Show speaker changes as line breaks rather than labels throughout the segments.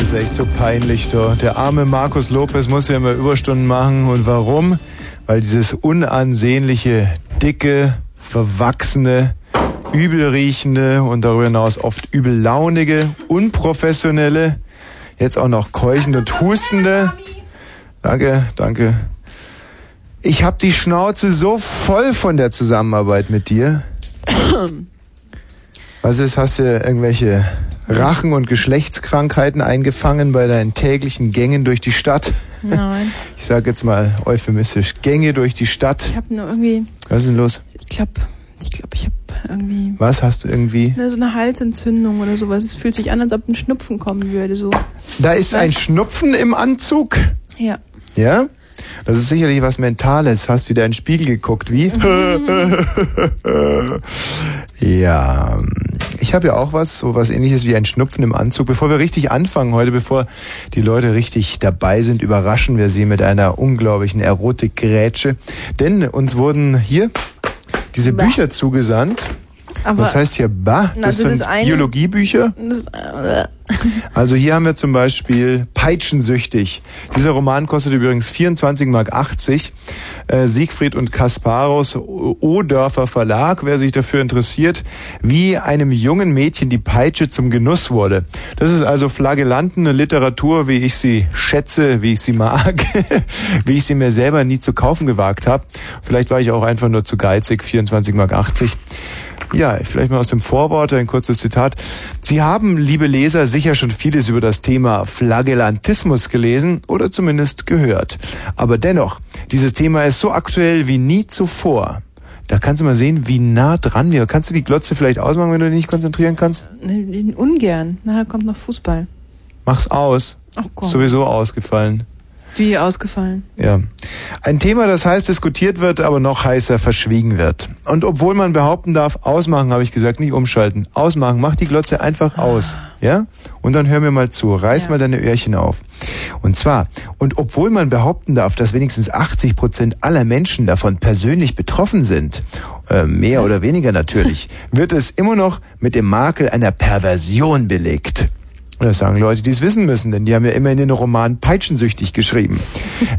ist echt so peinlich, doch. Der arme Markus Lopez muss ja immer Überstunden machen. Und warum? Weil dieses unansehnliche, dicke, verwachsene, übelriechende und darüber hinaus oft übellaunige, unprofessionelle, jetzt auch noch keuchende und hustende. Danke, danke. Ich hab die Schnauze so voll von der Zusammenarbeit mit dir. Was ist, hast du irgendwelche Rachen- und Geschlechtskrankheiten eingefangen bei deinen täglichen Gängen durch die Stadt?
Nein.
Ich sag jetzt mal euphemistisch, Gänge durch die Stadt.
Ich habe nur irgendwie,
Was ist denn los?
ich glaube, ich glaube, ich habe irgendwie
Was hast du irgendwie?
ne, so eine Halsentzündung oder sowas. Es fühlt sich an, als ob ein Schnupfen kommen würde. So.
Da ist
Was?
ein Schnupfen im Anzug.
Ja.
Ja? Das ist sicherlich was Mentales. Hast wieder in den Spiegel geguckt, wie? ja. Ich habe ja auch was, so was ähnliches wie ein Schnupfen im Anzug. Bevor wir richtig anfangen heute, bevor die Leute richtig dabei sind, überraschen wir sie mit einer unglaublichen Erotikgrätsche. Denn uns wurden hier diese
Bah.
Bücher zugesandt.
Aber-
was heißt hier bah?
Na,
Das
das
sind
ist eine-
Biologiebücher.
Das, äh,
Also hier haben wir zum Beispiel Peitschensüchtig. Dieser Roman kostet übrigens 24,80 Mark. Äh, Siegfried und Kasparus, O- O-Dörfer Verlag, wer sich dafür interessiert, wie einem jungen Mädchen die Peitsche zum Genuss wurde. Das ist also flagellantende Literatur, wie ich sie schätze, wie ich sie mag, wie ich sie mir selber nie zu kaufen gewagt habe. Vielleicht war ich auch einfach nur zu geizig, 24,80 Mark. Ja, vielleicht mal aus dem Vorwort ein kurzes Zitat. Sie haben, liebe Leser, sicher schon vieles über das Thema Flagellantismus gelesen oder zumindest gehört. Aber dennoch, dieses Thema ist so aktuell wie nie zuvor. Da kannst du mal sehen, wie nah dran wir. Kannst du die Glotze vielleicht ausmachen, wenn du dich nicht konzentrieren kannst?
ne, ungern. Nachher kommt noch Fußball.
Mach's aus.
Ach Gott.
Sowieso ausgefallen.
Wie ausgefallen.
Ja. Ein Thema, das heiß diskutiert wird, aber noch heißer verschwiegen wird. Und obwohl man behaupten darf, ausmachen, habe ich gesagt, nicht umschalten. Ausmachen, mach die Glotze einfach aus. Ja? Und dann hör mir mal zu. Reiß mal deine Öhrchen auf. Und zwar, und obwohl man behaupten darf, dass wenigstens 80 Prozent aller Menschen davon persönlich betroffen sind, äh, mehr oder weniger natürlich, wird es immer noch mit dem Makel einer Perversion belegt. Und das sagen Leute, die es wissen müssen, denn die haben ja immerhin den Roman Peitschensüchtig geschrieben.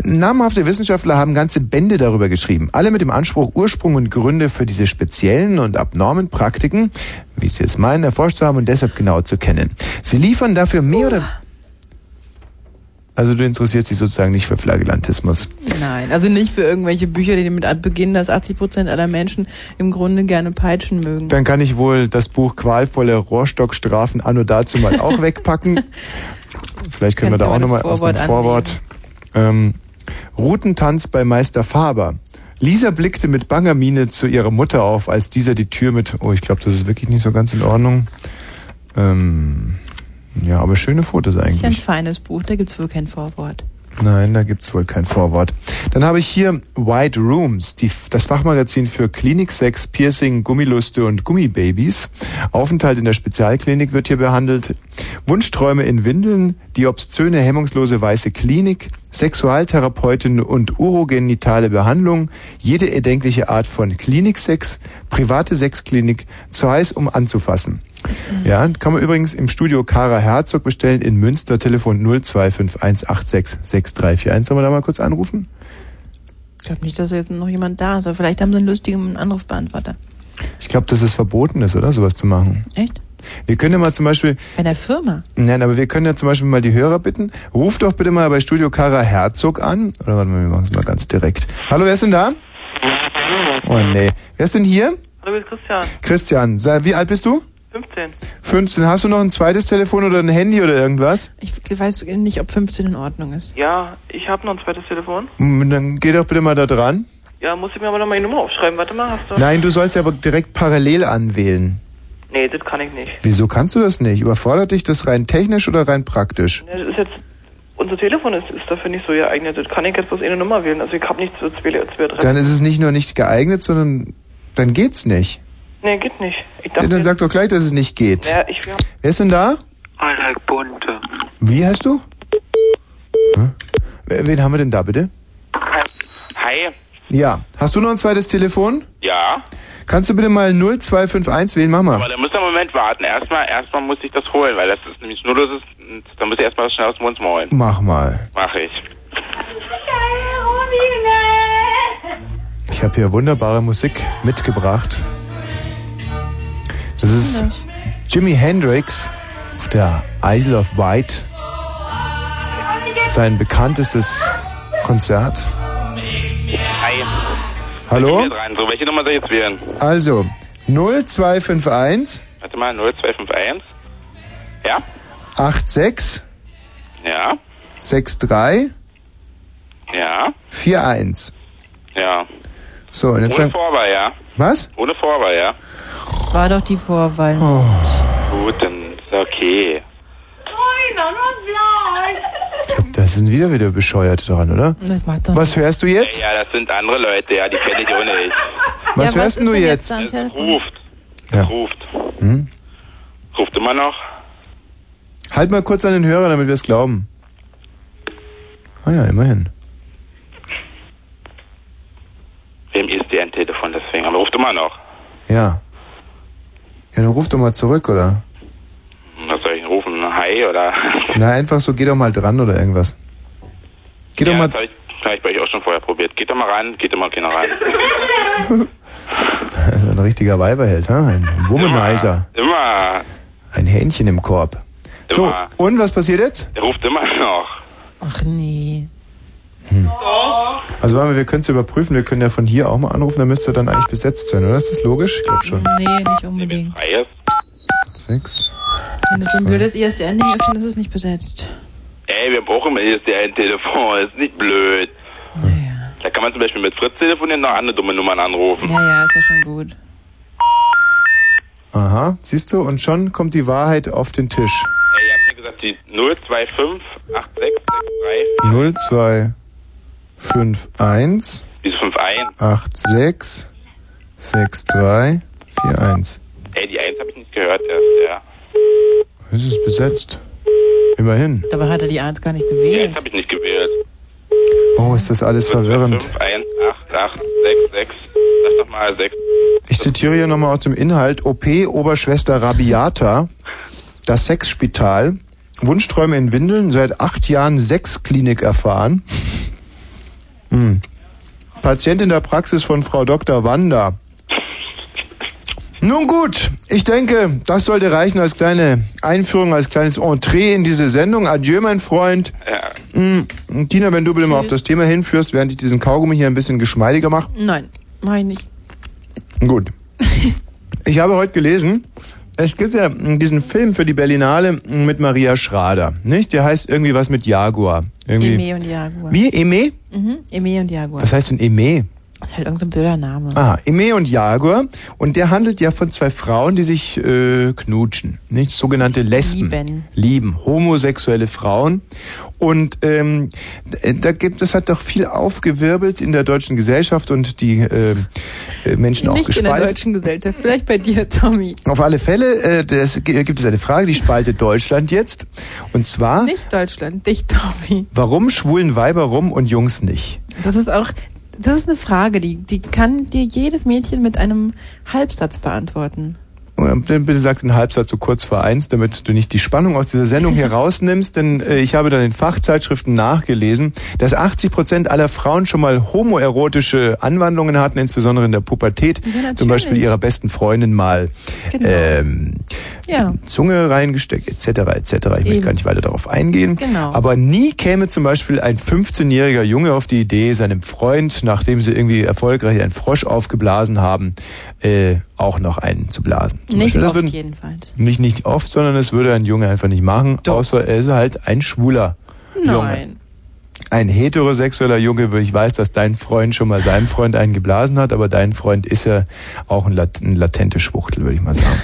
Namhafte Wissenschaftler haben ganze Bände darüber geschrieben, alle mit dem Anspruch, Ursprung und Gründe für diese speziellen und abnormen Praktiken, wie sie es meinen, erforscht zu haben und deshalb genau zu kennen. Sie liefern dafür mehr oder... Also du interessierst dich sozusagen nicht für Flagellantismus.
Nein, also nicht für irgendwelche Bücher, die damit beginnen, dass 80% aller Menschen im Grunde gerne Peitschen mögen.
Dann kann ich wohl das Buch Qualvolle Rohrstockstrafen anno dazu mal auch wegpacken. Vielleicht können
Kannst
wir da
du
auch
mal das
nochmal aus dem Vorwort.
Vorwort
Ähm, Routentanz bei Meister Faber. Lisa blickte mit banger Miene zu ihrer Mutter auf, als dieser die Tür mit... Oh, ich glaube, das ist wirklich nicht so ganz in Ordnung. Ähm, ja, aber schöne Fotos
Das ist ja ein
eigentlich.
feines Buch, da gibt's wohl kein Vorwort.
Nein, da gibt's wohl kein Vorwort. Dann habe ich hier White Rooms, die, das Fachmagazin für Kliniksex, Piercing, Gummiluste und Gummibabys. Aufenthalt in der Spezialklinik wird hier behandelt. Wunschträume in Windeln, die obszöne, hemmungslose weiße Klinik, Sexualtherapeutin und urogenitale Behandlung, jede erdenkliche Art von Kliniksex, private Sexklinik, zu heiß, um anzufassen. Ja, kann man übrigens im Studio Kara Herzog bestellen in Münster, Telefon 02518663441. Sollen wir da mal kurz anrufen?
Ich glaube nicht, dass jetzt noch jemand da ist, aber vielleicht haben sie einen lustigen Anrufbeantworter.
Ich glaube, dass es verboten ist, oder? Sowas zu machen.
Echt?
Wir können ja mal zum Beispiel,
Bei der Firma?
nein, aber wir können ja zum Beispiel mal die Hörer bitten. Ruf doch bitte mal bei Studio Kara Herzog an. Oder warte mal, wir machen es mal ganz direkt. Hallo, wer ist denn da? Oh nee. Wer ist denn hier?
Hallo, hier ist Christian,
Christian, sei- wie alt bist du?
15.
15. Hast du noch ein zweites Telefon oder ein Handy oder irgendwas?
Ich weiß nicht, ob 15 in Ordnung ist.
Ja, ich habe noch ein zweites Telefon.
Hm, Dann geh doch bitte mal da dran.
Ja, muss ich mir aber noch meine Nummer aufschreiben. Warte mal, hast du?
Nein, du sollst ja aber direkt parallel anwählen.
Nee, das kann ich nicht.
Wieso kannst du das nicht? Überfordert dich das rein technisch oder rein praktisch?
Nee, Das ist jetzt, unser Telefon ist, ist dafür nicht so geeignet. Das kann ich jetzt bloß eine Nummer wählen. Also ich habe nichts für zwei, zwei, drei.
Dann ist es nicht nur nicht geeignet, sondern dann geht's nicht.
Nee, geht nicht. Ich
Ja,
dachte,
dann sag doch gleich, dass es nicht geht.
ja, ich hab
Wer ist denn da?
Alec Bunte.
Wie heißt du? Hm? Wer- Wen haben wir denn da bitte?
Hi.
Ja. Hast du noch ein zweites Telefon?
Ja,
Kannst du bitte mal 0251 wählen? Mach
aber
mal.
da muss er einen Moment warten. Erstmal, erstmal muss ich das holen, weil das ist nämlich schnurlos ist. und Da muss ich erstmal schnell aus dem Wohnzimmer holen.
Mach mal.
Mach ich.
Ich habe hier wunderbare Musik mitgebracht. Das ist Jimi Hendrix auf der Isle of Wight. Sein bekanntestes Konzert.
Hi. Ich
Hallo?
bin hier Dran. So, welche Nummer soll ich jetzt wählen?
Also 0251
Warte mal, 0251. Ja?
86
Ja?
63
Ja?
41.
Ja.
So, und jetzt
Ohne
sagen,
Vorwahl, ja?
was?
Ohne Vorwahl, ja?
War doch die Vorwahl.
Oh,
Gut, dann ist okay.
Das sind wieder wieder bescheuert dran, oder?
Das macht doch
Was hörst du jetzt?
Ja, das sind andere Leute, ja, die kenne ich ohne ich.
Was
ja, was
hörst
ist
du
denn
jetzt?
am
Es
Telefon?
ruft.
Ja.
Es ruft. Ruft immer noch.
Halt mal kurz an den Hörer, damit wir es glauben. Ah ja, immerhin.
Wem ist die ein Telefon deswegen? Aber ruft immer noch.
Ja. Ja, dann ruf doch mal zurück, oder?
Was soll ich denn rufen? Hi oder?
Na, einfach so, geh doch mal dran oder irgendwas. Geh doch
ja,
mal.
Das habe ich, das hab ich bei euch auch schon vorher probiert. Geht doch mal genau ran, geht immer keiner ran.
Also ein richtiger Weiberheld, ha? Ein Womanizer.
Immer.
Ein Hähnchen im Korb. So,
Immer.
Oh, und was passiert jetzt?
Er ruft immer noch.
Ach nee.
Also, warte mal, wir können es überprüfen. Wir können ja von hier auch mal anrufen. Da müsste dann eigentlich besetzt sein, oder? Ist das logisch? Ich glaube schon.
Nee, nicht unbedingt.
Hi ist.
Sechs.
Wenn es so ein blödes E ISDN-Ding ist, dann ist es nicht besetzt.
Ey, wir brauchen immer ist ein Telefon. Ist nicht blöd. Da kann man zum Beispiel mit Fritz telefonieren, noch andere dumme Nummern anrufen.
Ja, ja, ist ja schon gut.
Aha, siehst du? Und schon kommt die Wahrheit auf den Tisch.
Ey, ihr habt mir gesagt, die 025 8663
0, 2, 5, 1,
diese 51.
8, 6, 6, 3, 4, 1.
Ey, die 1 habe ich nicht gehört erst, ja.
Es ist besetzt. Immerhin.
Dabei hat er die 1 gar nicht
Die
gewählt.
1 habe ich nicht gewählt.
Oh, ist das alles verwirrend.
5, 1, 8, 8, 6, 6. Sag doch mal 6.
Ich zitiere hier nochmal aus dem Inhalt. OP Oberschwester Rabiata, das Sexspital, Wunschträume in Windeln, seit acht Jahren Sexklinik erfahren. Hm. Patient in der Praxis von Frau Dr. Wanda. Nun gut, ich denke, das sollte reichen als kleine Einführung, als kleines Entree in diese Sendung. Adieu, mein Freund. Hm, Tina, wenn du bitte mal auf das Thema hinführst, während ich diesen Kaugummi hier ein bisschen geschmeidiger mache.
Nein, mach ich nicht.
Gut. Ich habe heute gelesen, es gibt ja m, diesen Film für die Berlinale m, mit Maria Schrader, nicht? Der heißt irgendwie was mit Jaguar. Irgendwie.
Eme und Jaguar.
Wie? Eme?
Mhm, Eme und Jaguar.
Was heißt denn Eme?
Das ist halt irgendein so ein blöder Name.
Aha, Eme und Jaguar. Und der handelt ja von zwei Frauen, die sich äh, knutschen, nicht? Sogenannte Lesben.
Lieben.
Lieben. Homosexuelle Frauen. Und ähm, d- da gibt, das hat doch viel aufgewirbelt in der deutschen Gesellschaft und die äh, äh, Menschen auch
nicht in der
gespalten.
deutschen Gesellschaft, vielleicht bei dir, Tommy.
Auf alle Fälle äh, das, g- gibt es eine Frage, die spaltet Deutschland jetzt. Und zwar,
Nicht Deutschland, dich, Tommy.
warum schwulen Weiber rum und Jungs nicht?
Das ist auch, das ist eine Frage, die, die kann dir jedes Mädchen mit einem Halbsatz beantworten.
Und dann bitte sag den Halbsatz so kurz vor eins, damit du nicht die Spannung aus dieser Sendung hier rausnimmst, denn äh, ich habe dann in Fachzeitschriften nachgelesen, dass 80 Prozent aller Frauen schon mal homoerotische Anwandlungen hatten, insbesondere in der Pubertät,
natürlich.
zum Beispiel ihrer besten Freundin mal
Genau.
ähm,
Ja.
Zunge reingesteckt, etc., etc. Ich möchte
Eben.
gar nicht weiter darauf eingehen.
Genau.
Aber nie käme zum Beispiel ein 15-jähriger Junge auf die Idee, seinem Freund, nachdem sie irgendwie erfolgreich einen Frosch aufgeblasen haben, äh, auch noch einen zu blasen. Zum
Nicht
Beispiel, das
oft
würden-
jedenfalls.
nicht, nicht oft, sondern das würde ein Junge einfach nicht machen,
Doch.
außer er ist halt ein schwuler Junge.
Nein.
Ein heterosexueller Junge, weil ich weiß, dass dein Freund schon mal seinem Freund einen geblasen hat, aber dein Freund ist ja auch ein, lat ein latente Schwuchtel, würde ich mal sagen.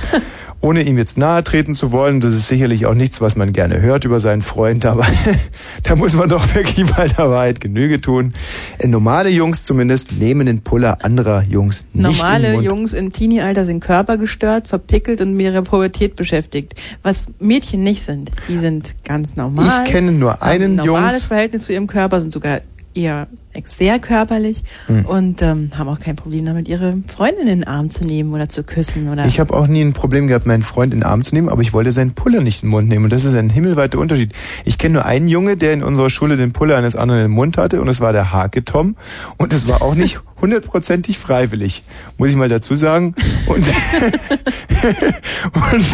Ohne ihm jetzt nahe treten zu wollen, das ist sicherlich auch nichts, was man gerne hört über seinen Freund, aber da muss man doch wirklich mal der Wahrheit Genüge tun. Äh, Normale Jungs zumindest nehmen den Puller anderer Jungs nicht in den
Normale
Mund.
Jungs im Teenie-Alter sind körpergestört, verpickelt und mit ihrer Pubertät beschäftigt. Was Mädchen nicht sind, die sind ganz normal.
Ich kenne nur
haben ein
einen
normales
Jungs-
Verhältnis zu ihrem Körper sind sogar eher sehr körperlich
Hm.
und ähm, haben auch kein Problem damit, ihre Freundin in den Arm zu nehmen oder zu küssen oder.
Ich habe auch nie ein Problem gehabt, meinen Freund in den Arm zu nehmen, aber ich wollte seinen Puller nicht in den Mund nehmen. Und das ist ein himmelweiter Unterschied. Ich kenne nur einen Junge, der in unserer Schule den Puller eines anderen im Mund hatte und es war der Hake Tom. Und es war auch nicht hundertprozentig freiwillig, muss ich mal dazu sagen. Und, und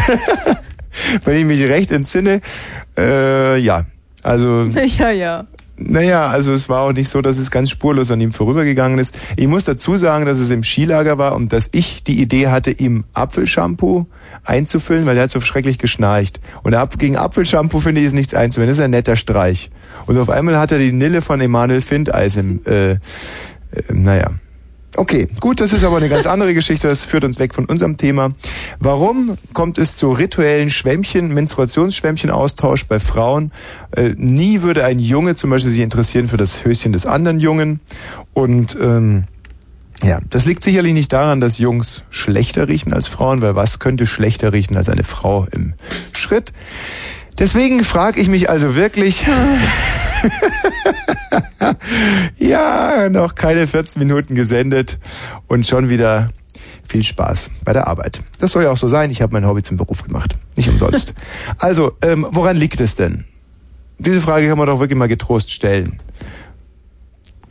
wenn ich mich recht entsinne, äh, ja, also...
ja, ja.
Naja, also es war auch nicht so, dass es ganz spurlos an ihm vorübergegangen ist. Ich muss dazu sagen, dass es im Skilager war und dass ich die Idee hatte, ihm Apfelshampoo einzufüllen, weil er hat so schrecklich geschnarcht. Und ab, gegen Apfelshampoo finde ich es nichts einzuwenden. Das ist ein netter Streich. Und auf einmal hat er die Nille von Emanuel Findeis im, äh, äh, naja. Okay, gut, das ist aber eine ganz andere Geschichte. Das führt uns weg von unserem Thema. Warum kommt es zu rituellen Schwämmchen, Menstruationsschwämmchen-Austausch bei Frauen? Äh, nie würde ein Junge zum Beispiel sich interessieren für das Höschen des anderen Jungen. Und ähm, ja, das liegt sicherlich nicht daran, dass Jungs schlechter riechen als Frauen, weil was könnte schlechter riechen als eine Frau im Schritt? Deswegen frage ich mich also wirklich. ja, noch keine 14 Minuten gesendet und schon wieder viel Spaß bei der Arbeit. Das soll ja auch so sein. Ich habe mein Hobby zum Beruf gemacht. Nicht umsonst. also, ähm, woran liegt es denn? Diese Frage kann man doch wirklich mal getrost stellen.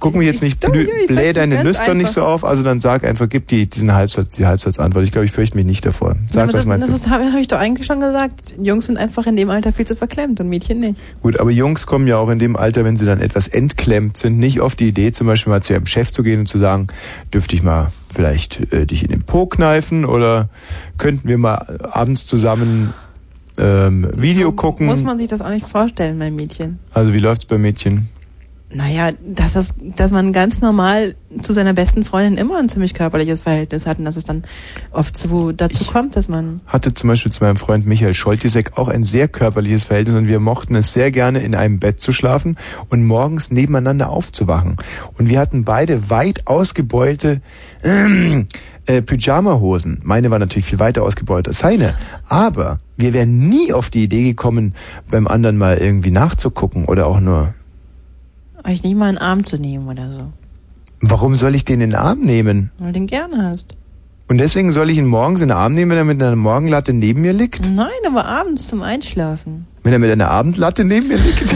Gucken wir jetzt nicht,
doch,
blü-
ja, ich sag's
bläh
doch
deine
ganz
Nüstern nicht
einfach.
so auf, also dann sag einfach, gib die, diesen Halbsatz, die Halbsatzantwort. Ich glaube, ich fürchte mich nicht davor.
Ja,
Sag,
aber
was
das
meinst
das
du?
ist- halt habe hab ich doch eigentlich schon gesagt. Jungs sind einfach in dem Alter viel zu verklemmt und Mädchen nicht.
Gut, aber Jungs kommen ja auch in dem Alter, wenn sie dann etwas entklemmt sind, nicht auf die Idee, zum Beispiel mal zu ihrem Chef zu gehen und zu sagen, dürfte ich mal vielleicht äh, dich in den Po kneifen oder könnten wir mal abends zusammen ähm, Video gucken?
Muss man sich das auch nicht vorstellen bei Mädchen.
also wie läuft's bei Mädchen?
Naja, dass, das, dass man ganz normal zu seiner besten Freundin immer ein ziemlich körperliches Verhältnis hat und dass es dann oft zu, dazu kommt, dass man...
Hatte zum Beispiel zu meinem Freund Michael Scholtisek auch ein sehr körperliches Verhältnis und wir mochten es sehr gerne, in einem Bett zu schlafen und morgens nebeneinander aufzuwachen. Und wir hatten beide weit ausgebeulte äh, Pyjama-Hosen. Meine war natürlich viel weiter ausgebeult als seine. Aber wir wären nie auf die Idee gekommen, beim anderen mal irgendwie nachzugucken oder auch nur,
euch nicht mal in den Arm zu nehmen oder so.
warum soll ich den in den Arm nehmen?
Weil du den gerne hast.
Und deswegen soll ich ihn morgens in den Arm nehmen, wenn er mit einer Morgenlatte neben mir liegt?
Nein, aber abends zum Einschlafen.
Wenn er mit einer Abendlatte neben mir liegt.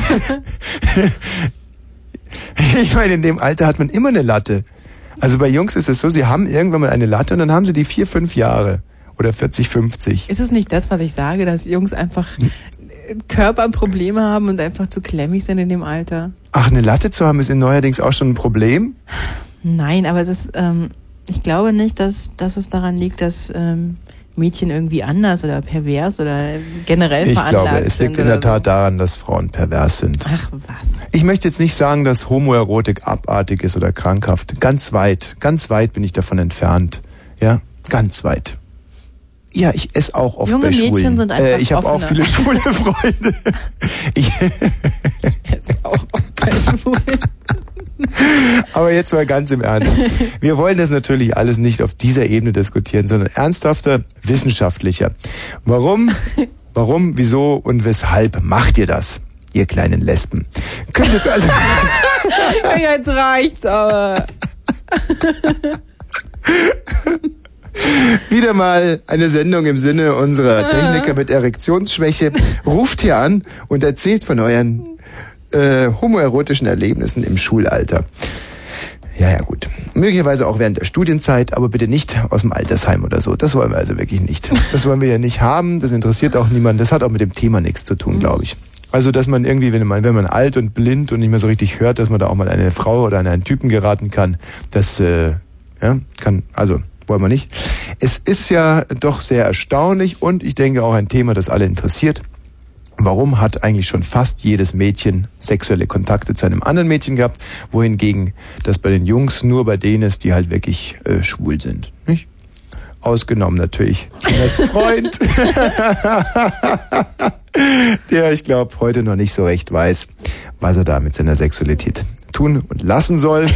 ich meine, in dem Alter hat man immer eine Latte. Also bei Jungs ist es so, sie haben irgendwann mal eine Latte und dann haben sie die vier, fünf Jahre. Oder 40, 50.
Ist es nicht das, was ich sage, dass Jungs einfach Körperprobleme haben und einfach zu klemmig sind in dem Alter?
Ach, eine Latte zu haben ist in neuerdings auch schon ein Problem.
Nein, aber es ist, ähm, ich glaube nicht, dass, dass es daran liegt, dass ähm, Mädchen irgendwie anders oder pervers oder generell
Ich
veranlagt
glaube, es
sind.
liegt in
oder
der Tat daran, dass Frauen pervers sind.
Ach was.
Ich möchte jetzt nicht sagen, dass Homoerotik abartig ist oder krankhaft. Ganz weit, ganz weit bin ich davon entfernt. Ja, ganz weit. Ja, ich esse auch oft
Junge
bei
Mädchen
Schwulen.
sind einfach
äh, ich habe auch
offener.
viele schwule Freunde. Ich,
Jetzt auch bei Schwulen.
aber jetzt mal ganz im Ernst. Wir wollen das natürlich alles nicht auf dieser Ebene diskutieren, sondern ernsthafter, wissenschaftlicher. Warum, warum, wieso und weshalb macht ihr das, ihr kleinen Lesben? Könnt jetzt also...
Ja, Jetzt reicht's aber.
Wieder mal eine Sendung im Sinne
Ah.
unserer Techniker mit Erektionsschwäche. Ruft hier an und erzählt von euren äh, homoerotischen Erlebnissen im Schulalter. Ja, ja, gut. Möglicherweise auch während der Studienzeit, aber bitte nicht aus dem Altersheim oder so. Das wollen wir also wirklich nicht. Das wollen wir ja nicht haben. Das interessiert auch niemanden. Das hat auch mit dem Thema nichts zu tun, glaube ich. Also, dass man irgendwie, wenn man, wenn man alt und blind und nicht mehr so richtig hört, dass man da auch mal an eine Frau oder an einen Typen geraten kann, das, äh, ja, kann, also, wollen wir nicht. Es ist ja doch sehr erstaunlich und ich denke auch ein Thema, das alle interessiert. Warum hat eigentlich schon fast jedes Mädchen sexuelle Kontakte zu einem anderen Mädchen gehabt, wohingegen das bei den Jungs nur bei denen ist, die halt wirklich äh, schwul sind, nicht? Ausgenommen natürlich Tinas Freund, der ich glaube heute noch nicht so recht weiß, was er da mit seiner Sexualität tun und lassen soll.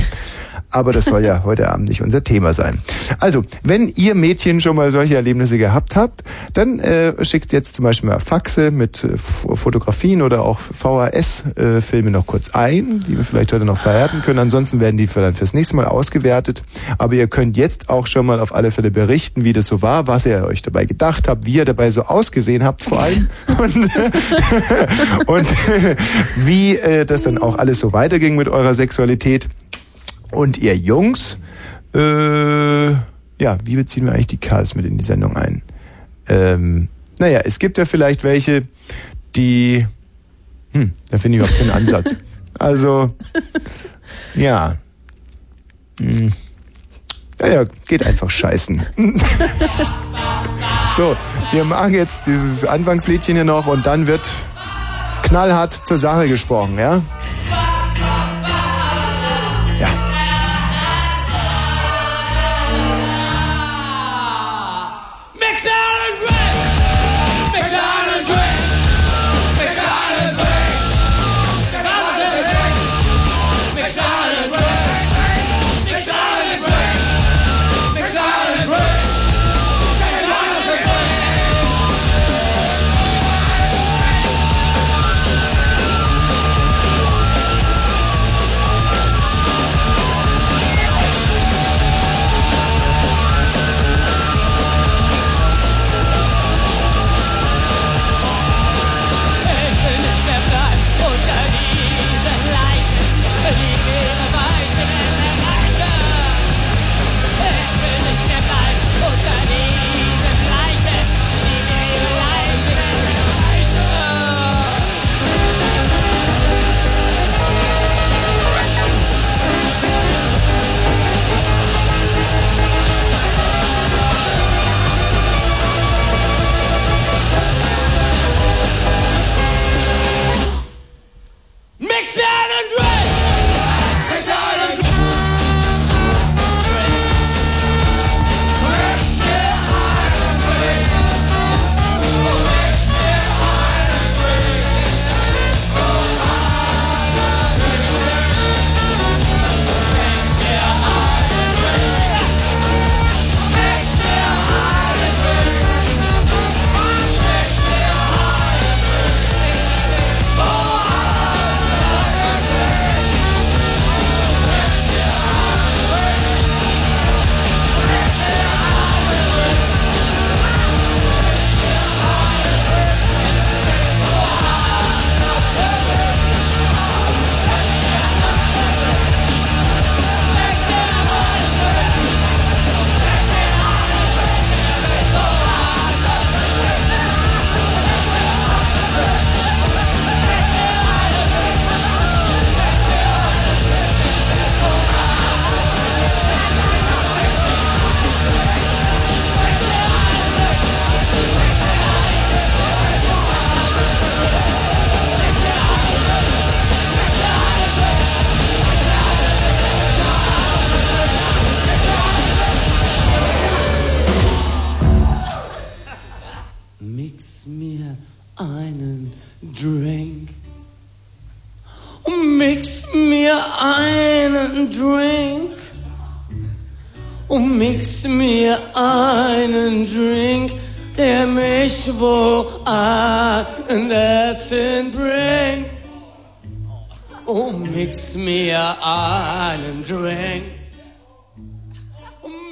Aber das soll ja heute Abend nicht unser Thema sein. Also, wenn ihr Mädchen schon mal solche Erlebnisse gehabt habt, dann äh, schickt jetzt zum Beispiel mal Faxe mit äh, F- Fotografien oder auch VHS-Filme äh, noch kurz ein, die wir vielleicht heute noch verwerten können. Ansonsten werden die für dann fürs nächste Mal ausgewertet. Aber ihr könnt jetzt auch schon mal auf alle Fälle berichten, wie das so war, was ihr euch dabei gedacht habt, wie ihr dabei so ausgesehen habt vor allem und, und wie äh, das dann auch alles so weiterging mit eurer Sexualität. Und ihr Jungs, äh, ja, wie beziehen wir eigentlich die Karls mit in die Sendung ein? Ähm, naja, es gibt ja vielleicht welche, die, hm, da finde ich überhaupt keinen Ansatz. Also, ja. Hm. Naja, geht einfach scheißen. so, wir machen jetzt dieses Anfangsliedchen hier noch und dann wird knallhart zur Sache gesprochen, ja? Ja.
Mixed down and red! Mixed down and red!
Mix mir einen Drink. Mix mir einen Drink. Mix mir einen Drink, der mich woanders hinbringt. Oh, mix mir einen Drink.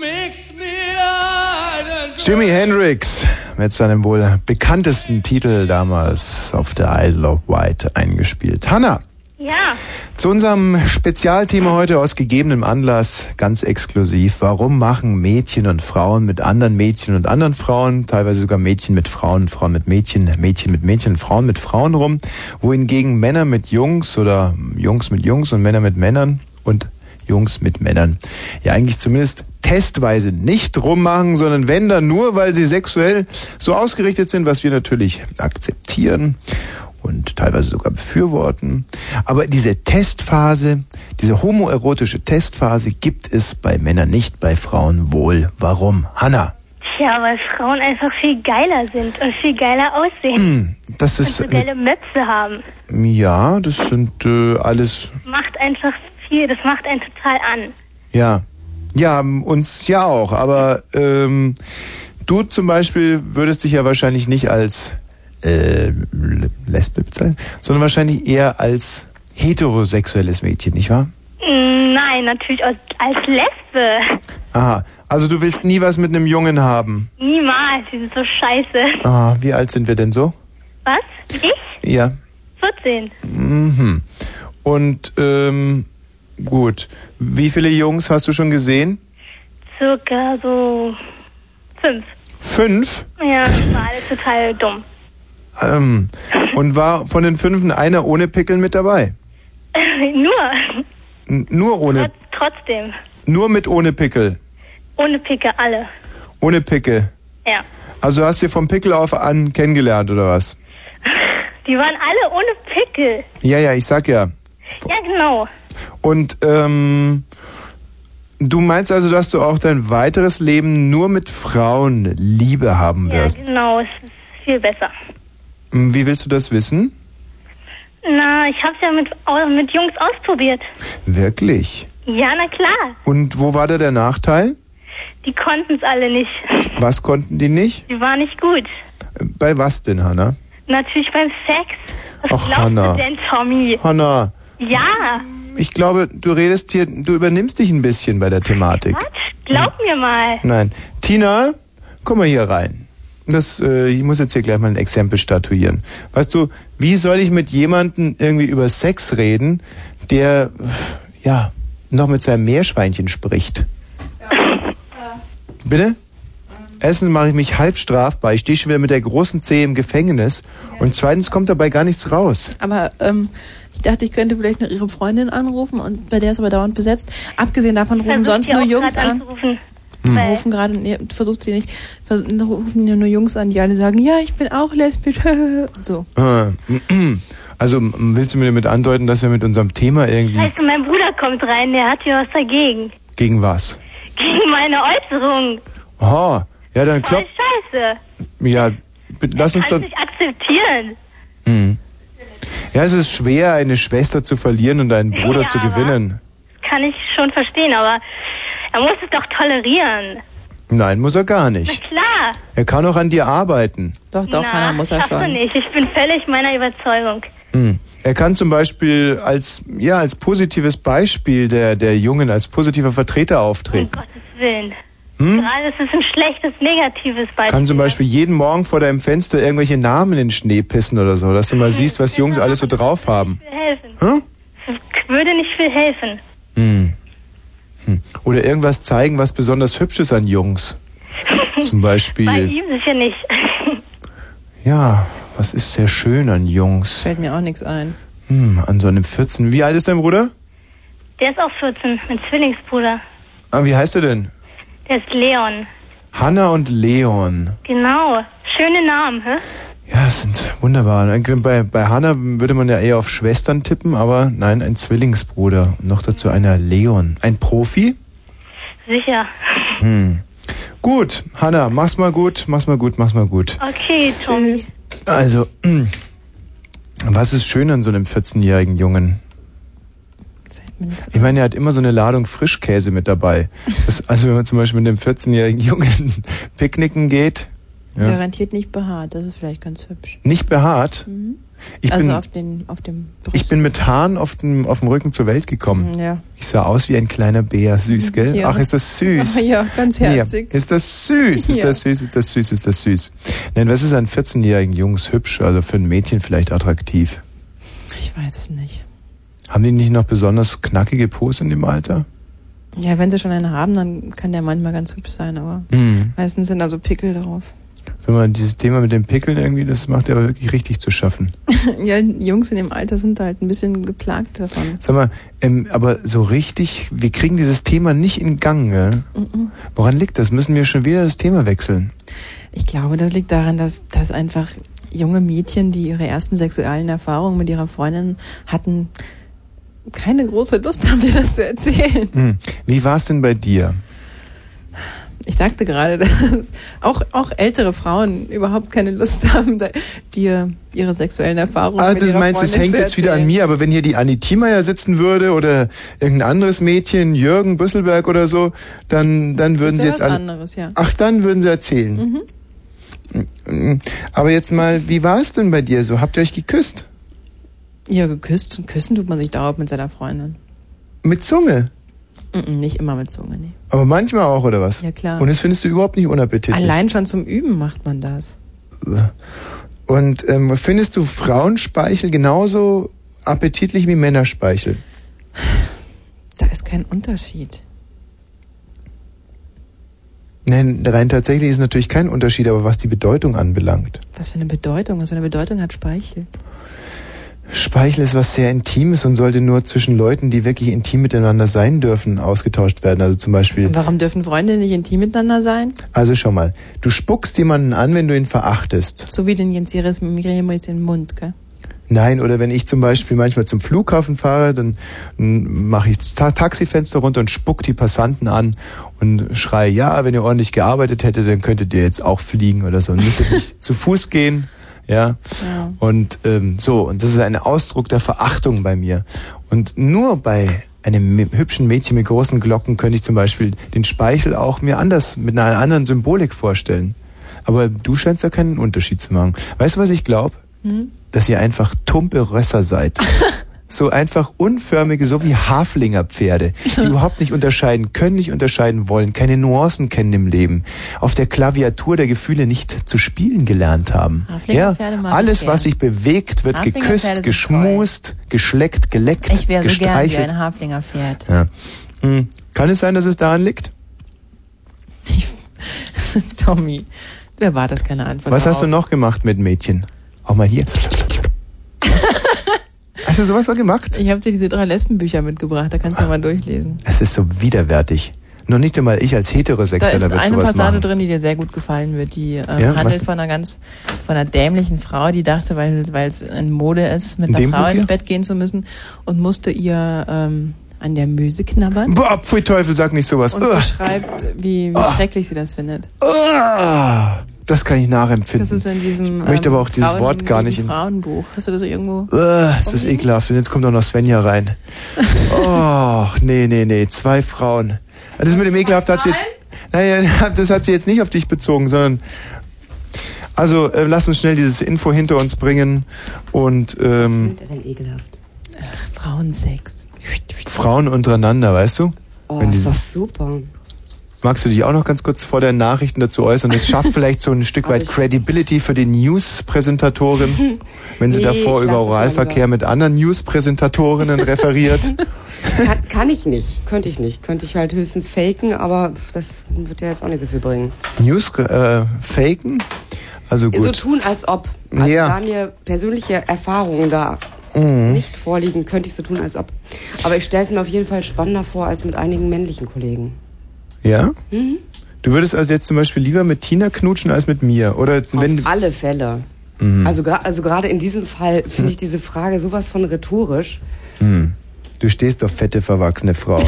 Mix mir einen Drink.
Jimi Hendrix mit seinem wohl bekanntesten Titel damals auf der Isle of Wight eingespielt. Hanna,
Ja,
zu unserem Spezialthema heute aus gegebenem Anlass ganz exklusiv. Warum machen Mädchen und Frauen mit anderen Mädchen und anderen Frauen, teilweise sogar Mädchen mit Frauen, Frauen mit Mädchen, Mädchen mit Mädchen, Frauen mit Frauen rum, wohingegen Männer mit Jungs oder Jungs mit Jungs und Männer mit Männern und Jungs mit Männern. Ja, eigentlich zumindest testweise nicht rummachen, sondern wenn dann nur, weil sie sexuell so ausgerichtet sind, was wir natürlich akzeptieren und teilweise sogar befürworten. Aber diese Testphase, diese homoerotische Testphase gibt es bei Männern nicht, bei Frauen wohl. Warum? Hanna,
tja, weil Frauen einfach viel geiler sind und viel geiler aussehen.
Hm, das ist, äh,
Und so geile Möpse haben.
ja, das sind äh, alles
Macht einfach viel, das macht einen total an.
Ja. Ja, m- uns ja auch, aber ähm, du zum Beispiel würdest dich ja wahrscheinlich nicht als äh, Le- Lesbe bezeichnen, sondern wahrscheinlich eher als heterosexuelles Mädchen, nicht wahr?
Mm, Nein, natürlich als als Lesbe.
Aha. Also du willst nie was mit einem Jungen haben.
Niemals, die sind so scheiße.
Ah, wie alt sind wir denn so?
Was? Ich?
Ja.
14.
Mhm. Und ähm, gut. Wie viele Jungs hast du schon gesehen?
Circa so fünf.
Fünf.
Ja, das war alles total dumm.
Ähm, und war von den fünfen einer ohne Pickeln mit dabei?
Nur,
N nur ohne,
trotzdem.
nur mit ohne Pickel.
Ohne Picke, alle.
Ohne Pickel.
Ja.
Also du hast du vom Pickel auf an kennengelernt oder was?
Die waren alle ohne Pickel.
Ja, ja, ich sag ja.
Ja, genau.
Und ähm, du meinst also, dass du auch dein weiteres Leben nur mit Frauen Liebe haben
Ja,
wirst?
genau. Es ist viel besser.
Hm, Wie willst du das wissen?
Na, ich hab's ja mit, au- mit Jungs ausprobiert.
Wirklich?
Ja, na klar.
Und wo war da der Nachteil?
Die konnten's alle nicht.
Was konnten die nicht?
Die waren nicht gut.
Bei was denn, Hanna?
Natürlich beim Sex. Was
Ach,
glaubst
Hanna.
du denn, Tommy?
Hanna,
Ja,
ich glaube, du redest hier, du übernimmst dich ein bisschen bei der Thematik.
glaub mir mal.
Nein. Tina, komm mal hier rein. Das, äh, ich muss jetzt hier gleich mal ein Exempel statuieren. Weißt du, wie soll ich mit jemandem irgendwie über Sex reden, der, ja, noch mit seinem Meerschweinchen spricht? Bitte? Erstens mache ich mich halb strafbar. Ich stehe schon wieder mit der großen Zehe im Gefängnis. Und zweitens kommt dabei gar nichts raus.
Aber ähm, ich dachte, ich könnte vielleicht noch ihre Freundin anrufen und bei der ist aber dauernd besetzt. Abgesehen davon rufen
Versuch,
sonst
die
nur
auch
Jungs
grad
an.
anzurufen.
Hm.
Weil-
Rufen gerade, nee, versucht sie nicht, vers rufen ja nur Jungs an, die alle sagen, ja, ich bin auch lesbisch. so.
Äh, Also m- willst du mir damit andeuten, dass wir mit unserem Thema irgendwie
Weißt du, mein Bruder kommt rein, der hat hier was dagegen.
gegen was?
Gegen meine Äußerung.
Oh, ja, dann
Voll
klopft.
scheiße.
Ja, bi- lass uns
Kannst
doch.
nicht akzeptieren.
Hm. Ja, es ist schwer, eine Schwester zu verlieren und einen Bruder
Ja,
zu
wa?
gewinnen.
Kann ich schon verstehen, aber er muss es doch tolerieren.
Nein, muss er gar nicht.
Klar.
Er kann auch an dir arbeiten.
Doch,
Na, schaffst du nicht. Ich bin völlig meiner Überzeugung.
Hm. Er kann zum Beispiel als, ja, als positives Beispiel der, der Jungen, als positiver Vertreter auftreten.
Willen.
Hm?
Gerade ist es ein schlechtes, negatives Beispiel.
Kann zum Beispiel jeden Morgen vor deinem Fenster irgendwelche Namen in den Schnee pissen oder so, dass du mal siehst, was Jungs alles so drauf haben.
Viel helfen.
Hm?
Es würde nicht viel helfen.
Hm. Hm. Oder irgendwas zeigen, was besonders hübsch ist an Jungs. Zum
Bei
Beispiel,
ihm sicher nicht.
ja, was ist sehr schön an Jungs?
Fällt mir auch nichts ein.
Hm, an so einem 14. Wie alt ist dein Bruder?
Der ist auch 14, mein Zwillingsbruder.
Ah, wie heißt er denn?
Der ist Leon.
Hanna und Leon.
Genau. Schöne Namen, hä?
Ja, es sind wunderbar. Äh, Bei, bei Hanna würde man ja eher auf Schwestern tippen, aber nein, ein Zwillingsbruder. Und noch dazu einer Leon. Ein Profi?
Sicher.
Hm. Gut, Hanna, mach's mal gut, mach's mal gut, mach's mal gut.
Okay, Tommy.
Also, was ist schön an so einem 14-jährigen Jungen? Ich meine, er hat immer so eine Ladung Frischkäse mit dabei. Das, also wenn man zum Beispiel mit einem 14-jährigen Jungen picknicken geht, ja,
Garantiert nicht behaart, das ist vielleicht ganz hübsch.
nicht behaart.
Mhm.
Ich
also
bin,
auf, den, auf dem
ich
Brust.
bin mit Haaren auf dem, auf dem Rücken zur Welt gekommen.
ja.
Ich sah aus wie ein kleiner Bär. Süß, gell?
Mhm. Ja.
Ach, ist das süß.
Ja, ganz herzig.
Ja. Ist das süß, ist
Ja.
das süß, ist das süß, ist das süß. Nein, was ist an 14-jährigen Jungs hübsch, also für ein Mädchen vielleicht attraktiv?
Ich weiß es nicht.
Haben die nicht noch besonders knackige Pose in dem Alter?
Ja, wenn sie schon einen haben, dann kann der manchmal ganz hübsch sein, aber
Mhm.
meistens sind da so Pickel drauf.
Sag mal, dieses Thema mit den Pickeln irgendwie, das macht dir aber wirklich richtig zu schaffen.
ja, Jungs in dem Alter sind da halt ein bisschen geplagt davon.
Sag mal, ähm, aber so richtig, wir kriegen dieses Thema nicht in Gang, gell?
Mhm.
Woran liegt das? Müssen wir schon wieder das Thema wechseln?
Ich glaube, das liegt daran, dass, dass einfach junge Mädchen, die ihre ersten sexuellen Erfahrungen mit ihrer Freundin hatten,
Mhm.
keine große Lust haben, dir das zu erzählen.
Hm. Wie war es denn bei dir?
Ich sagte gerade, dass auch, auch ältere Frauen überhaupt keine Lust haben, da- dir ihre sexuellen Erfahrungen
Ah,
mit
du
ihrer
meinst, es
Freundin
hängt
zu
jetzt wieder an
erzählen.
mir, aber wenn hier die Anni Thiemeyer sitzen würde oder irgendein anderes Mädchen, Jürgen Büsselberg oder so, dann, dann würden sie
Das wäre
jetzt
was
alle-
anderes, ja.
Ach, dann würden sie erzählen. Mhm. Aber jetzt mal, wie war es denn bei dir so? Habt ihr euch geküsst?
Ja, geküsst. Küssen tut man sich dauernd mit seiner Freundin.
Mit Zunge?
Mhm, nicht immer mit Zunge, nee.
Aber manchmal auch, oder was?
Ja, klar.
Und das findest du überhaupt nicht unappetitlich.
Allein schon zum Üben macht man das.
Und ähm, findest du Frauenspeichel genauso appetitlich wie Männerspeichel?
Da ist kein Unterschied.
Nein, rein tatsächlich ist natürlich kein Unterschied, aber was die Bedeutung anbelangt.
Was für eine Bedeutung, was für eine Bedeutung hat Speichel?
Speichel ist was sehr Intimes und sollte nur zwischen Leuten, die wirklich intim miteinander sein dürfen, ausgetauscht werden. Also zum Beispiel,
Warum dürfen Freunde nicht intim miteinander sein?
also schon mal, du spuckst jemanden an, wenn du ihn verachtest.
So wie den Jens Jeres Miriam ist in den Mund, gell?
Nein, oder wenn ich zum Beispiel manchmal zum Flughafen fahre, dann mm, mache ich das Ta Taxifenster runter und spuck die Passanten an und schreie, ja, wenn ihr ordentlich gearbeitet hättet, dann könntet ihr jetzt auch fliegen oder so. Und müsstet nicht zu Fuß gehen. Ja.
Ja.
Und ähm, so, und das ist ein Ausdruck der Verachtung bei mir. Und nur bei einem m- hübschen Mädchen mit großen Glocken könnte ich zum Beispiel den Speichel auch mir anders, mit einer anderen Symbolik vorstellen. Aber du scheinst da keinen Unterschied zu machen. Weißt du, was ich glaube?
Hm?
dass ihr einfach tumpe Rösser seid. So einfach unförmige, so wie Haflingerpferde, die überhaupt nicht unterscheiden können, nicht unterscheiden wollen, keine Nuancen kennen im Leben, auf der Klaviatur der Gefühle nicht zu spielen gelernt haben. Ja,
Haflingerpferde mag ich
alles,
gern.
was sich bewegt, wird
Haflingerpferde
geküsst,
sind
geschmust, geschleckt, geleckt,
Ich wäre so gern wie
gestreichelt.
ein Haflingerpferd.
ja. hm. Kann es sein, dass es daran liegt?
Tommy, wer war das? Keine Antwort.
Was
darauf.
hast du noch gemacht mit Mädchen? Auch mal hier. hast du sowas mal gemacht? Ah.
Ich habe dir diese drei Lesbenbücher mitgebracht, da kannst du mal durchlesen.
Es ist so widerwärtig. Noch nicht einmal ich als
Da ist
Heterosexueller wird
eine
sowas
Passage
machen.
drin, die dir sehr gut gefallen wird. Die ähm,
Ja,
handelt
was?
von einer ganz, von einer dämlichen Frau, die dachte, weil weil es in Mode ist, mit
In
einer
dem
Frau
Buch
ins
hier?
Bett gehen zu müssen und musste ihr ähm, an der Möse knabbern
Boah, pfui Teufel, sag nicht sowas.
und
Uah.
beschreibt, wie, wie
Ah.
schrecklich sie das findet.
Uah. Das kann ich nachempfinden.
Das ist in diesem ähm,
Ich möchte aber auch dieses
Frauen
Wort gar nicht
gegen
im-
Frauenbuch. Hast du das irgendwo?
Uah, ist das ekelhaft. Und jetzt kommt auch noch Svenja rein. Och, nee, nee, nee. Zwei Frauen. Ah, Das mit dem ekelhaft hat sie jetzt... Naja, das hat sie jetzt nicht auf dich bezogen, sondern... Also, äh, lass uns schnell dieses Info hinter uns bringen. Und ähm,
Denn ekelhaft.
Ach, Frauensex.
Frauen untereinander, weißt du?
Oh,
Wenn die-
ist das super.
Magst du dich auch noch ganz kurz vor den Nachrichten dazu äußern? Das schafft vielleicht so ein Stück
Also
weit Credibility für die News-Präsentatorin, wenn sie
Nee,
davor über
ich lass es mal
Oralverkehr
lieber.
mit anderen News-Präsentatorinnen referiert.
Kann, kann ich nicht. Könnte ich nicht. Könnte ich halt höchstens faken, aber das wird ja jetzt auch nicht so viel bringen.
News äh, faken? Also
So
gut.
tun, als ob. Also
Ja. Hm?
Da mir persönliche Erfahrungen da
Mm.
nicht vorliegen, könnte ich so tun, als ob. Aber ich stelle es mir auf jeden Fall spannender vor als mit einigen männlichen Kollegen. Mhm.
Ja? Du würdest also jetzt zum Beispiel lieber mit Tina knutschen als mit mir? Oder wenn Mhm.
auf alle Fälle. Also, gra- also gerade in diesem Fall finde
Hm.
ich diese Frage sowas von rhetorisch.
du stehst auf fette, verwachsene Frauen.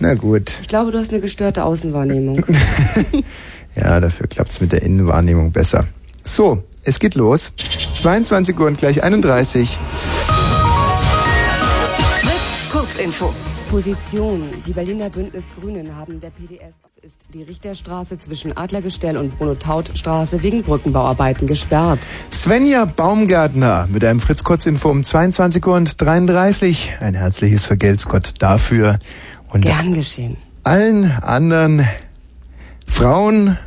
Na gut.
Ich glaube, du hast eine gestörte Außenwahrnehmung.
Ja, dafür klappt's mit der Innenwahrnehmung besser. So, es geht los. 22 Uhr und gleich 31.
Fritz, Kurzinfo. Position. Die Berliner Bündnisgrünen haben der PDS ist die Richterstraße zwischen Adlergestell und Bruno-Taut-Straße wegen Brückenbauarbeiten gesperrt.
Svenja Baumgärtner mit einem Fritz Kurz Info um 22 Uhr und 33. Ein herzliches Vergelt's Gott dafür und
Gern geschehen.
allen anderen Frauen,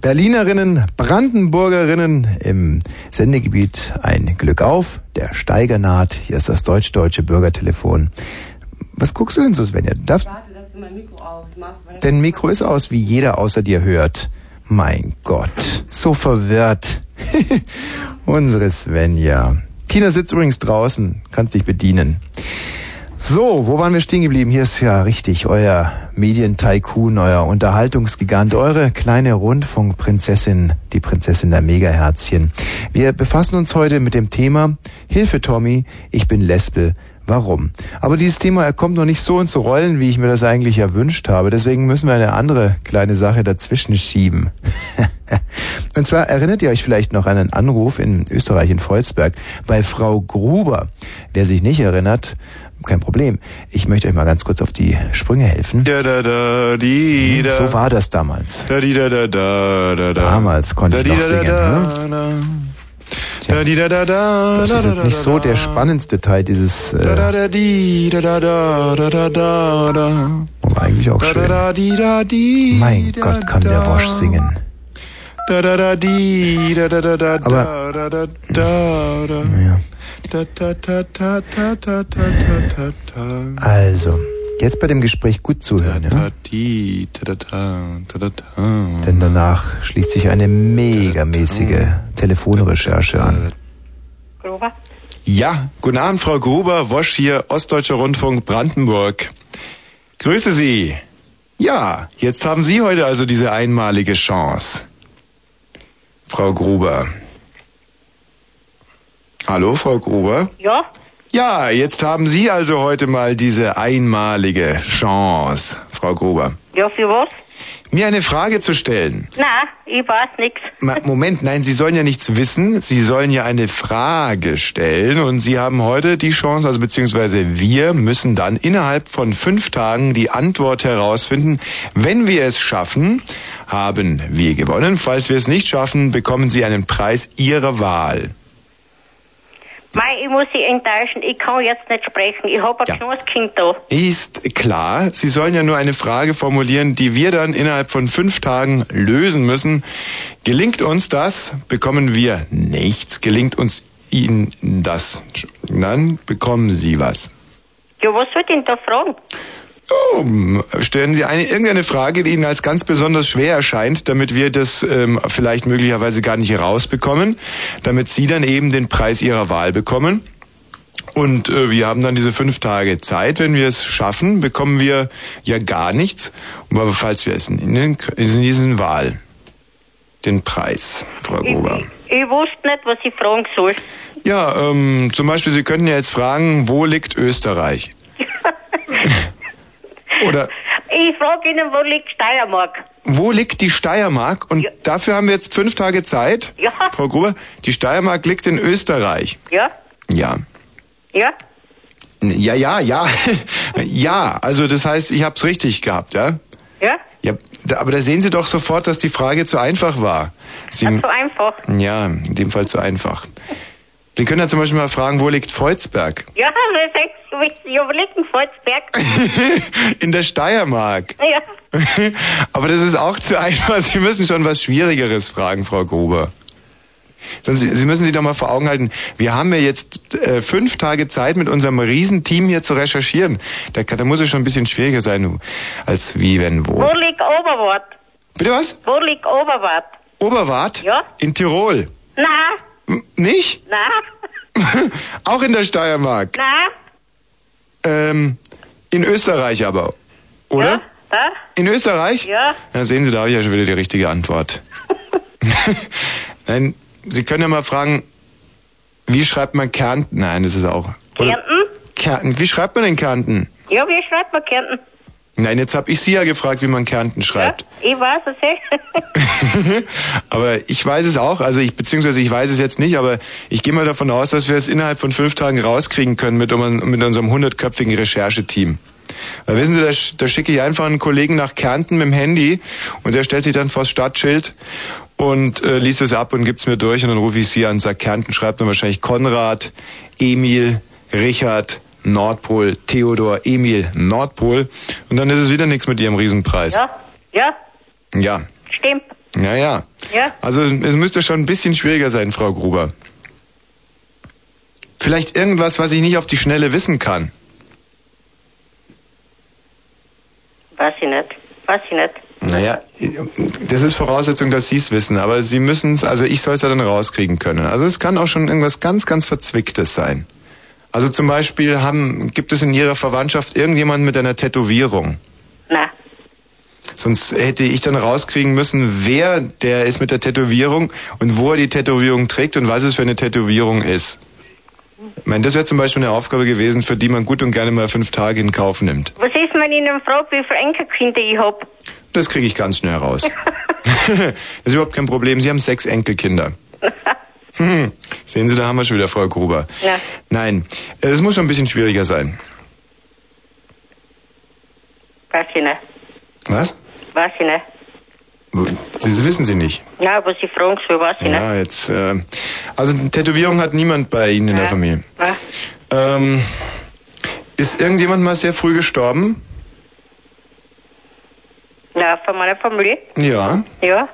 Berlinerinnen, Brandenburgerinnen im Sendegebiet ein Glück auf. Der Steiger naht. Hier ist das deutsch-deutsche Bürgertelefon. Was guckst du denn so, Svenja? Du darfst,
Warte, dass du mein Mikro ausmachst.
dein Mikro ist aus, wie jeder außer dir hört. Mein Gott, so verwirrt. Unsere Svenja. Tina sitzt übrigens draußen, kannst dich bedienen. So, wo waren wir stehen geblieben? Hier ist ja richtig euer Medientycoon, euer Unterhaltungsgigant, eure kleine Rundfunkprinzessin, die Prinzessin der Megaherzchen. Wir befassen uns heute mit dem Thema Hilfe Tommy, ich bin Lesbe.
warum. Aber dieses Thema er kommt noch nicht so ins Rollen, wie ich mir das eigentlich erwünscht habe. Deswegen müssen wir eine andere kleine Sache dazwischen schieben. Und zwar erinnert ihr euch vielleicht noch an einen Anruf in Österreich in Volzberg bei Frau Gruber. Wer sich nicht erinnert, kein Problem. Ich möchte euch mal ganz kurz auf die Sprünge helfen.
Da, da, da, di, da.
Hm, So war das damals.
Da, di, da, da, da, da, da.
Damals konnte ich
Da, di,
noch
da, da,
singen.
da,
ne?
da. Da, di, da, da, da,
Das
da,
ist
da,
jetzt
da,
nicht
da,
so
da.
der spannendste Teil dieses...
Da,
Äh,
da, da, di, da, da, da, da, da, da, da.
aber eigentlich auch
Da, da,
schön.
da, di, da, di,
Mein
da,
Gott, kann
da.
der Wosch singen.
Da, da, da, di, da, da, da, da, da,
Aber-
da, da, da, da.
Ja.
Da, da, da, da, da, da, da, da, da.
Also, jetzt bei dem Gespräch gut zuhören, ja?
Da, di, da, da, da, da, da, da.
Denn danach schließt sich eine megamäßige Telefonrecherche an.
Gruber?
Ja, guten Abend, Frau Gruber, Wosch hier, Ostdeutscher Rundfunk Brandenburg. Grüße Sie. Ja, jetzt haben Sie heute also diese einmalige Chance. Frau Gruber. Hallo, Frau Gruber?
Ja?
Ja, jetzt haben Sie also heute mal diese einmalige Chance, Frau Gruber,
Ja, für was?
mir eine Frage zu stellen.
Nein, ich weiß nichts.
Ma- Moment, nein, Sie sollen ja nichts wissen. Sie sollen ja eine Frage stellen und Sie haben heute die Chance, also beziehungsweise wir müssen dann innerhalb von fünf Tagen die Antwort herausfinden. Wenn wir es schaffen, haben wir gewonnen. Falls wir es nicht schaffen, bekommen Sie einen Preis Ihrer Wahl.
Mei, ich muss Sie enttäuschen, ich kann jetzt nicht sprechen. Ich habe ein
Ja.
kleines Kind da.
Ist klar, Sie sollen ja nur eine Frage formulieren, die wir dann innerhalb von fünf Tagen lösen müssen. Gelingt uns das, bekommen wir nichts. Gelingt uns Ihnen das, dann bekommen Sie was.
Ja, was soll ich denn da fragen?
Oh, stellen Sie eine, irgendeine Frage, die Ihnen als ganz besonders schwer erscheint, damit wir das ähm, vielleicht möglicherweise gar nicht rausbekommen, damit Sie dann eben den Preis Ihrer Wahl bekommen. Und äh, wir haben dann diese fünf Tage Zeit. Wenn wir es schaffen, bekommen wir ja gar nichts. Aber falls wir es in diesen Wahl, den Preis, Frau Gruber.
Ich wusste nicht, was ich fragen soll.
Ja, ähm, zum Beispiel, Sie könnten ja jetzt fragen, wo liegt Österreich? Oder
Ich frage Ihnen, wo liegt Steiermark?
wo liegt die Steiermark? Und dafür haben wir jetzt fünf Tage Zeit.
Ja.
Frau Gruber, die Steiermark liegt in Österreich.
Ja?
Ja.
Ja?
Ja, ja, ja. ja, also das heißt, ich hab's richtig gehabt, ja?
Ja?
Ja, da, aber da sehen Sie doch sofort, dass die Frage zu einfach war. Sie,
So einfach.
ja, in dem Fall zu einfach. Sie können ja zum Beispiel mal fragen, wo liegt Freuzberg?
Ja, wir sind ja liegen Volzberg.
in der Steiermark.
Ja.
Aber das ist auch zu einfach. Sie müssen schon was Schwierigeres fragen, Frau Gruber. Sonst, Sie müssen sich doch mal vor Augen halten. Wir haben ja jetzt äh, fünf Tage Zeit, mit unserem Riesenteam hier zu recherchieren. Da, kann- da muss es schon ein bisschen schwieriger sein, als wie, wenn, wo.
Wo liegt Oberwart?
Bitte was?
Wo liegt Oberwart?
Oberwart?
Ja.
In Tirol.
Nein,
M nicht?
nein,
auch in der Steiermark.
nein.
Ähm, in Österreich aber. Oder?
Ja, da?
In Österreich?
Ja.
Ja, sehen Sie, da habe ich ja schon wieder die richtige Antwort. Nein, Sie können ja mal fragen, wie schreibt man Kärnten? Nein, das ist auch.
Kärnten?
Kärnten. Wie schreibt man denn Kärnten?
Ja, wie schreibt man Kärnten?
Nein, jetzt habe ich Sie ja gefragt, wie man Kärnten schreibt.
Ich weiß es eh. nicht.
aber ich weiß es auch, also ich, beziehungsweise ich weiß es jetzt nicht, aber ich gehe mal davon aus, dass wir es innerhalb von fünf Tagen rauskriegen können mit, um- mit unserem hundertköpfigen Rechercheteam. Weil wissen Sie, da, sch- da schicke ich einfach einen Kollegen nach Kärnten mit dem Handy und der stellt sich dann vors Stadtschild und äh, liest es ab und gibt's mir durch und dann rufe ich sie an und sag, Kärnten schreibt dann wahrscheinlich Konrad, Emil, Richard, Nordpol, Theodor, Emil, Nordpol und dann ist es wieder nichts mit ihrem Riesenpreis.
Ja, ja,
Ja,
stimmt.
ja, ja.
Ja,
Also es müsste schon ein bisschen schwieriger sein, Frau Gruber. Vielleicht irgendwas, was ich nicht auf die Schnelle wissen kann.
weiß ich nicht. Weiß ich nicht.
Naja, das ist Voraussetzung, dass Sie es wissen, aber Sie müssen es, also ich soll es ja dann rauskriegen können. Also es kann auch schon irgendwas ganz, ganz Verzwicktes sein. Also zum Beispiel haben, gibt es in Ihrer Verwandtschaft irgendjemanden mit einer Tätowierung?
Nein.
Sonst hätte ich dann rauskriegen müssen, wer der ist mit der Tätowierung und wo er die Tätowierung trägt und was es für eine Tätowierung ist. Ich meine, das wäre zum Beispiel eine Aufgabe gewesen, für die man gut und gerne mal fünf Tage in Kauf nimmt.
Was ist, wenn ich dann frage, wie viele Enkelkinder ich hab?
Das kriege ich ganz schnell raus. das ist überhaupt kein Problem. Sie haben sechs Enkelkinder. Hm. Sehen Sie, da haben wir schon wieder Frau Gruber.
Ja.
Nein, äh, es muss schon ein bisschen schwieriger sein.
Weiß ich nicht.
Was?
Weiß ich nicht.
Das wissen Sie nicht.
Nein, was ich fragen soll, weiß ich nicht.
Ja, jetzt. Äh, also eine Tätowierung hat niemand bei Ihnen in der Familie. Ähm, ist irgendjemand mal sehr früh gestorben?
Nein, von meiner Familie?
Ja.
Ja.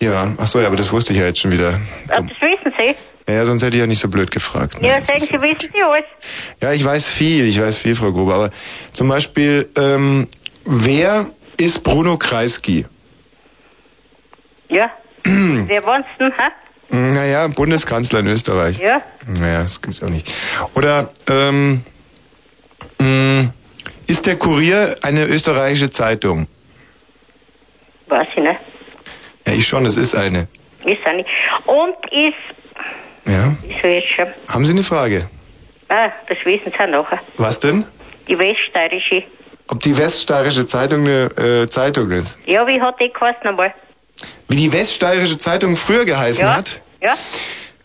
Ja. Ach so, ja, aber das wusste ich ja jetzt schon wieder.
Ah, das wissen Sie.
Ja, sonst hätte ich ja nicht so blöd gefragt.
Ja, sagen Sie, wissen Sie alles.
Ja, ich weiß viel, ich weiß viel, Frau Gruber. Aber zum Beispiel, ähm, wer ist Bruno Kreisky?
Ja.
Hm.
Wer wohnt's denn, hä?
Naja, Bundeskanzler in Österreich.
Ja.
Naja, das gibt's auch nicht. Oder ähm, mh, ist der Kurier eine österreichische Zeitung?
Weiß ich nicht.
Ja, ich schon, es ist eine.
Ist auch nicht. Und ist,
Ja.
ist so jetzt schon,
Haben Sie eine Frage?
ah, das wissen Sie auch nachher.
Was denn?
Die weststeirische.
Ob die Weststeirische Zeitung eine äh, Zeitung ist?
Ja, wie hat die geheißen einmal?
Wie die Weststeirische Zeitung früher geheißen
Ja.
hat?
Ja?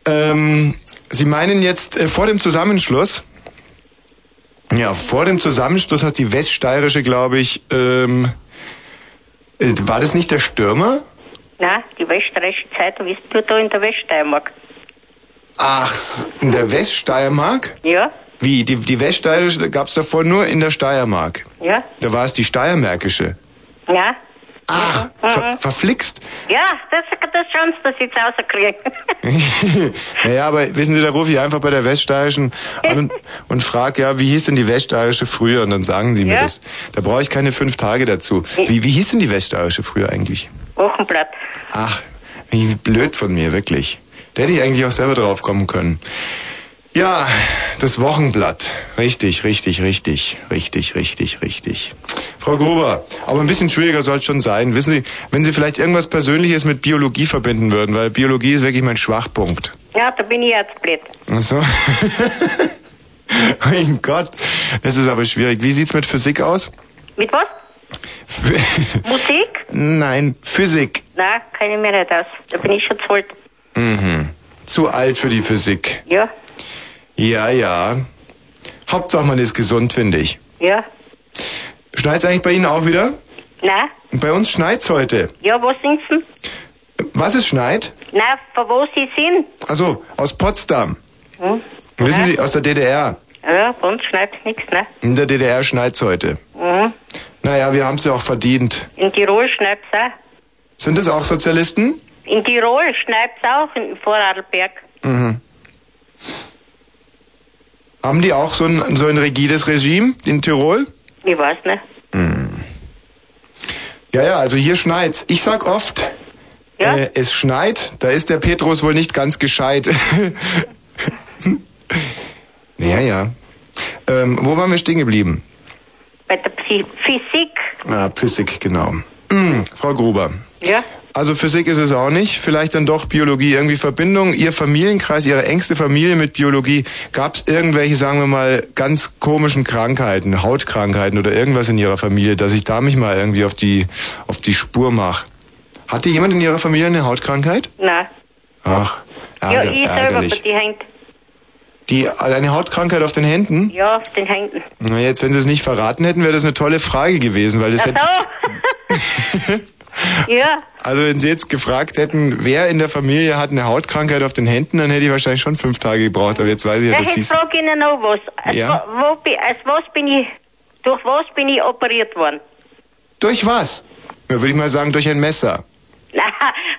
Ähm, Sie meinen jetzt äh, vor dem Zusammenschluss? Ja, vor dem Zusammenschluss hat die Weststeirische, glaube ich, ähm, äh, war das nicht der Stürmer?
Nein, die weststeirische Zeitung ist nur da in der Weststeiermark.
Ach, s- in der Weststeiermark?
Ja?
Wie, die, die Weststeirische gab es davor nur in der Steiermark.
Ja?
Da war es die Steiermärkische. Ach,
Ja?
Ah,
Mhm.
ver verflixt.
Ja, das, das schauen Sie, dass ich es rauskriege.
naja, aber wissen Sie, da rufe ich einfach bei der Weststeirischen an und, und frage, ja, wie hieß denn die Weststeirische früher? Und dann sagen Sie mir
Ja.
das. Da brauche ich keine fünf Tage dazu. Wie, wie hieß denn die Weststeirische früher eigentlich?
Wochenblatt.
Ach, wie blöd von mir, wirklich. Da hätte ich eigentlich auch selber drauf kommen können. Ja, das Wochenblatt. Richtig, richtig, richtig, richtig, richtig, richtig. Frau Gruber, aber ein bisschen schwieriger soll es schon sein. Wissen Sie, wenn Sie vielleicht irgendwas Persönliches mit Biologie verbinden würden, weil Biologie ist wirklich mein Schwachpunkt.
Ja, da bin ich jetzt blöd.
Ach so. mein Gott, das ist aber schwierig. Wie sieht's mit Physik aus?
Mit was? Musik?
Nein, Physik.
Nein, kann ich mir nicht aus. Da bin ich schon zu alt.
Mhm. Zu alt für die Physik.
Ja,
Ja, ja. Hauptsache man ist gesund, finde ich.
ja.
Schneit's eigentlich bei Ihnen auch wieder?
Nein,
Bei uns schneit's heute.
ja, was sind Sie?
Was es schneit?
Nein, von wo Sie sind?
Also aus Potsdam.
Hm?
Wissen Sie, aus der DDR.
Ja, bei uns schneit nichts, ne?
In der DDR schneit's heute.
Mhm.
Naja, wir haben's ja auch verdient.
In Tirol schneit's auch.
Sind das auch Sozialisten?
In Tirol schneit's auch in Vorarlberg.
Mhm. Haben die auch so ein, so ein rigides Regime in Tirol?
Ich weiß nicht.
Ja, ja, also hier schneit's. Ich sag oft, äh, es schneit, da ist der Petrus wohl nicht ganz gescheit. ja, ja. Ähm, wo waren wir stehen geblieben?
Bei der Psi- Physik,
Ah, Physik, genau. Mm, Frau Gruber.
ja.
Also Physik ist es auch nicht. Vielleicht dann doch Biologie. Irgendwie Verbindung, Ihr Familienkreis, Ihre engste Familie mit Biologie. Gab es irgendwelche, sagen wir mal, ganz komischen Krankheiten, Hautkrankheiten oder irgendwas in Ihrer Familie, dass ich da mich mal irgendwie auf die, auf die Spur mache? Hatte jemand in Ihrer Familie eine Hautkrankheit?
Nein.
Ach,
ja,
ärger,
ich selber
ärgerlich.
mit die Hände.
Die, eine Hautkrankheit auf den Händen?
Ja, auf den Händen.
Na, jetzt, wenn Sie es nicht verraten hätten, wäre das eine tolle Frage gewesen, weil das hätte...
Ach so. ja,
Also wenn Sie jetzt gefragt hätten, wer in der Familie hat eine Hautkrankheit auf den Händen, dann hätte ich wahrscheinlich schon fünf Tage gebraucht. Aber jetzt weiß ich ja,
ja
dass Sie
ich
es...
frage Ihnen noch was. Als,
Ja?
wo, wo, bin- als was bin ich, durch was bin ich operiert worden?
Durch was? Ja, würde ich mal sagen, durch ein Messer.
Nein,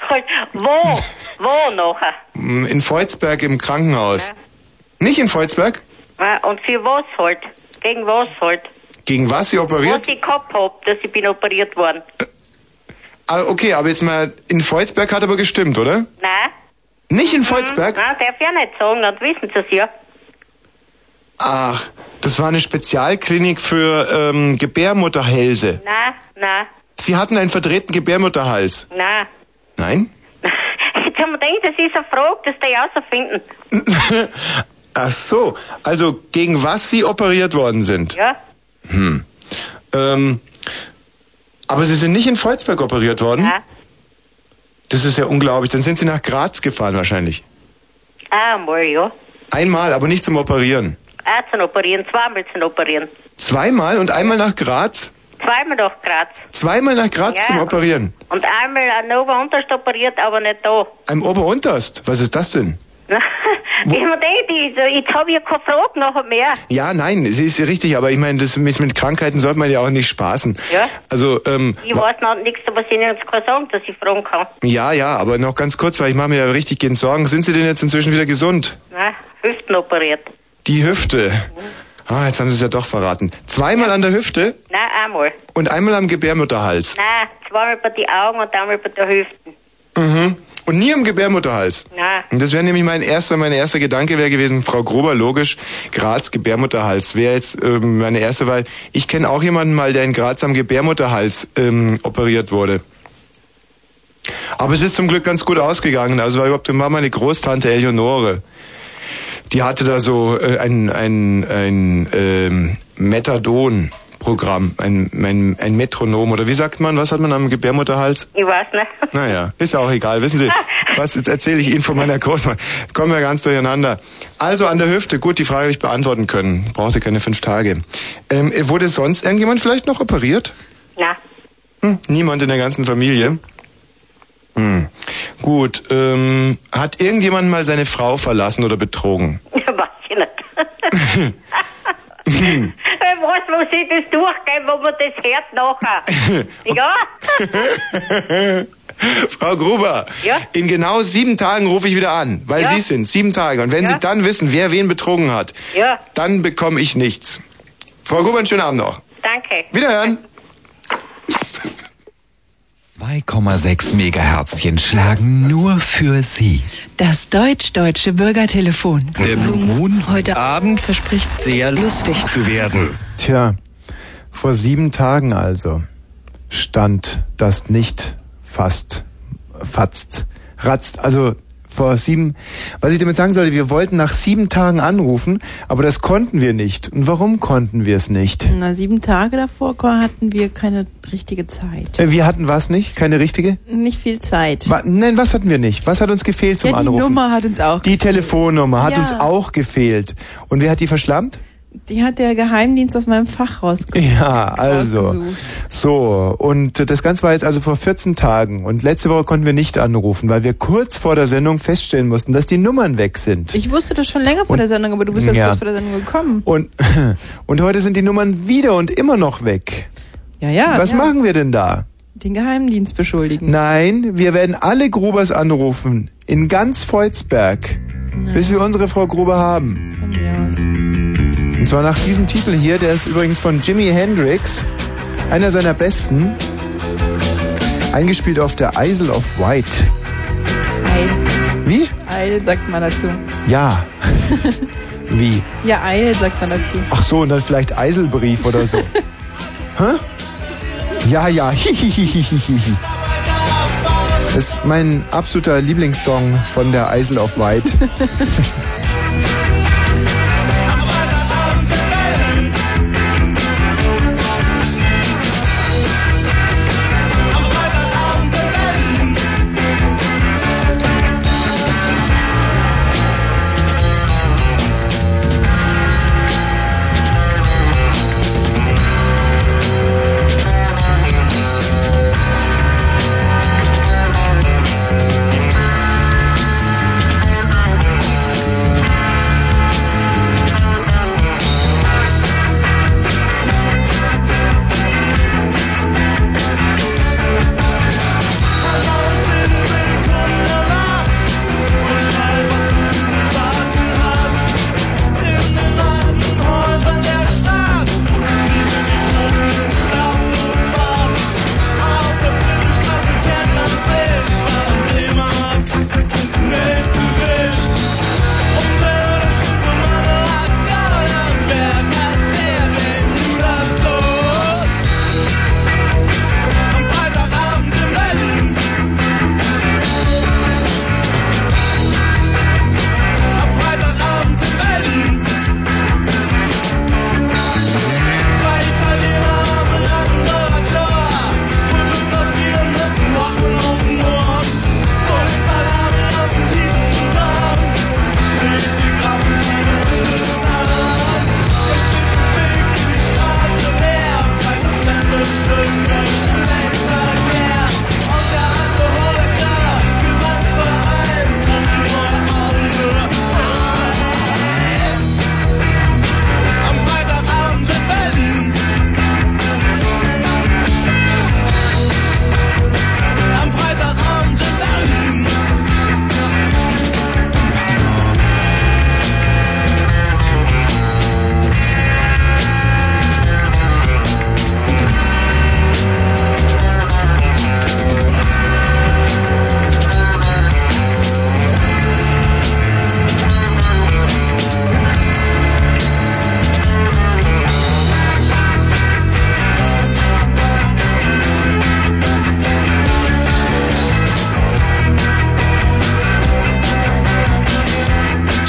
halt, wo, wo nachher?
Hm, In Volzberg im Krankenhaus. Nicht in Volzberg?
Ja, Und für was halt? Gegen was halt?
Gegen was Sie operiert?
Was ich gehabt hab, dass ich bin operiert worden.
Ah, okay, aber jetzt mal, in Volzberg hat aber gestimmt, oder?
Nein.
Nicht in Volzberg?
Hm, nein, darf ich ja nicht sagen, dann wissen Sie es ja.
Ach, das war eine Spezialklinik für ähm, Gebärmutterhälse.
Nein, nein,
Sie hatten einen verdrehten Gebärmutterhals.
nein.
Nein?
Jetzt haben wir gedacht, das ist eine Frage, das darf ich herausfinden.
Ach so, also gegen was Sie operiert worden sind?
Ja?
Hm. Ähm, aber Sie sind nicht in Volzberg operiert worden?
Ja.
Das ist ja unglaublich. Dann sind Sie nach Graz gefahren wahrscheinlich.
Ah, mal, ja.
Einmal, aber nicht zum Operieren.
Ah, zum Operieren, zweimal zum Operieren.
Zweimal und einmal nach Graz?
Zweimal nach Graz.
Zweimal nach Graz
Ja.
zum Operieren.
Und einmal an Oberunterst operiert, aber nicht da.
Am Oberunterst. Was ist das denn?
Ich mir denke, ich, jetzt habe ich ja keine Frage nachher mehr.
Ja, nein, es ist richtig, aber ich meine, das mit, mit Krankheiten sollte man ja auch nicht spaßen.
Ja?
Also, ähm,
Ich weiß noch nichts, was ich Ihnen jetzt kann sagen, dass ich fragen kann.
ja, ja, aber noch ganz kurz, weil ich mache mir ja richtig gehen Sorgen. Sind Sie denn jetzt inzwischen wieder gesund?
Na, Hüften operiert.
Die Hüfte. Ah, jetzt haben Sie es ja doch verraten. Zweimal an der Hüfte
Nein, einmal.
und einmal am Gebärmutterhals.
Nein, zweimal bei den Augen und einmal bei der Hüften.
Mhm. Und nie am Gebärmutterhals.
Nein.
Und das wäre nämlich mein erster, mein erster Gedanke wäre gewesen, Frau Gruber, logisch, Graz, Gebärmutterhals. Wäre jetzt ähm, meine erste Wahl. Ich kenne auch jemanden mal, der in Graz am Gebärmutterhals ähm, operiert wurde. Aber es ist zum Glück ganz gut ausgegangen. Also war überhaupt war meine Großtante Eleonore. Die hatte da so äh, ein, ein, ein ähm, Methadon-Programm, ein, ein, ein Metronom. Oder wie sagt man, was hat man am Gebärmutterhals?
Ich weiß nicht.
Naja, ist ja auch egal. Wissen Sie, was erzähle ich Ihnen von meiner Großmutter? Kommen wir ganz durcheinander. Also an der Hüfte, gut, die Frage habe ich beantworten können. Braucht sie keine fünf Tage. Ähm, wurde sonst irgendjemand vielleicht noch operiert?
Nein.
Hm, niemand in der ganzen Familie? Hm. Gut, ähm, hat irgendjemand mal seine Frau verlassen oder betrogen?
Weiß ich nicht.
Hm.
Ich weiß, wo sie das durchgehen, wo man das hört nachher. Ja?
Frau Gruber,
Ja?
in genau sieben Tagen rufe ich wieder an, weil
Ja?
Sie es sind, sieben Tage. Und wenn
Ja?
Sie dann wissen, wer wen betrogen hat,
Ja,
dann bekomme ich nichts. Frau Gruber, einen schönen Abend noch.
danke.
Wiederhören.
2,6 Megaherzchen schlagen nur für Sie.
Das deutsch-deutsche Bürgertelefon.
Der Blue Moon heute Abend verspricht sehr lustig zu werden.
Tja, vor sieben Tagen also stand das nicht fast, fatzt, ratzt. Also vor sieben, was ich damit sagen sollte, wir wollten nach sieben Tagen anrufen, aber das konnten wir nicht. Und warum konnten wir es nicht?
Na, sieben Tage davor hatten wir keine richtige Zeit.
Äh, Wir hatten was nicht? Keine richtige?
Nicht viel Zeit.
Wa- Nein, was hatten wir nicht? Was hat uns gefehlt zum
ja, die
Anrufen?
Nummer hat uns auch.
die Telefonnummer hat
Ja.
uns auch gefehlt. Und wer hat die verschlammt?
Die hat der Geheimdienst aus meinem Fach rausgesucht.
Ja, also.
Rausgesucht.
So, und äh, das Ganze war jetzt also vor 14 Tagen. Und letzte Woche konnten wir nicht anrufen, weil wir kurz vor der Sendung feststellen mussten, dass die Nummern weg sind.
Ich wusste das schon länger vor
Und-
der Sendung, aber du bist erst
Ja.
kurz vor der Sendung gekommen.
und, und heute sind die Nummern wieder und immer noch weg.
Ja, ja.
Was
ja.
machen wir denn da?
Den Geheimdienst beschuldigen.
Nein, wir werden alle Grubers anrufen. In ganz Volzberg. Bis wir unsere Frau Gruber haben.
Von mir aus.
Und zwar nach diesem Titel hier, der ist übrigens von Jimi Hendrix, einer seiner besten, eingespielt auf der Isle of Wight.
Eil.
Wie?
Eil sagt man dazu.
Ja. Wie?
Ja, Eil sagt man dazu.
Ach so, und dann vielleicht Eiselbrief oder so. Hä? Ja, ja. Hihihihihihi. Das ist mein absoluter Lieblingssong von der Isle of Wight.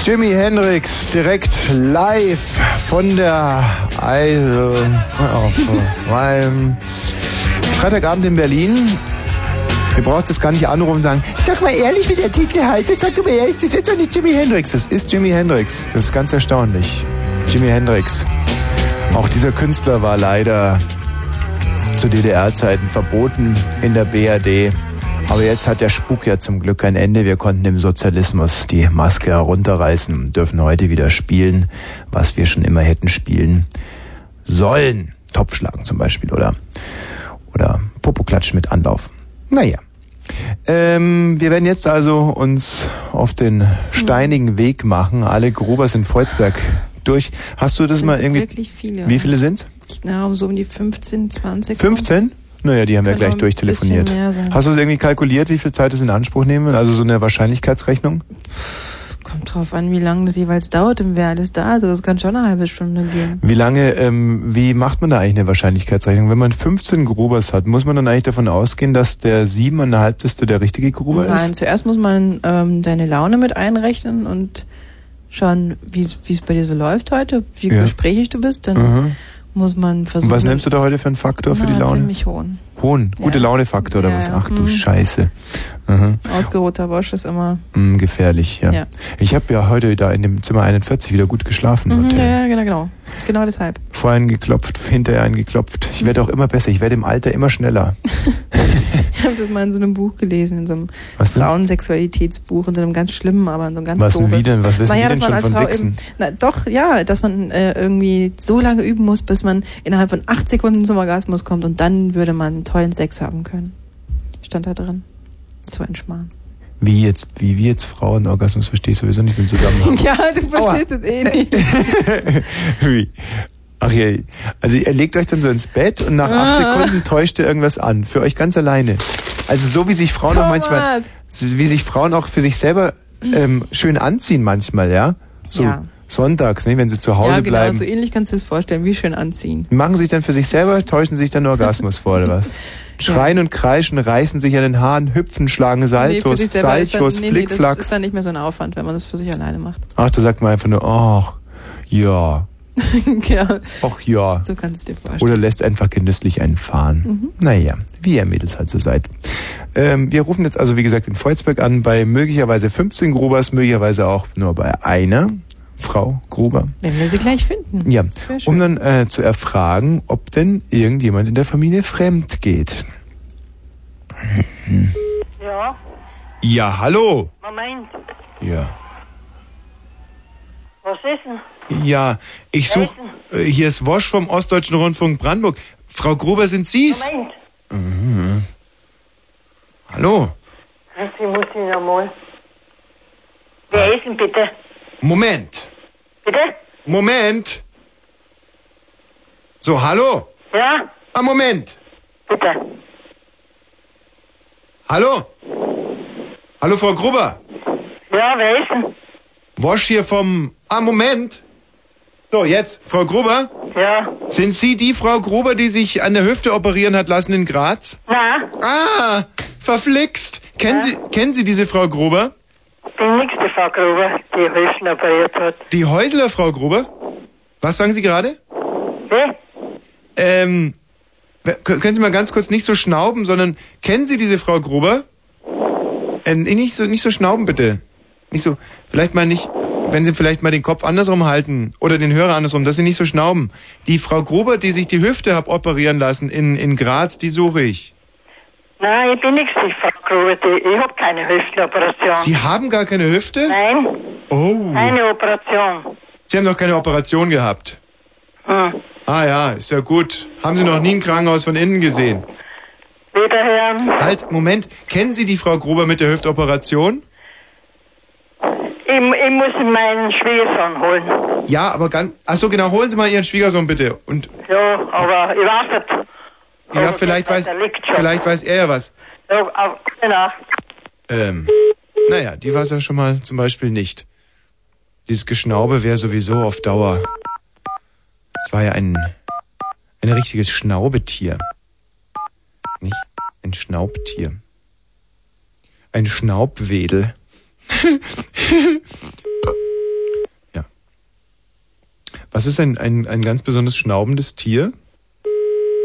Jimi Hendrix direkt live von der also, auf, beim Freitagabend in Berlin. Ihr braucht das gar nicht anrufen und sagen, sag mal ehrlich, wie der Titel heißt. Sag doch mal ehrlich, das ist doch nicht Jimi Hendrix. Das ist Jimi Hendrix. Das ist ganz erstaunlich. Jimi Hendrix. Auch dieser Künstler war leider zu DDR-Zeiten verboten in der BRD. Aber jetzt hat der Spuk ja zum Glück ein Ende. Wir konnten dem Sozialismus die Maske herunterreißen und dürfen heute wieder spielen, was wir schon immer hätten spielen sollen. Topfschlagen zum Beispiel oder, oder Popoklatschen mit Anlauf. Naja. Ähm, wir werden jetzt also uns auf den steinigen Weg machen. Alle Grubers in Freuzberg durch. Hast du das mal irgendwie...
Wirklich viele.
Wie viele sind's?
Na, um so um die 15, 20.
15? Naja, die haben wir
Kann
gleich
noch Also ein
durchtelefoniert.
bisschen mehr sein.
Hast du es irgendwie kalkuliert, wie viel Zeit es in Anspruch nehmen? Also so eine Wahrscheinlichkeitsrechnung?
Kommt drauf an, wie lange das jeweils dauert und wer alles da ist. Also das kann schon eine halbe Stunde gehen.
Wie lange, ähm, wie macht man da eigentlich eine Wahrscheinlichkeitsrechnung? Wenn man 15 Grubers hat, muss man dann eigentlich davon ausgehen, dass der siebeneinhalbteste der richtige Gruber
Nein,
ist?
zuerst muss man ähm, deine Laune mit einrechnen und schauen, wie es bei dir so läuft heute, wie
Ja.
gesprächig du bist. Dann
Mhm.
muss man
Und
versuchen...
was nimmst du da heute für einen Faktor für
Na,
die Laune?
ziemlich hohen.
Hohen, gute Laune-Faktor oder
Ja,
was?
ja.
Ach du
Mhm.
Scheiße. Mhm.
Ausgeruhter Bosch ist immer...
Mhm, gefährlich, ja.
Ja.
Ich habe ja heute da in dem Zimmer 41 wieder gut geschlafen.
Mhm,
Hotel.
ja, ja, genau, genau. Genau deshalb.
Vor einen geklopft, hinterher einen geklopft. Ich werde auch immer besser, ich werde im Alter immer schneller.
Ich habe das mal in so einem Buch gelesen, in so einem
Was denn?
Frauensexualitätsbuch, in so einem ganz schlimmen, aber in so einem ganz
Was denn
doofen.
wie denn? Was wissen die denn schon von
eben,
Wichsen?
na, Doch, ja, dass man äh, irgendwie so lange üben muss, bis man innerhalb von acht Sekunden zum Orgasmus kommt und dann würde man tollen Sex haben können. Stand da drin. So ein Schmarrn.
Wie jetzt, wie wir jetzt Frauen Orgasmus verstehe ich sowieso nicht im Zusammenhang.
ja, du verstehst es eh nicht.
Wie? Ach ja, also ihr legt euch dann so ins Bett und nach acht
Ah.
Sekunden täuscht ihr irgendwas an, für euch ganz alleine. Also so wie sich Frauen auch manchmal, wie sich Frauen auch für sich selber ähm, schön anziehen manchmal, ja? So
Ja.
sonntags, ne, wenn sie zu Hause
ja, genau,
bleiben.
so ähnlich kannst du es vorstellen, wie schön anziehen.
Machen sich dann für sich selber, täuschen sich dann Orgasmus vor, oder was? Schreien und kreischen, reißen sich an den Haaren, hüpfen, schlagen Saltos,
sich selber ist
Salchos,
dann, nee, nee, das
Flickflacks.
ist dann nicht mehr so ein Aufwand, wenn man das für sich alleine macht.
Ach, da sagt man einfach nur, ach, ja,
genau.
ach ja.
So kannst du es dir vorstellen.
Oder lässt einfach genüsslich einen fahren.
Mhm.
Naja, wie ihr Mädels halt so seid. Ähm, wir rufen jetzt also, wie gesagt, in Volzberg an, bei möglicherweise 15 Grubers, möglicherweise auch nur bei einer Frau Gruber.
Wenn wir sie gleich finden.
Ja,
Das wär schön.
um dann äh, zu erfragen, ob denn irgendjemand in der Familie fremd geht.
Ja,
Ja, hallo.
Moment,
Ja.
was ist denn?
Ja, ich suche. Äh, hier ist Wosch vom Ostdeutschen Rundfunk Brandenburg. Frau Gruber, sind Sie's?
Moment,
Mhm. Hallo.
ich muss ihn nochmal. Wer ist denn bitte?
Moment.
Bitte?
Moment. So, hallo.
Ja?
Ah, Moment.
Bitte.
Hallo. Hallo, Frau Gruber.
Ja, wer ist denn?
Wosch hier vom. Ah, Moment. So, jetzt, Frau Gruber.
Ja.
Sind Sie die Frau Gruber, die sich an der Hüfte operieren hat lassen in Graz?
Na?
Ah, verflixt. Kennen, Sie, kennen Sie diese Frau Gruber?
Die nächste Frau Gruber, die Hüschen operiert hat.
Die Häusler, Frau Gruber? Was sagen Sie gerade?
Wie?
Ähm, w- kö- können Sie mal ganz kurz nicht so schnauben, sondern kennen Sie diese Frau Gruber? Ähm, nicht, so, nicht so schnauben, bitte. Nicht so, vielleicht mal nicht, wenn Sie vielleicht mal den Kopf andersrum halten oder den Hörer andersrum, dass Sie nicht so schnauben. Die Frau Gruber, die sich die Hüfte hab operieren lassen in, in Graz, die suche ich.
Nein, ich bin nicht die Frau Gruber, die, ich habe keine Hüftenoperation.
Sie haben gar keine Hüfte?
Nein,
Oh.
keine Operation.
Sie haben noch keine Operation gehabt.
Hm.
Ah ja, ist ja gut. Haben Sie noch nie ein Krankenhaus von innen gesehen?
Wiederhören.
Halt, Moment. Kennen Sie die Frau Gruber mit der Hüftoperation?
Ich, ich muss meinen Schwiegersohn holen.
Ja, aber ganz. Ach so, genau. Holen Sie mal Ihren Schwiegersohn bitte. Und
Ja, aber ich weiß nicht. Also,
ja, vielleicht weiß, vielleicht weiß er ja was.
Ja, auf, genau.
Ähm, naja, die weiß er schon mal zum Beispiel nicht. Dieses Geschnaube wäre sowieso auf Dauer. Es war ja ein, ein richtiges Schnaubetier. Nicht? Ein Schnaubtier. Ein Schnaubwedel. Was ist ein, ein, ein ganz besonders schnaubendes Tier?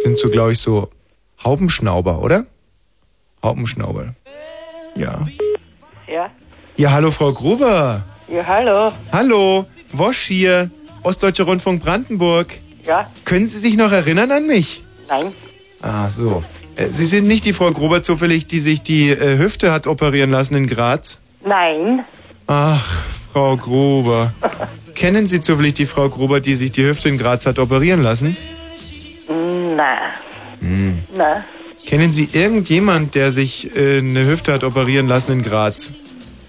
Sind so, glaube ich, so Haubenschnauber, oder? Haubenschnauber. Ja.
Ja,
Ja, hallo Frau Gruber.
ja, hallo.
Hallo, Wosch hier, Ostdeutscher Rundfunk Brandenburg.
Ja,
Können Sie sich noch erinnern an mich?
nein,
Ah, so. Äh, Sie sind nicht die Frau Gruber zufällig, die sich die äh, Hüfte hat operieren lassen in Graz?
nein.
Ach, Frau Gruber. Kennen Sie zufällig die Frau Gruber, die sich die Hüfte in Graz hat operieren lassen?
Na,
Hm.
na,
Kennen Sie irgendjemand, der sich äh, eine Hüfte hat operieren lassen in Graz?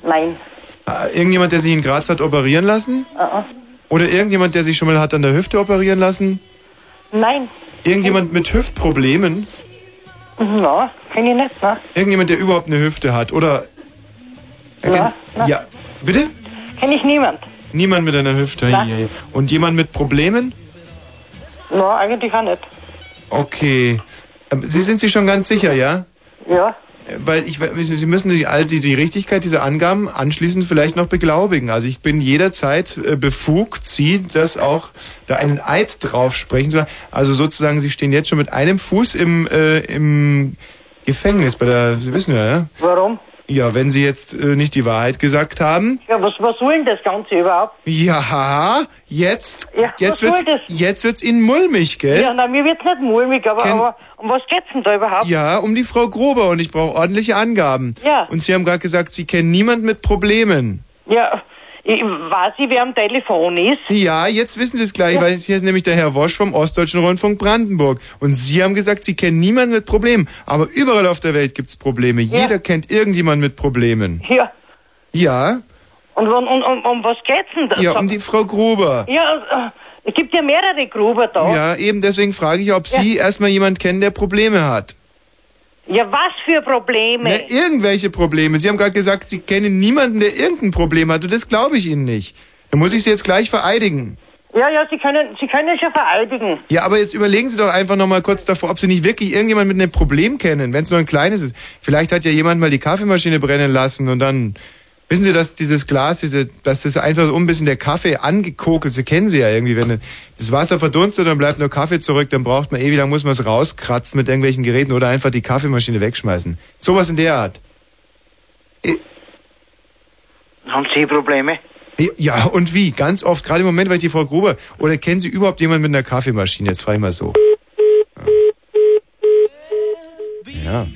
nein.
Ah, Irgendjemand, der sich in Graz hat operieren lassen?
Uh-uh.
Oder irgendjemand, der sich schon mal hat an der Hüfte operieren lassen?
Nein,
Irgendjemand mit Hüftproblemen?
na, kenn ich nicht, ne?
Irgendjemand, der überhaupt eine Hüfte hat? Oder.
Ja, na,
Ja, bitte?
kenn ich niemand.
Niemand mit einer Hüfte.
Na.
Eieiei. Und jemand mit Problemen?
Na, eigentlich auch nicht.
Okay. Aber Sie sind sich schon ganz sicher, ja?
Ja,
Äh, Weil ich, we- Sie müssen die, all die, die Richtigkeit dieser Angaben anschließend vielleicht noch beglaubigen. Also ich bin jederzeit äh, befugt, Sie das auch da einen Eid drauf sprechen zu lassen. Also sozusagen, Sie stehen jetzt schon mit einem Fuß im, äh, im Gefängnis bei der, Sie wissen ja, ja?
Warum?
Ja, wenn Sie jetzt äh, nicht die Wahrheit gesagt haben.
ja was, was soll denn das Ganze überhaupt?
Ja, jetzt, jetzt
was
wird's,
soll das?
jetzt wird's Ihnen mulmig, gell?
Ja, na, mir wird's nicht mulmig, aber, aber um was geht's denn da überhaupt?
Ja, um die Frau Grober und ich brauche ordentliche Angaben.
Ja.
Und Sie haben gerade gesagt, Sie kennen niemand mit Problemen.
Ja, ich weiß ich, wer am Telefon ist.
Ja, jetzt wissen Sie es gleich,
Ja.
weil hier ist nämlich der Herr Wosch vom Ostdeutschen Rundfunk Brandenburg. Und Sie haben gesagt, Sie kennen niemanden mit Problemen. Aber überall auf der Welt gibt's Probleme. Jeder kennt irgendjemanden mit Problemen.
Ja,
Ja?
und, und, und um, um was geht's denn da?
Ja, um die Frau Grober.
Ja, äh, es gibt ja mehrere Gruber da.
Ja, eben deswegen frage ich, ob
Ja.
Sie erstmal jemanden kennen, der Probleme hat.
Ja, was für Probleme?
Na, irgendwelche Probleme. Sie haben gerade gesagt, Sie kennen niemanden, der irgendein Problem hat. Und das glaube ich Ihnen nicht. Dann muss ich Sie jetzt gleich vereidigen.
Ja, ja, Sie können, Sie können schon vereidigen.
Ja, aber jetzt überlegen Sie doch einfach noch mal kurz davor, ob Sie nicht wirklich irgendjemand mit einem Problem kennen, wenn es nur ein kleines ist. Vielleicht hat ja jemand mal die Kaffeemaschine brennen lassen und dann wissen Sie, dass dieses Glas, diese, dass das einfach so ein bisschen der Kaffee angekokelt, Sie kennen Sie ja irgendwie, wenn das Wasser verdunstet, dann bleibt nur Kaffee zurück, dann braucht man ewig lang muss man es rauskratzen mit irgendwelchen Geräten oder einfach die Kaffeemaschine wegschmeißen. Sowas in der Art.
Haben Sie Probleme?
Ja, und wie? Ganz oft, gerade im Moment, weil ich die Frau Gruber, oder kennen Sie überhaupt jemanden mit einer Kaffeemaschine? Jetzt frage ich mal so. Ja.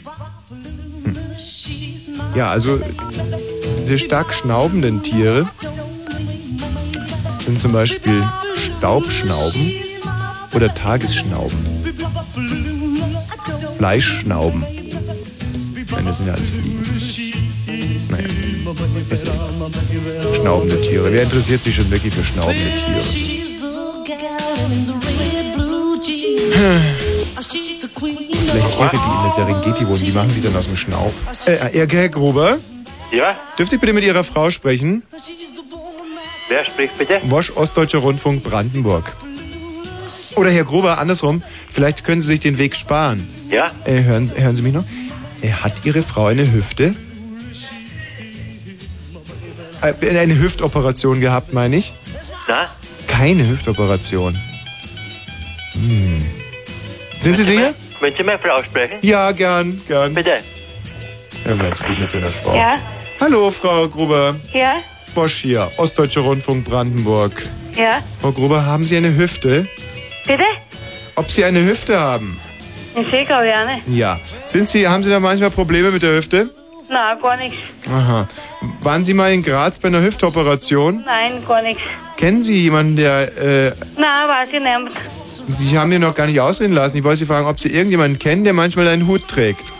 Ja, also diese stark schnaubenden Tiere sind zum Beispiel Staubschnauben oder Tagesschnauben, Fleischschnauben. Nein, das sind ja alles Fliegen. Naja, ist egal. schnaubende Tiere. Wer interessiert sich schon wirklich für schnaubende Tiere? Hm. Vielleicht Teufel, die in der Serengeti wohnen, die machen sie dann aus dem Schnaub. Äh, Herr Herr Gruber,
Ja,
dürfte ich bitte mit Ihrer Frau sprechen?
wer spricht bitte?
Wosch Ostdeutscher Rundfunk Brandenburg. Oder Herr Gruber, andersrum, vielleicht können Sie sich den Weg sparen.
Ja,
Äh, hören, hören Sie mich noch? Äh, hat Ihre Frau eine Hüfte? Äh, eine Hüftoperation gehabt, meine ich?
na,
Keine Hüftoperation. Hm. Sind Sie sicher?
möchten Sie meine Frau sprechen?
Ja, gern, gern.
Bitte.
Ja, ganz gut mit so einer Frau.
Ja,
Hallo, Frau Gruber.
ja,
Bosch hier, Ostdeutscher Rundfunk Brandenburg.
ja.
Frau Gruber, haben Sie eine Hüfte?
Bitte?
Ob Sie eine Hüfte haben?
Ich sehe gar nicht.
Ja. Sind Sie, haben Sie da manchmal Probleme mit der Hüfte?
Nein, gar nichts.
Aha. Waren Sie mal in Graz bei einer Hüftoperation?
Nein, gar nichts.
Kennen Sie jemanden, der... Äh,
Nein, weiß ich nicht.
Sie haben mir noch gar nicht ausreden lassen. Ich wollte Sie fragen, ob Sie irgendjemanden kennen, der manchmal einen Hut trägt.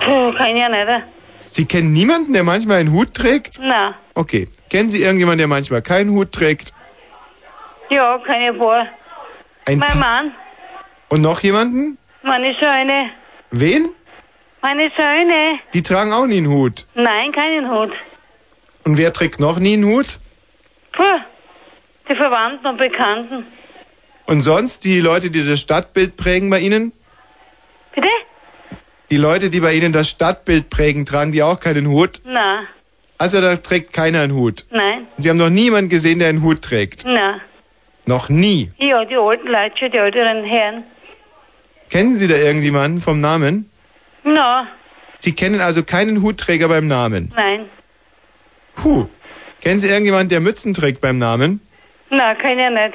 Puh, kann ich ja nicht.
Sie kennen niemanden, der manchmal einen Hut trägt?
Nein.
Okay. Kennen Sie irgendjemanden, der manchmal keinen Hut trägt?
Ja, keine Wahl.
Ein
mein Mann,
Und noch jemanden?
meine Söhne,
Wen?
meine Söhne.
Die tragen auch nie einen Hut.
Nein, keinen Hut.
Und wer trägt noch nie einen Hut?
Puh, die Verwandten und Bekannten.
Und sonst die Leute, die das Stadtbild prägen bei Ihnen?
Bitte?
Die Leute, die bei Ihnen das Stadtbild prägen, tragen die auch keinen Hut?
Nein,
Also da trägt keiner einen Hut.
nein,
Sie haben noch niemanden gesehen, der einen Hut trägt.
nein.
Noch nie.
Ja, die alten Leute, schon, die älteren Herren.
Kennen Sie da irgendjemanden vom Namen?
Na,
Sie kennen also keinen Hutträger beim Namen.
nein.
Huh. Kennen Sie irgendjemanden, der Mützen trägt beim Namen?
Na, kann ja nicht.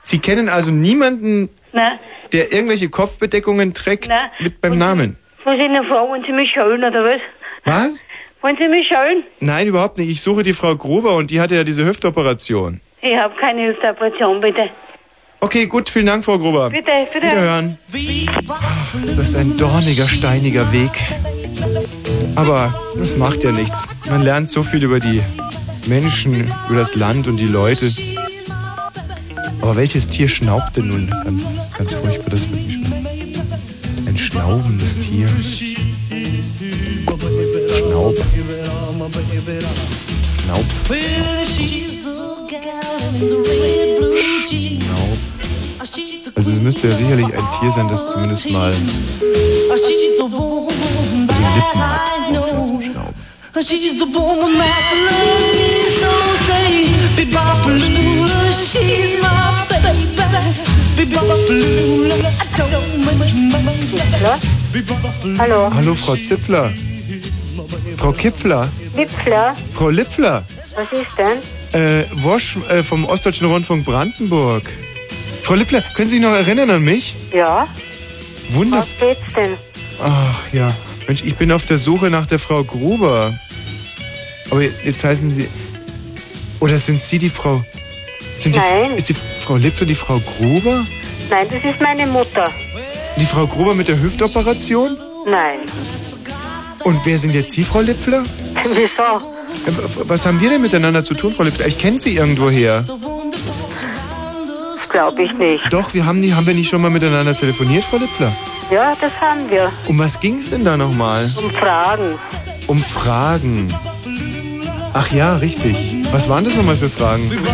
Sie kennen also niemanden,
Na,
der irgendwelche Kopfbedeckungen trägt
na.
mit beim Namen.
Muss ich noch fragen, wollen Sie mich schauen oder was?
Was?
Wollen Sie mich schauen?
Nein, überhaupt nicht. Ich suche die Frau Gruber und die hatte ja diese Hüftoperation.
Ich habe keine Hilfsoperation, bitte.
Okay, gut, vielen Dank, Frau Gruber.
Bitte, bitte.
Ähm, Wiederhören. Das ist ein dorniger, steiniger Weg. Aber das macht ja nichts. Man lernt so viel über die Menschen, über das Land und die Leute. Aber welches Tier schnaubt denn nun? Ganz, ganz furchtbar, das wird mich schon. Ein schnaubendes Tier. Schnaub, schnaub,
Well, she's the gal in the red blue jeans.
schnaub. Also es müsste ja sicherlich ein Tier sein, das zumindest mal
She's the woman that I know. She's the woman that loves me so. Say, Bebopalula, she's my baby. Bebopalula, I don't make my
Hallo,
Hallo, Frau Zipfler. Frau Kipfler.
Wipfler,
Frau Lipfler.
was ist denn?
Äh, Wosch äh, vom Ostdeutschen Rundfunk Brandenburg. Frau Lipfler, können Sie sich noch erinnern an mich?
Ja,
Wunder.
geht's denn?
Ach ja. Mensch, ich bin auf der Suche nach der Frau Gruber. Aber jetzt heißen Sie. Oder sind Sie die Frau. Sind
Nein.
Die, ist die Frau Lipfler die Frau Gruber?
Nein, das ist meine Mutter.
Die Frau Gruber mit der Hüftoperation?
Nein.
Und wer sind jetzt Sie, Frau Lipfler?
Wieso?
Äh, w- Was haben wir denn miteinander zu tun, Frau Lipfler? Ich kenne Sie irgendwoher.
Glaube ich nicht.
Doch, wir haben, die, haben wir nicht schon mal miteinander telefoniert, Frau Lipfler?
Ja, das haben wir.
Um was ging es denn da nochmal?
Um Fragen.
Um Fragen. Ach ja, richtig. Was waren das nochmal für Fragen? Können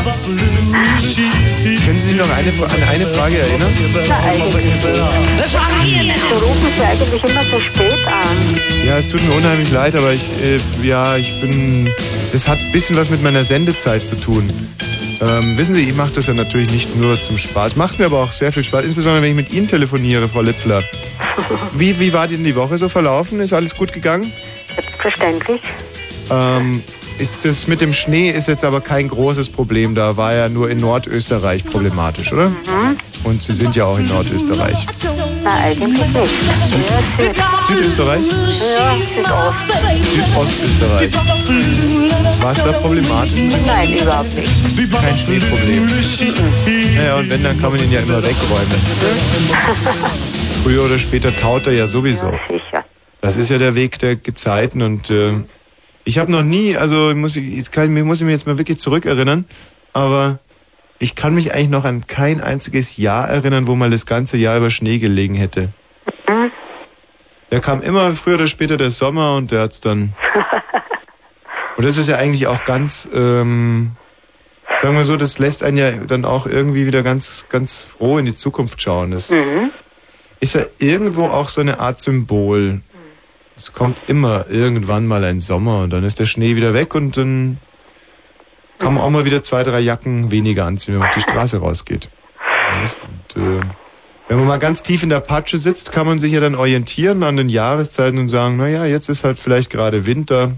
Sie sich noch eine, an eine Frage erinnern?
Na, eigentlich nicht. So rufen Sie eigentlich immer so spät an.
Ja, es tut mir unheimlich leid, aber ich, äh, ja, ich bin. Das hat ein bisschen was mit meiner Sendezeit zu tun. Ähm, wissen Sie, ich mache das ja natürlich nicht nur zum Spaß, macht mir aber auch sehr viel Spaß, insbesondere wenn ich mit Ihnen telefoniere, Frau Lipfler. Wie, wie war denn die Woche so verlaufen? Ist alles gut gegangen?
Verständlich?
Ähm, ist das mit dem Schnee ist jetzt aber kein großes Problem. Da war ja nur in Nordösterreich problematisch, oder?
Mhm.
Und Sie sind ja auch in Nordösterreich.
Na, eigentlich nicht.
Südösterreich?
Ja, Südost.
Südostösterreich. War es da problematisch?
Nein, überhaupt nicht.
Kein Schneeproblem. Naja, und wenn, dann kann man ihn ja immer wegräumen. Früher oder später taut er ja sowieso. Das ist ja der Weg der Gezeiten und äh, ich habe noch nie, also ich muss, jetzt kann, ich muss ich mich jetzt mal wirklich zurückerinnern, aber ich kann mich eigentlich noch an kein einziges Jahr erinnern, wo mal das ganze Jahr über Schnee gelegen hätte. Da kam immer früher oder später der Sommer und der hat's dann. Und das ist ja eigentlich auch ganz, ähm, sagen wir so, das lässt einen ja dann auch irgendwie wieder ganz, ganz froh in die Zukunft schauen. Das ist ja irgendwo auch so eine Art Symbol. Es kommt immer irgendwann mal ein Sommer und dann ist der Schnee wieder weg und dann kann man auch mal wieder zwei, drei Jacken weniger anziehen, wenn man auf die Straße rausgeht. Und, äh, wenn man mal ganz tief in der Patsche sitzt, kann man sich ja dann orientieren an den Jahreszeiten und sagen, naja, jetzt ist halt vielleicht gerade Winter,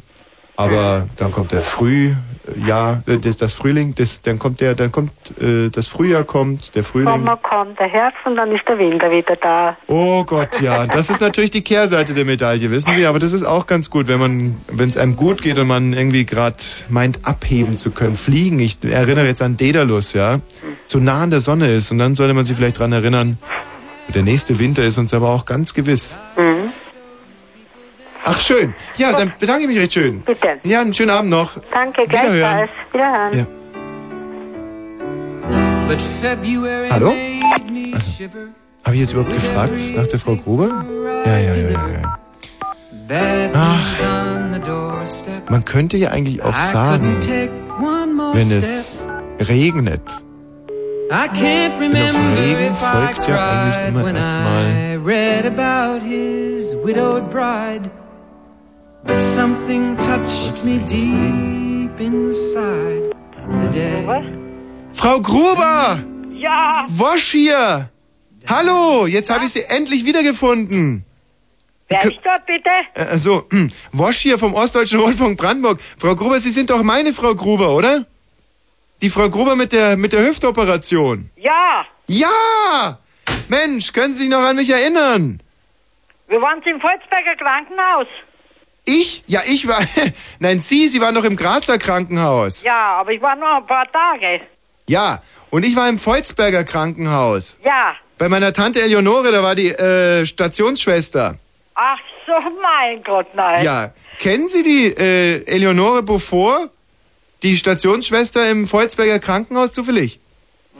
aber dann kommt der Früh, ja, äh, das, das Frühling, das, dann kommt der, dann kommt äh, das Frühjahr kommt, der Frühling.
Sommer kommt der Herbst und dann ist der Winter wieder da.
Oh Gott, ja. Das ist natürlich die Kehrseite der Medaille, wissen Sie. Aber das ist auch ganz gut, wenn man, wenn es einem gut geht und man irgendwie gerade meint, abheben zu können, fliegen. Ich erinnere jetzt an Daedalus, ja. Zu nah an der Sonne ist. Und dann sollte man sich vielleicht dran erinnern, der nächste Winter ist uns aber auch ganz gewiss. Ach, schön. Ja, dann bedanke ich mich recht schön.
Bitte.
Ja, einen schönen Abend noch.
Danke,
Wiederhören.
gleichfalls. Wiederhören.
Ja.
But February
Hallo?
made me shiver.
Habe ich jetzt überhaupt gefragt nach der Frau Gruber? Ja, ja, ja, ja. ja.
Bad news on the doorstep.
Man könnte ja eigentlich auch sagen,
Take one more
wenn
step.
es regnet.
I can't remember
Regen
if I
folgt ja eigentlich
cried
immer
when
erstmal
I read about his widowed bride. But something touched me deep inside the day.
Frau Gruber!
Ja.
Wosch hier! Hallo, jetzt habe ich sie endlich wiedergefunden.
Wer ist da bitte?
Äh, so, hm, Wosch hier vom Ostdeutschen Rundfunk Brandenburg. Frau Gruber, Sie sind doch meine Frau Gruber, oder? Die Frau Gruber mit der, mit der Hüftoperation.
Ja,
Ja! Mensch, können Sie sich noch an mich erinnern?
wir waren im Volzberger Krankenhaus.
Ich? Ja, ich war. Nein, Sie, Sie waren doch im Grazer Krankenhaus.
Ja, aber ich war nur ein paar Tage.
Ja, und ich war im Volzberger Krankenhaus.
Ja.
Bei meiner Tante Eleonore, da war die äh, Stationsschwester.
Ach so, mein Gott, nein.
Ja. Kennen Sie die äh, Eleonore Beaufort? Die Stationsschwester im Volzberger Krankenhaus zufällig?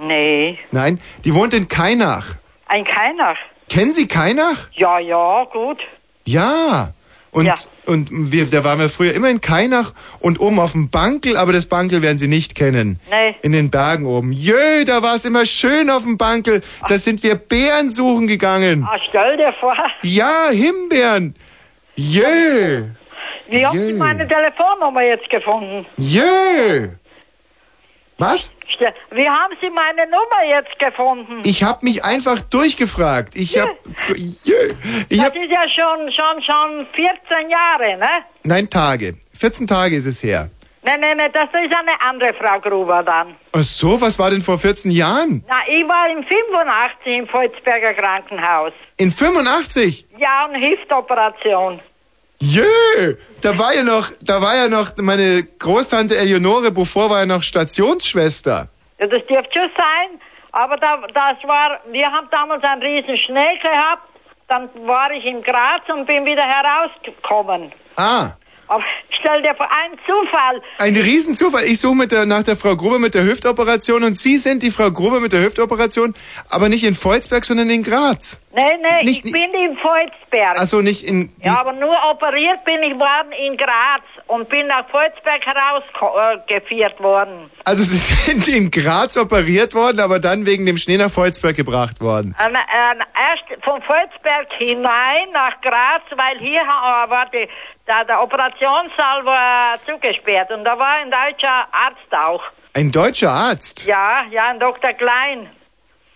Nee,
Nein, die wohnt in Kainach.
ein keiner.
Kennen Sie Kainach?
Ja, ja, gut.
Ja. Und, und wir, da waren wir früher immer in Kainach und oben auf dem Bankel, aber das Bankel werden Sie nicht kennen.
Nee.
In den Bergen oben. Jö, da war es immer schön auf dem Bankel. Da sind wir Bären suchen gegangen.
Ah, stell dir vor,
Ja, Himbeeren. Jö.
wie haben Sie meine Telefonnummer jetzt gefunden?
Jö. Was?
Ste- Wie haben Sie meine Nummer jetzt gefunden?
Ich habe mich einfach durchgefragt. Ich habe jö. Ich
das
hab,
ist ja schon, schon, schon 14 Jahre, ne?
nein, Tage. 14 Tage ist es her.
Nein, nein, nein, das ist eine andere Frau Gruber dann.
Ach so, was war denn vor 14 Jahren?
Na, ich war im 85 im Volzberger Krankenhaus.
In 85?
Ja, und Hüftoperation.
Jö, da war ja noch, da war ja noch meine Großtante Eleonore, bevor war ja noch Stationsschwester.
Ja, das dürfte schon sein, aber da, das war, wir haben damals einen riesen Schnee gehabt, dann war ich in Graz und bin wieder herausgekommen.
Ah,
Aber stell dir vor, ein Zufall.
ein Riesenzufall. Ich suche mit der, nach der Frau Gruber mit der Hüftoperation und Sie sind die Frau Gruber mit der Hüftoperation, aber nicht in Volzberg, sondern in Graz.
Nee, nee,
Nicht-
ich bin in Volzberg.
Also nicht in,
ja, aber nur operiert bin ich worden in Graz und bin nach Volzberg herausgeführt worden.
also Sie sind in Graz operiert worden, aber dann wegen dem Schnee nach Volzberg gebracht worden.
Ähm, ähm, erst von Volzberg hinein nach Graz, weil hier ha- äh, war die, da, der Operationssaal war zugesperrt und da war ein deutscher Arzt auch.
Ein deutscher Arzt,
Ja, ja, ein Dr. Klein.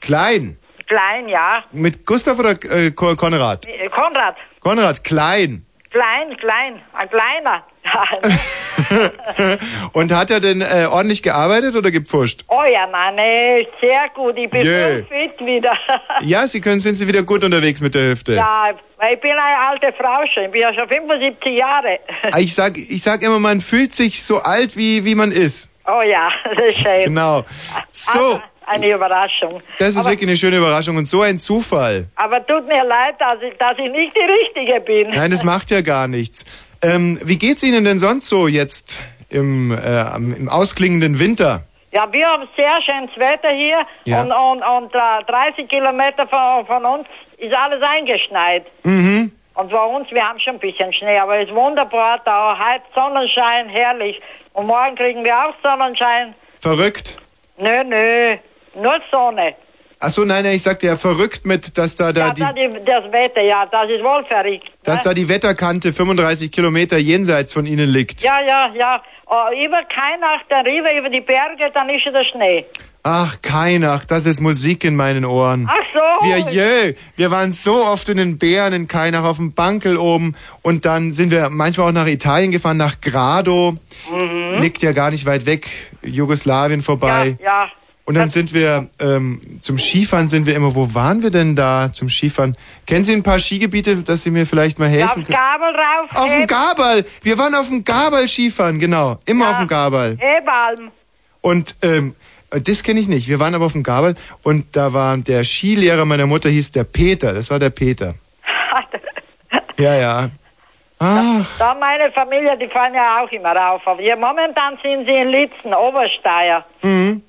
Klein,
Klein, ja.
mit Gustav oder äh, Ko- Konrad?
Äh, Konrad.
Konrad, Klein.
Klein, klein. Ein kleiner.
und hat er denn äh, ordentlich gearbeitet oder gepfuscht?
oh ja, nein, nee, sehr gut. Ich bin
Jö.
so fit wieder.
Ja, Sie können, sind Sie wieder gut unterwegs mit der Hüfte.
ja, weil ich bin eine alte Frau schon. Ich bin ja schon 75 Jahre.
Ah, Ich sag, ich sag immer, man fühlt sich so alt, wie, wie man ist.
oh ja, das ist schön. Ah,
Genau. So,
Eine Überraschung.
das ist wirklich eine schöne Überraschung und so ein Zufall.
Aber tut mir leid, dass ich, dass ich nicht die Richtige bin.
Nein, das macht ja gar nichts. Ähm, wie geht's Ihnen denn sonst so jetzt im, äh, am- im ausklingenden Winter?
Ja, wir haben sehr schönes Wetter hier
Ja.
und, und, und äh, 30 Kilometer von, von uns ist alles eingeschneit.
Mhm.
Und bei uns, wir haben schon ein bisschen Schnee, aber es ist wunderbar da. Heute Sonnenschein, herrlich. Und morgen kriegen wir auch Sonnenschein.
Verrückt.
Nö, nö, nur Sonne.
Ach so, nein, nein, ich sagte ja verrückt mit, dass da, da
Ja,
die,
das, äh ist- das Wetter, ja, das ist wohl verrückt.
dass da die Wetterkante 35 Kilometer jenseits von Ihnen liegt.
Ja, ja, ja. Äh, über Kainach, dann rüber über die Berge, dann ist ja der Schnee.
Ach, Kainach, das ist Musik in meinen Ohren.
Ach so.
Wir, jö, wir waren so oft in den Bären in Kainach auf dem Bankel oben und dann sind wir manchmal auch nach Italien gefahren, nach Grado.
Hm?
Liegt ja gar nicht weit weg, Jugoslawien vorbei.
Ja,
Und dann sind wir ähm, zum Skifahren sind wir immer. Wo waren wir denn da zum Skifahren? Kennen Sie ein paar Skigebiete, dass Sie mir vielleicht mal
ja.
helfen
Aufs
können?
Gabel rauf.
Auf dem
eben-
Gabal. Wir waren auf dem Gabal Skifahren, genau. Immer auf dem Gabal.
Ebalm.
Und ähm, das kenne ich nicht. Wir waren aber auf dem Gabel und da war der Skilehrer meiner Mutter hieß der Peter. Das war der Peter. ja, ja. Ach,
Da meine Familie, die fahren ja auch immer rauf. Aber hier momentan sind sie in Litzen, Obersteier.
mhm.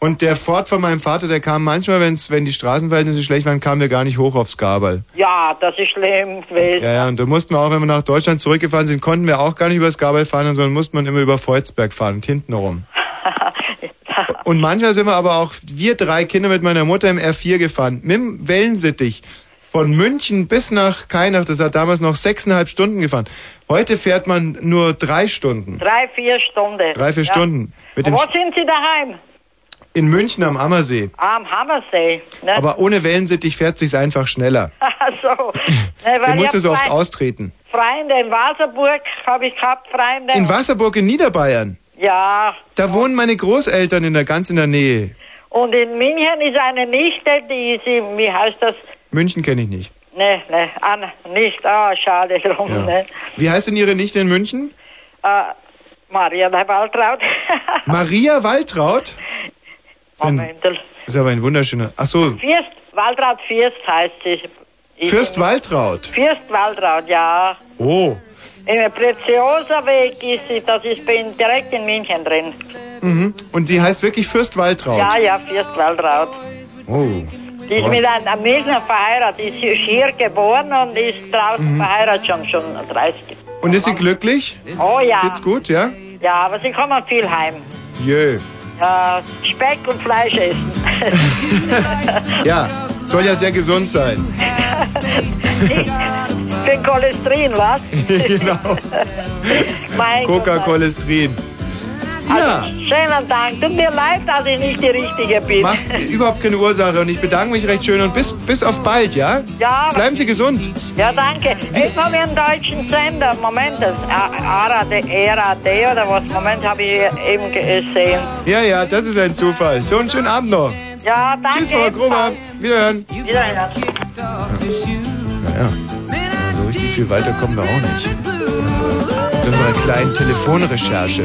Und der Ford von meinem Vater, der kam manchmal, wenn's, wenn die Straßenverhältnisse schlecht waren, kamen wir gar nicht hoch aufs Gabel.
Ja, das ist schlimm gewesen.
Ja, ja, und da mussten wir auch, wenn wir nach Deutschland zurückgefahren sind, konnten wir auch gar nicht übers Gabel fahren, sondern mussten man immer über Volzberg fahren und hinten rum. Und manchmal sind wir aber auch, wir drei Kinder mit meiner Mutter im R4 gefahren, mit dem Wellensittich. Von München bis nach Kainach, das hat damals noch sechseinhalb Stunden gefahren. Heute fährt man nur drei Stunden.
Drei, vier Stunden.
Drei, vier
ja.
Stunden. Mit
Und
dem
wo
Sch-
sind Sie daheim?
In München am Ammersee.
Am Hammersee. Ne?
Aber ohne Wellensittich fährt sich's einfach schneller.
also, ne,
Du
weil
musst
ich
es oft
Fre-
austreten.
Freunde in Wasserburg habe ich gehabt, Freunde.
In Wasserburg in Niederbayern.
Ja,
Da wohnen meine Großeltern in der ganz in der Nähe.
und in München ist eine Nichte, die ist, im- wie heißt das?
München kenne ich nicht.
Ne, ne, an, nicht, ah, schade drum,
Ja.
ne?
Wie heißt denn Ihre Nichte in München?
Äh, Maria der Waltraud.
Maria Waltraud?
Oh,
Ist ein-
Momentel.
Ist aber ein wunderschöner. Ach so,
Fürst, Waltraud Fürst heißt sie.
Fürst Waltraud.
Fürst Waltraud, ja.
Oh.
Im Prezioser Weg ist sie, das ist bin direkt in München drin.
Mhm. Und die heißt wirklich Fürst Waltraud.
Ja, ja, Fürst Waltraud.
Oh.
Die ist mit einem Milchner verheiratet, die ist hier geboren und ist draußen
Mhm.
verheiratet schon, schon 30.
Und ist sie glücklich?
Oh ja.
Geht's gut, ja?
Ja, aber sie kommen viel heim.
Jö.
Äh, Speck und Fleisch essen.
Ja, soll ja sehr gesund sein.
Für Cholesterin, was?
genau.
Mein Gott,
Coca-Colestrin.
Also, schönen Dank. Tut mir leid, dass ich nicht die Richtige bin.
Macht überhaupt keine Ursache und ich bedanke mich recht schön und bis, bis auf bald, ja?
Ja.
Bleiben Sie gesund.
Ja, danke. Jetzt haben wir einen deutschen Sender. Moment, das ARAD RAD oder was? Moment, habe ich eben gesehen.
Ja, ja, das ist ein Zufall. So einen schönen Abend noch.
Ja, danke.
Tschüss, Frau Gruber. Wiederhören.
Wiederhören.
Naja, so richtig viel weiter kommen wir auch nicht. Mit unserer kleinen Telefonrecherche.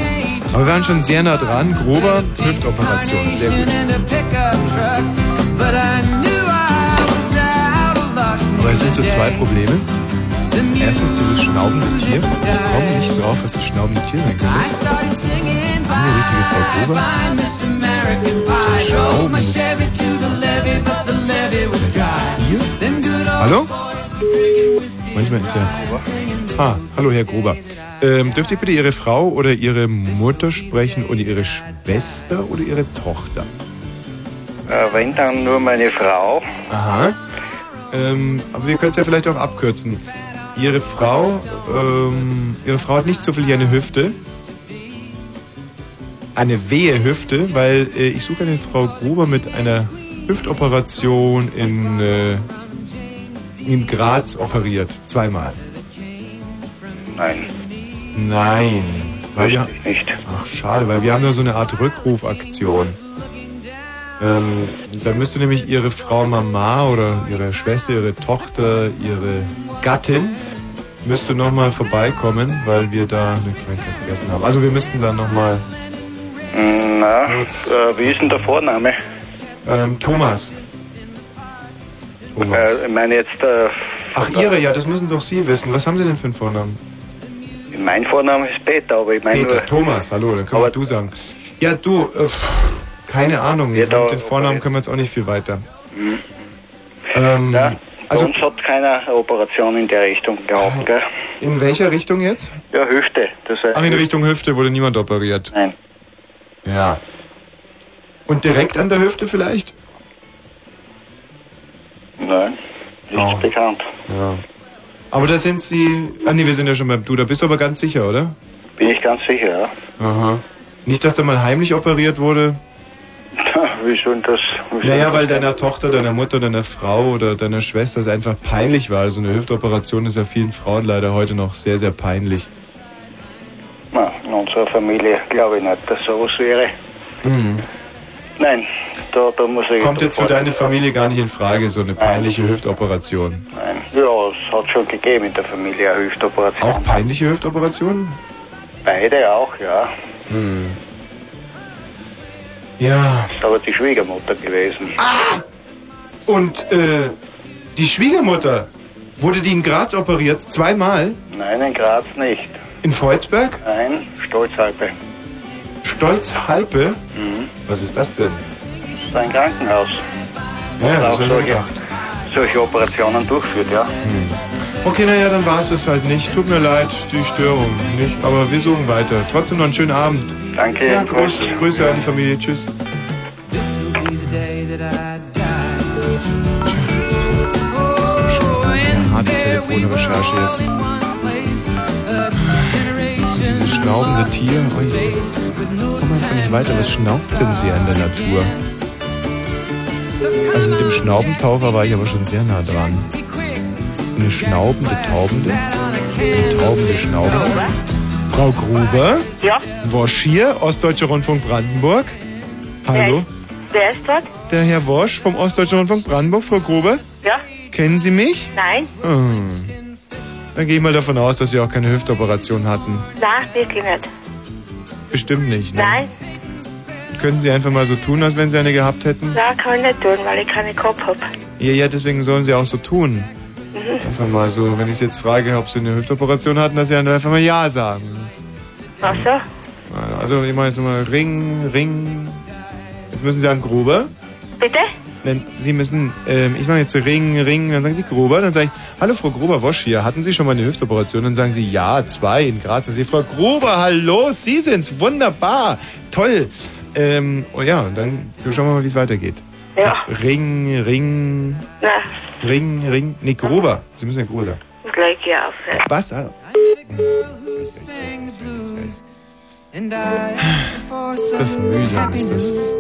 Aber wir waren schon sehr nah dran. Grober, Hüftoperation. Sehr gut.
in a pickup truck, but I knew I was out of luck.
Aber es sind so zwei Probleme. Erstens dieses schnaubende Tier. Ich komme nicht drauf, was das schnaubende Tier sein
I
könnte.
started singing
Eine richtige Frau
bye
Gruber.
bye Miss American Pie. Drove my Chevy to the levee, but the levee was dry. Then good old
Hallo?
boys were drinking whiskey.
Manchmal ist ja. Ah, hallo Herr Gruber. Ähm, dürfte ich bitte Ihre Frau oder Ihre Mutter sprechen oder Ihre Schwester oder Ihre Tochter?
Äh, wenn dann nur meine Frau.
Aha. Ähm, aber wir können es ja vielleicht auch abkürzen. Ihre Frau, ähm, Ihre Frau hat nicht so viel wie eine Hüfte. Eine wehe Hüfte, weil äh, ich suche eine Frau Gruber mit einer Hüftoperation in, äh, in Graz operiert. Zweimal.
Nein,
Nein. Weil wir,
nicht.
Ach, schade, weil wir haben da so eine Art Rückrufaktion. Ähm, da müsste nämlich ihre Frau Mama oder ihre Schwester, ihre Tochter, ihre Gattin müsste nochmal vorbeikommen, weil wir da eine Kleinigkeit vergessen haben. Also wir müssten dann nochmal...
Hm, Na, äh, wie ist denn der Vorname?
Ähm, Thomas. Thomas.
Äh, ich meine jetzt, äh,
Ach, ihre, ja, das müssen doch Sie wissen. Was haben Sie denn für einen Vornamen?
mein Vorname ist Peter, aber ich meine
Peter,
nur...
Thomas, hallo, dann können wir du sagen. Ja, du, äh, pff, keine Ahnung. Mit dem Vornamen können wir jetzt auch nicht viel weiter.
Hm.
Ähm,
Also, Bei uns hat keiner eine Operation in der Richtung gehabt, gell?
In welcher Richtung jetzt?
Ja, Hüfte. Das äh, heißt,
Ach, in Richtung Hüfte wurde niemand operiert.
Nein.
Ja. Und direkt an der Hüfte vielleicht?
Nein, nicht bekannt.
Oh. Ja. Aber da sind sie. Ah nee, wir sind ja schon beim Du, da bist du aber ganz sicher, oder?
Bin ich ganz sicher, ja.
Aha. Nicht, dass da mal heimlich operiert wurde?
Wieso denn das? Wieso
Naja,
das?
weil deiner Tochter, deiner Mutter, deiner Frau oder deiner Schwester es einfach peinlich war. Also eine Hüftoperation ist ja vielen Frauen leider heute noch sehr, sehr peinlich.
Na, in unserer Familie glaube ich nicht, dass sowas wäre.
Mhm.
Nein, da, da muss ich...
Kommt jetzt für deine Familie gar nicht in Frage, so eine peinliche Hüftoperation.
Nein. Ja, es hat schon gegeben in der Familie eine Hüftoperation.
Auch peinliche Hüftoperationen?
Beide auch, ja.
Hm. Ja.
Ist aber die Schwiegermutter gewesen.
Und äh, die Schwiegermutter, wurde die in Graz operiert? Zweimal?
Nein, in Graz nicht.
In Freuzberg?
Nein, Stolzalpe.
Stolz halbe?
Mhm.
Was ist das denn?
Das ist ein Krankenhaus.
Ja,
das
das
auch
hab ich
solche,
gedacht.
solche Operationen durchführt, ja.
Hm. Okay, naja, dann war es das halt nicht. Tut mir leid, die Störung. Nicht, aber wir suchen weiter. Trotzdem noch einen schönen Abend.
Danke.
Ja, Gruß, Grüße an die Familie. Tschüss.
This will be the day that I die. Oh,
Eine harte Telefonrecherche jetzt.
in one place, a generation.
dieses schnaubende Tier. Ui. Komm einfach nicht weiter. Was schnaubt denn sie in der Natur? Also mit dem Schnaubentaucher war ich aber schon sehr nah dran. Eine schnaubende Taubende? Eine taubende Schnaubende? Frau Gruber?
Ja?
Wosch hier, Ostdeutscher Rundfunk Brandenburg. Hallo?
Wer ist dort?
Der Herr Wosch vom Ostdeutschen Rundfunk Brandenburg, Frau Gruber?
Ja?
Kennen Sie mich?
Nein?
Hm. Dann gehe ich mal davon aus, dass Sie auch keine Hüftoperation hatten.
Nein, wirklich nicht.
Bestimmt nicht, ne?
Nein?
Könnten Sie einfach mal so tun, als wenn Sie eine gehabt hätten?
Nein, kann ich nicht tun, weil ich keinen Kopf habe.
Ja, ja, deswegen sollen Sie auch so tun.
Mhm.
Einfach mal so, wenn ich Sie jetzt frage, ob Sie eine Hüftoperation hatten, dass Sie dann einfach mal Ja sagen.
Ach so?
Also, ich meine jetzt mal Ring, Ring. Jetzt müssen Sie sagen Gruber.
Bitte?
Wenn Sie müssen, ähm, ich mache jetzt Ring, Ring, dann sagen Sie Gruber, dann sage ich, hallo Frau Gruber, Wosch hier, hatten Sie schon mal eine Hüftoperation? Dann sagen Sie, ja, zwei in Graz. Dann sage ich, Frau Gruber, hallo, Sie sind's, wunderbar, toll. Ähm, oh ja, und dann schauen wir mal, wie es weitergeht.
Ja.
Ring, Ring,
Nein,
Ring, Ring, nee, Gruber, Sie müssen ja Gruber sagen.
gleich hier auf. ja.
Was? Ah,
who sang the blues and I asked her for
Das ist
some
mühsam,
happy
ist das.
news,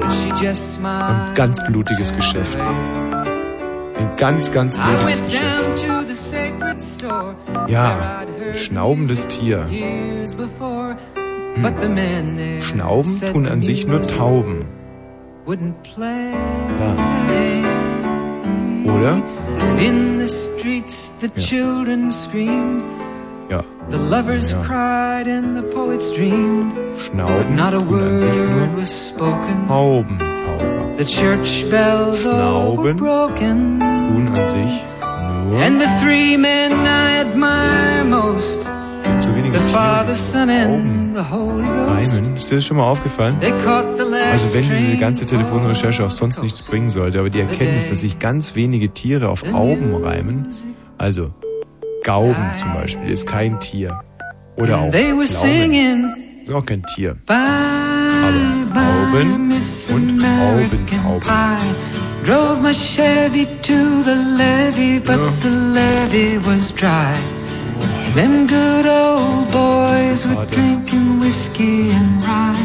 but she just smiled.
Ein ganz blutiges Geschäft. Ein ganz, ganz
I
blutiges
went
Geschäft.
down to the sacred store
Ja, ein schnaubendes Tier.
years before,
Hm.
but the man there
Schnauben
said
tun
the
an sich nur
music
Tauben.
Wouldn't play,
Oder?
and in the streets the children screamed,
Ja.
the lovers
Ja.
cried, and the poets dreamed.
Schnauben
Not a
tun an sich
word
nur
was spoken.
Tauben.
The church bells all were
Schnauben
broken.
tun an sich
And
nur
the three men I admire most
zu wenige
the Father,
Tiere.
Son, and the Holy Ghost.
Reimen. Ist dir das schon mal aufgefallen?
They caught the
Also
last
wenn diese
train.
ganze Telefonrecherche auch sonst nichts bringen sollte, aber die Erkenntnis, dass sich ganz wenige Tiere auf Augen reimen, also Gauben zum Beispiel, ist kein Tier. Oder auch
They
Pflaumen,
were singing
ist auch kein Tier.
bye bye, Miss American Pie. Drove my Chevy to the levee, but the levee was dry. Them good old boys were drinking whiskey and rye,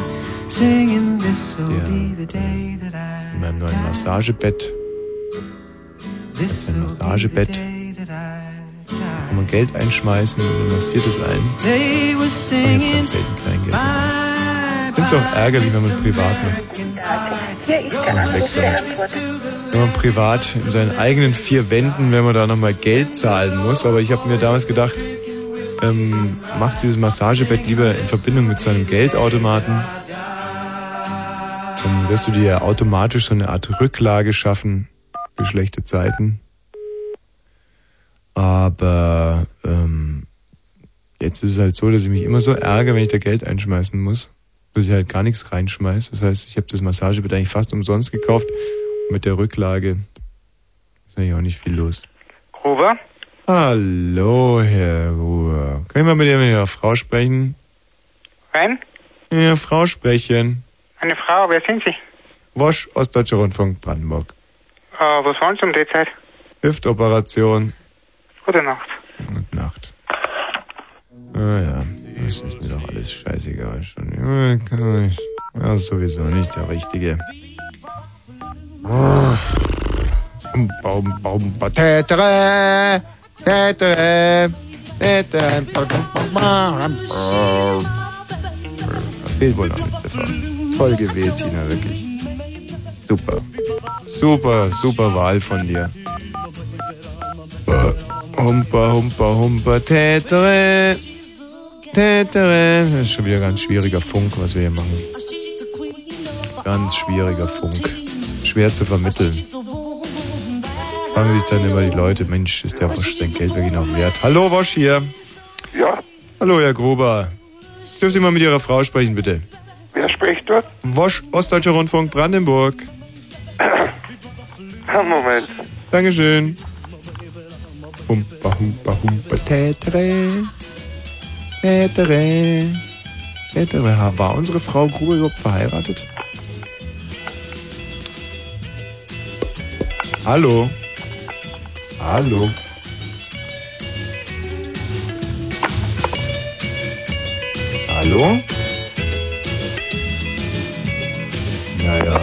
singing this'll be the day that I.
In meinem neuen Massagebett.
Das
ist ein Massagebett. Da kann man Geld einschmeißen und dann massiert es ein.
They were
Und ich hab
singing
ganz selten Kleingeld. Ich finde es auch ärgerlich, wenn man privat macht.
Hier ist
der Anruf Wenn man privat in seinen eigenen vier Wänden, wenn man da nochmal Geld zahlen muss. Aber ich habe mir damals gedacht, ähm, macht dieses Massagebett lieber in Verbindung mit so einem Geldautomaten. Dann wirst du dir ja automatisch so eine Art Rücklage schaffen für schlechte Zeiten. Aber ähm, jetzt ist es halt so, dass ich mich immer so ärgere, wenn ich da Geld einschmeißen muss, dass ich halt gar nichts reinschmeiß. Das heißt, ich habe das Massagebett eigentlich fast umsonst gekauft. Und mit der Rücklage ist eigentlich auch nicht viel los.
Gruber?
Hallo, Herr Ruhr. Können wir mit Ihrer Frau sprechen?
Nein?
Mit Ihrer Frau sprechen.
Eine Frau, wer sind Sie?
Wosch, Ostdeutscher Rundfunk, Brandenburg.
Äh, was wollen Sie um die Zeit?
Hüftoperation.
Gute Nacht.
Nacht. Ah ja, das ist mir doch alles scheißegal schon. Ja, kann ich. Ja, ist sowieso nicht der Richtige. Ah. Bum, bum, bum, ba, tätere, tätere, tätere, ba, bum, bum, ba, bum. Fehlt wohl noch eine Ziffer. Toll gewählt, Tina, wirklich. Super. Super, super Wahl von dir. Humpa, humpa, humpa, tätere. Tätere. Das ist schon wieder ganz schwieriger Funk, was wir hier machen. Ganz schwieriger Funk. Schwer zu vermitteln. Fragen sich dann immer die Leute, Mensch, ist der Wosch sein Geld wirklich noch wert? Hallo, Wosch hier.
Ja,
Hallo, Herr Gruber. Dürfen Sie mal mit Ihrer Frau sprechen, bitte?
wer spricht dort?
Wosch, Ostdeutscher Rundfunk Brandenburg.
Moment.
Dankeschön. Humpa, humpa, humpa, tätere. Tätere. Tätere. War unsere Frau Gruber überhaupt verheiratet? Hallo? Hallo? Hallo? Naja.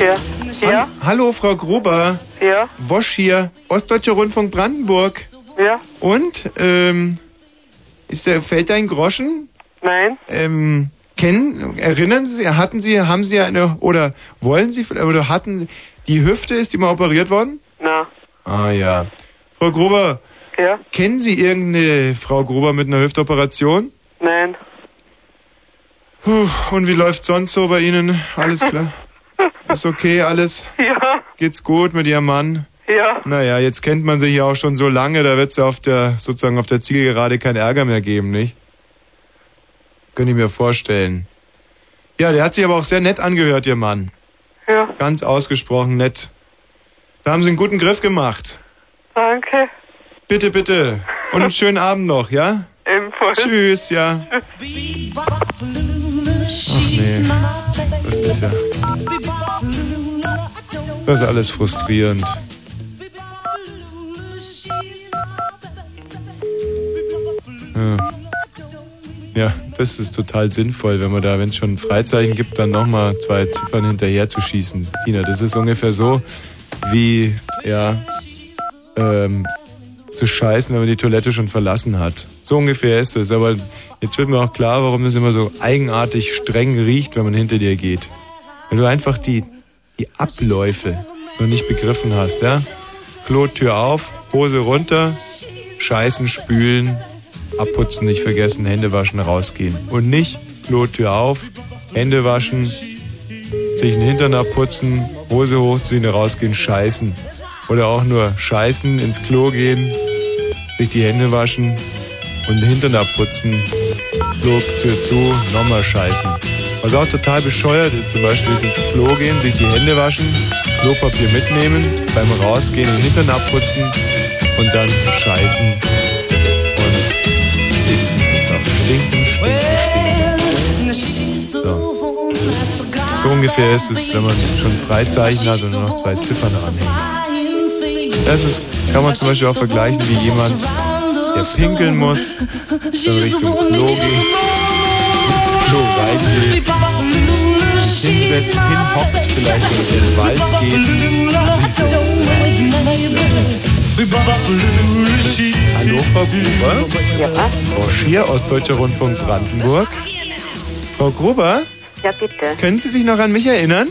Ja.
Hm?
Ja.
Hallo, Frau Gruber.
Ja.
Wosch hier, Ostdeutscher Rundfunk Brandenburg.
Ja.
Und, ähm, ist der, fällt ein Groschen?
Nein.
Ähm, kennen, erinnern Sie, sich, hatten Sie, haben Sie eine, oder wollen Sie, oder hatten, die Hüfte ist immer operiert worden?
Na.
Ah ja. Frau Gruber,
Ja.
kennen Sie irgendeine Frau Gruber mit einer Hüftoperation?
Nein.
Puh, und wie läuft sonst so bei Ihnen? Alles klar? Ist okay alles?
Ja.
Geht's gut mit Ihrem Mann?
Ja.
Naja, jetzt kennt man sich ja auch schon so lange, da wird's ja auf der, sozusagen auf der Zielgerade keinen Ärger mehr geben, nicht? Könnte ich mir vorstellen. Ja, der hat sich aber auch sehr nett angehört, Ihr Mann.
Ja.
Ganz ausgesprochen nett. Da haben Sie einen guten Griff gemacht.
Danke.
Bitte, bitte. Und einen schönen Abend noch, ja?
Ebenfalls.
Tschüss, ja. Nee, das ist ja... Das ist alles frustrierend. Ja. Ja, das ist total sinnvoll, wenn man da, wenn es schon ein Freizeichen gibt, dann nochmal zwei Ziffern hinterher zu schießen. Tina, das ist ungefähr so wie, ja, ähm, zu scheißen, wenn man die Toilette schon verlassen hat. So ungefähr ist es. Aber jetzt wird mir auch klar, warum das immer so eigenartig streng riecht, wenn man hinter dir geht. Wenn du einfach die, die Abläufe noch nicht begriffen hast, ja? Klotür auf, Hose runter, scheißen, spülen, abputzen nicht vergessen, Hände waschen, rausgehen. Und nicht Klotür auf, Hände waschen, sich den Hintern abputzen, Hose hochziehen, rausgehen, scheißen. Oder auch nur scheißen, ins Klo gehen, sich die Hände waschen und den Hintern abputzen, Klo, Tür zu, nochmal scheißen. Was auch total bescheuert ist, zum Beispiel ist ins Klo gehen, sich die Hände waschen, Klopapier mitnehmen, beim Rausgehen den Hintern abputzen und dann scheißen und stinken, stinken, stinken, stinken. So. So ungefähr ist es, wenn man schon Freizeichen hat und nur noch zwei Ziffern anhängt. Das ist, kann man zum Beispiel auch vergleichen wie jemand, der pinkeln muss, dann Richtung Klo geht, ins Klo reingeht, sich hinsetzt, hinhockt, vielleicht in den Wald geht, sich so Hallo, Frau Gruber. Frau Schier, Ostdeutscher Rundfunk Brandenburg. Frau Gruber,
Ja, bitte.
können Sie sich noch an mich erinnern?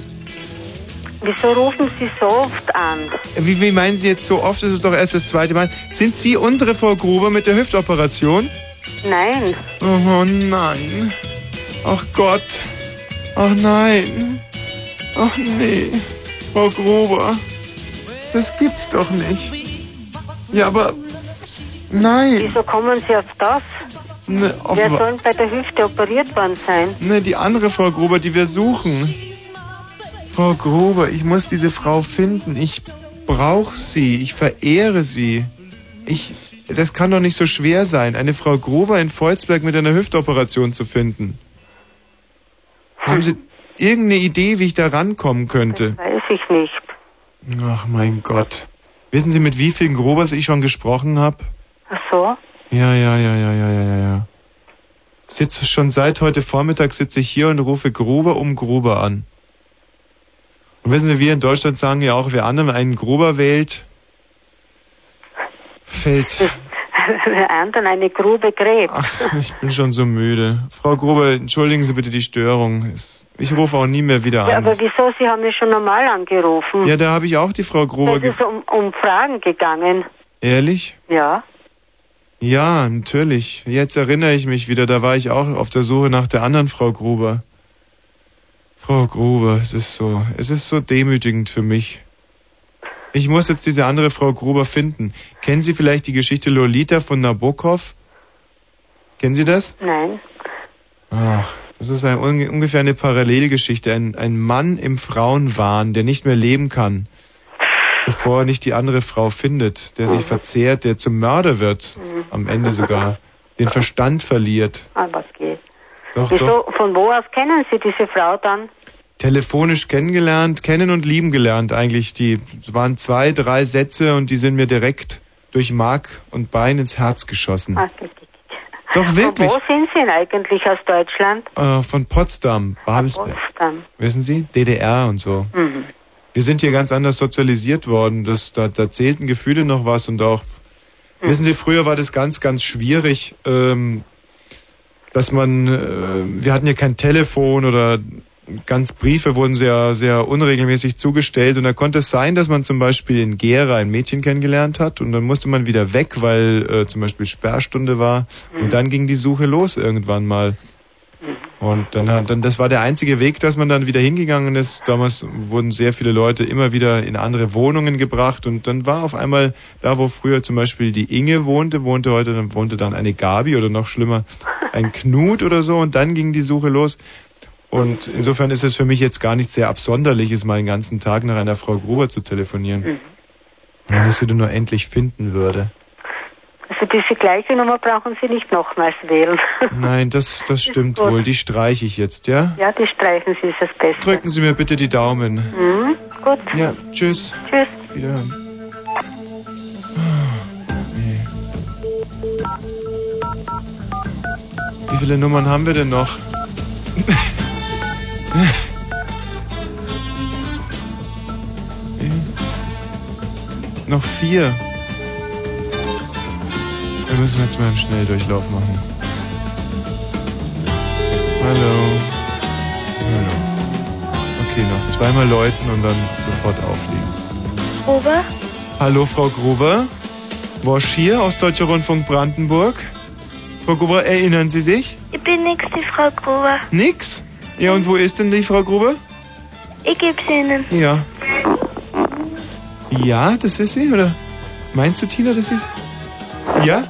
Wieso rufen Sie so oft an?
Wie, wie meinen Sie jetzt so oft? Das ist doch erst das zweite Mal. Sind Sie unsere Frau Gruber mit der Hüftoperation?
Nein.
Oh nein. Ach Gott. Ach nein. Ach nee. Frau Gruber. Das gibt's doch nicht. Ja, aber. Nein.
Wieso kommen Sie auf das?
Ne, auf,
Wer soll bei der Hüfte operiert worden sein?
ne, die andere Frau Gruber, die wir suchen. Frau Gruber, ich muss diese Frau finden. Ich brauche sie. Ich verehre sie. Ich. Das kann doch nicht so schwer sein, eine Frau Gruber in Volzberg mit einer Hüftoperation zu finden. Haben Sie irgendeine Idee, wie ich da rankommen könnte?
Weiß ich nicht.
Ach mein Gott. Wissen Sie, mit wie vielen Grobers ich schon gesprochen habe?
Ach so?
Ja, ja, ja, ja, ja, ja, ja, ja. Sitze schon seit heute Vormittag sitze ich hier und rufe Gruber um Gruber an. Und wissen Sie, wir in Deutschland sagen ja auch, wer anderen einen Gruber wählt, fällt.
Der anderen eine Grube gräbt.
Ich bin schon so müde. Frau Gruber, entschuldigen Sie bitte die Störung. Es- Ich rufe auch nie mehr wieder
ja,
an.
aber wieso? Sie haben mich schon normal angerufen.
Ja, da habe ich auch die Frau Gruber.
Es
Ge
ist um, um Fragen gegangen.
Ehrlich?
Ja.
Ja, natürlich. Jetzt erinnere ich mich wieder, da war ich auch auf der Suche nach der anderen Frau Gruber. Frau Gruber, es ist so, es ist so demütigend für mich. Ich muss jetzt diese andere Frau Gruber finden. Kennen Sie vielleicht die Geschichte Lolita von Nabokov? Kennen Sie das?
Nein.
Ach, das ist ein, unge- ungefähr eine Parallelgeschichte. Ein, ein Mann im Frauenwahn, der nicht mehr leben kann, bevor er nicht die andere Frau findet, der sich verzehrt, der zum Mörder wird,
Mhm.
am Ende sogar, den Verstand verliert.
Aber Ah, geht.
Doch,
wieso?
doch.
Von wo aus kennen Sie diese Frau dann?
Telefonisch kennengelernt, kennen und lieben gelernt eigentlich. Die es waren zwei, drei Sätze und die sind mir direkt durch Mark und Bein ins Herz geschossen.
Ach, die- die-
Hm. Doch wirklich.
Wo sind Sie denn eigentlich aus Deutschland?
Äh, von Potsdam, Babelsberg.
Dann.
Wissen Sie? DDR und so.
Mhm.
Wir sind hier ganz anders sozialisiert worden. Das, da, da zählten Gefühle noch was und auch. Wissen Sie, früher war das ganz, ganz schwierig, ähm, dass man. Äh, wir hatten ja kein Telefon oder ganz Briefe wurden sehr, sehr unregelmäßig zugestellt und da konnte es sein, dass man zum Beispiel in Gera ein Mädchen kennengelernt hat und dann musste man wieder weg, weil äh, zum Beispiel Sperrstunde war und dann ging die Suche los irgendwann mal. Und dann, hat- dann, das war der einzige Weg, dass man dann wieder hingegangen ist. Damals wurden sehr viele Leute immer wieder in andere Wohnungen gebracht und dann war auf einmal da, wo früher zum Beispiel die Inge wohnte, wohnte heute dann wohnte dann eine Gabi oder noch schlimmer ein Knut oder so und dann ging die Suche los. Und insofern ist es für mich jetzt gar nichts sehr Absonderliches, mal den ganzen Tag nach einer Frau Gruber zu telefonieren. Wenn ich sie denn nur endlich finden würde.
Also diese gleiche Nummer brauchen Sie nicht nochmals wählen.
Nein, das, das stimmt wohl. Die streiche ich jetzt, ja?
ja, die streichen Sie ist das Beste.
Drücken Sie mir bitte die Daumen.
Mhm, gut.
Ja, tschüss.
Tschüss.
Wiederhören. Wie viele Nummern haben wir denn noch? noch vier. Wir müssen jetzt mal einen Schnelldurchlauf machen. Hallo. Hallo. Okay, noch zweimal läuten und dann sofort auflegen.
Ober?
Hallo, Frau Gruber. Wosch hier, Ostdeutscher Rundfunk Brandenburg. Frau Gruber, erinnern Sie sich?
Ich bin nix, die Frau Gruber.
Nix? Ja, und wo ist denn die Frau Gruber?
Ich geb's Ihnen.
Ja. Ja, das ist sie, oder? Meinst du, Tina, das ist sie? Ja?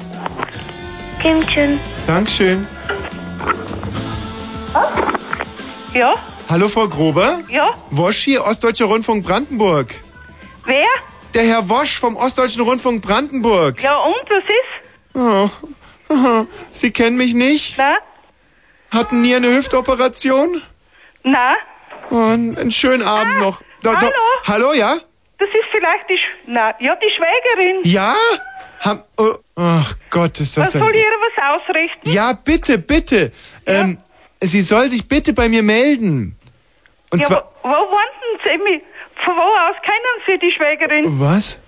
Kimchen.
Dankeschön.
Ja?
Hallo, Frau Gruber.
Ja?
Wosch hier, Ostdeutscher Rundfunk Brandenburg.
Wer?
Der Herr Wosch vom Ostdeutschen Rundfunk Brandenburg.
Ja, und was ist?
Oh. Oh. Sie kennen mich nicht?
Na?
Hatten nie eine Hüftoperation?
Na? Ah!
Oh, einen schönen Abend noch. Do, do, hallo? Hallo, ja?
Das ist vielleicht die Sch Na, ja, die Schwägerin.
Ja? Ham, oh, ach Gott, ist
Was
das
soll ich ihr was ausrichten?
Ja, bitte, bitte. Ähm, sie soll sich bitte bei mir melden. Und
ja,
zwar.
wo, wo wohnten Sie mich? Von wo aus kennen Sie die Schwägerin?
Was?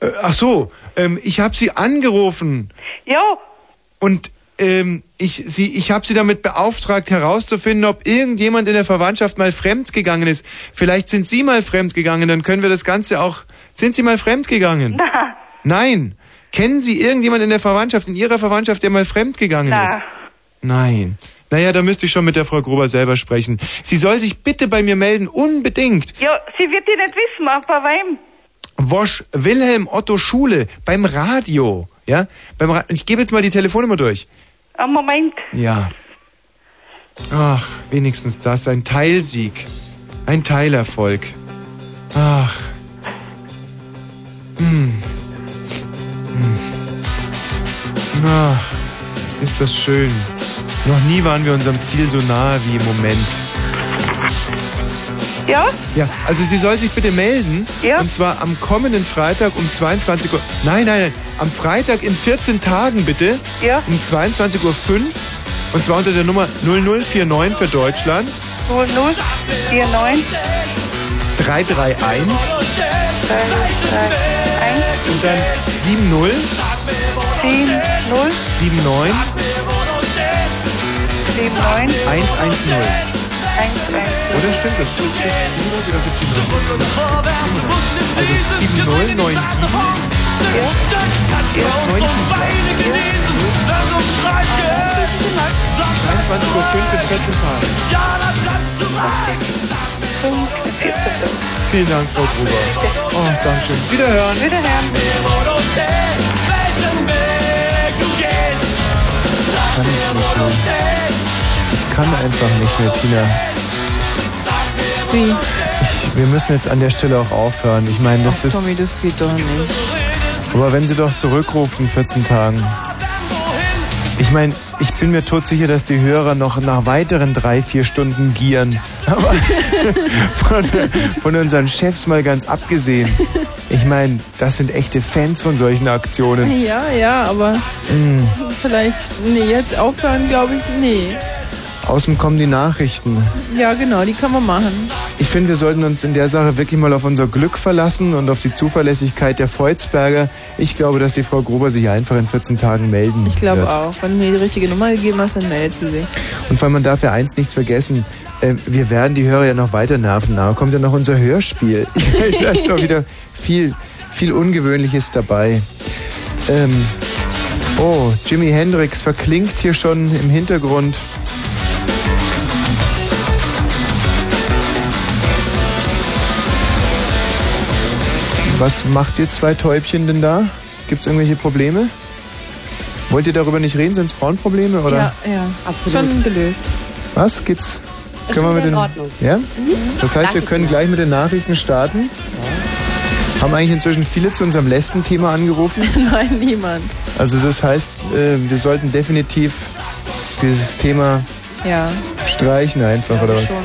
Äh, ach so, ähm, ich habe sie angerufen.
Ja.
Und ähm, ich, sie, ich habe sie damit beauftragt, herauszufinden, ob irgendjemand in der Verwandtschaft mal fremdgegangen ist. Vielleicht sind Sie mal fremdgegangen, dann können wir das Ganze auch. Sind Sie mal fremdgegangen?
Na,
Nein. Kennen Sie irgendjemanden in der Verwandtschaft, in Ihrer Verwandtschaft, der mal fremdgegangen ist?
na.
Nein. Naja, da müsste ich schon mit der Frau Gruber selber sprechen. Sie soll sich bitte bei mir melden, unbedingt.
Ja, sie wird die nicht wissen, aber bei wem?
Wosch Wilhelm Otto Schule beim Radio. Ja? Beim Ra ich gebe jetzt mal die Telefonnummer durch.
Am Moment.
Ja. Ach, wenigstens das. Ein Teilsieg. Ein Teilerfolg. Ach. Hm. Hm. Ach, ist das schön. Noch nie waren wir unserem Ziel so nahe wie im Moment.
Ja?
Ja, also sie soll sich bitte melden. Ja. Und zwar am kommenden Freitag um 22 Uhr. Nein, nein, nein. Am Freitag in 14 Tagen bitte.
Ja.
Um 22.05 Uhr. Und zwar unter der Nummer 0049 für Deutschland.
0049
331
331
und dann 70
70
79
79
110.
11.
Oder stimmt das? 70 oder 70? Also 70 97 22.05 Uhr in 14 Tagen. Vielen Dank, Frau Gruber. Oh, Dankeschön. Wiederhören. Kann ich nicht mehr. Ich kann einfach nicht mehr, Tina.
Wie?
Ich, wir müssen jetzt an der Stelle auch aufhören. Ich meine, das ist.
Tommy, das geht doch nicht.
Aber wenn Sie doch zurückruft in 14 Tagen. Ich meine, ich bin mir todsicher, dass die Hörer noch nach weiteren drei, vier Stunden gieren. Aber von, von unseren Chefs mal ganz abgesehen. Ich meine, das sind echte Fans von solchen Aktionen.
Ja, ja, aber
Mm.
vielleicht, nee, jetzt aufhören, glaube ich, nee.
Außen kommen die Nachrichten.
Ja, genau, die kann man machen.
Ich finde, wir sollten uns in der Sache wirklich mal auf unser Glück verlassen und auf die Zuverlässigkeit der Volzberger. Ich glaube, dass die Frau Gruber sich einfach in 14 Tagen melden
Ich glaube
wird.
auch. Wenn du mir die richtige Nummer gegeben hast, dann meldet sie sich.
Und vor allem, man darf ja eins nichts vergessen. Ähm, wir werden die Hörer ja noch weiter nerven. Da kommt ja noch unser Hörspiel. Ich meine, da ist doch wieder viel, viel Ungewöhnliches dabei. Ähm, oh, Jimi Hendrix verklingt hier schon im Hintergrund. Was macht ihr zwei Täubchen denn da? Gibt es irgendwelche Probleme? Wollt ihr darüber nicht reden? Sind es Frauenprobleme? Oder?
Ja, ja. Schon gelöst.
Was? Geht's?
Ist
Können wir mit
wieder in
den,
Ordnung. Mhm.
Ja? Das heißt, wir können gleich mit den Nachrichten starten. Haben eigentlich inzwischen viele zu unserem Lesben-Thema angerufen.
Nein, niemand.
Also das heißt, äh, wir sollten definitiv dieses Thema
Ja,
streichen einfach, oder was?
schon.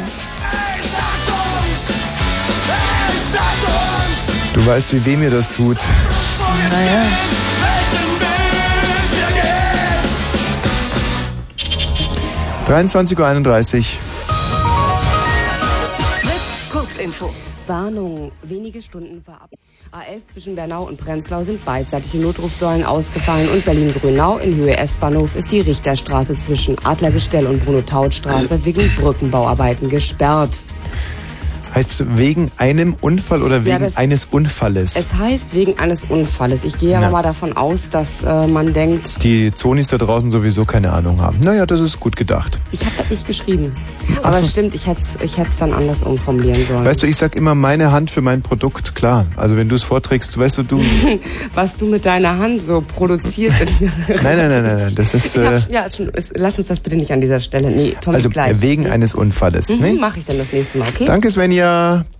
Du weißt, wie weh mir das tut.
Naja.
Uhr.
Kurzinfo. Warnung, wenige Stunden vor Ab. A11 zwischen Bernau und Prenzlau sind beidseitige Notrufsäulen ausgefallen und Berlin-Grünau in Höhe S-Bahnhof ist die Richterstraße zwischen Adlergestell und Bruno-Taut-Straße wegen Brückenbauarbeiten gesperrt.
Heißt wegen einem Unfall oder
Ja,
wegen
das-
eines Unfalles?
Es heißt wegen eines Unfalles. Ich gehe
Na.
aber mal davon aus, dass äh, man denkt,
Die Zonis da draußen sowieso keine Ahnung haben. Naja, das ist gut gedacht.
ich habe das nicht geschrieben. Aber
Ach so.
es stimmt, ich hätte es ich hätt's dann anders umformulieren sollen.
Weißt du, ich sag immer meine Hand für mein Produkt, klar. Also wenn du es vorträgst, weißt du, du.
was du mit deiner Hand so produzierst.
Nein, nein, nein, nein, nein. Das ist
Ich
äh,
hab's- ja, ist schon, ist, lass uns das bitte nicht an dieser Stelle. Nee, Tom,
also
gleich.
wegen eines Unfalles.
Mhm,
ne?
Mache ich dann das nächste Mal, okay?
Danke, Svenja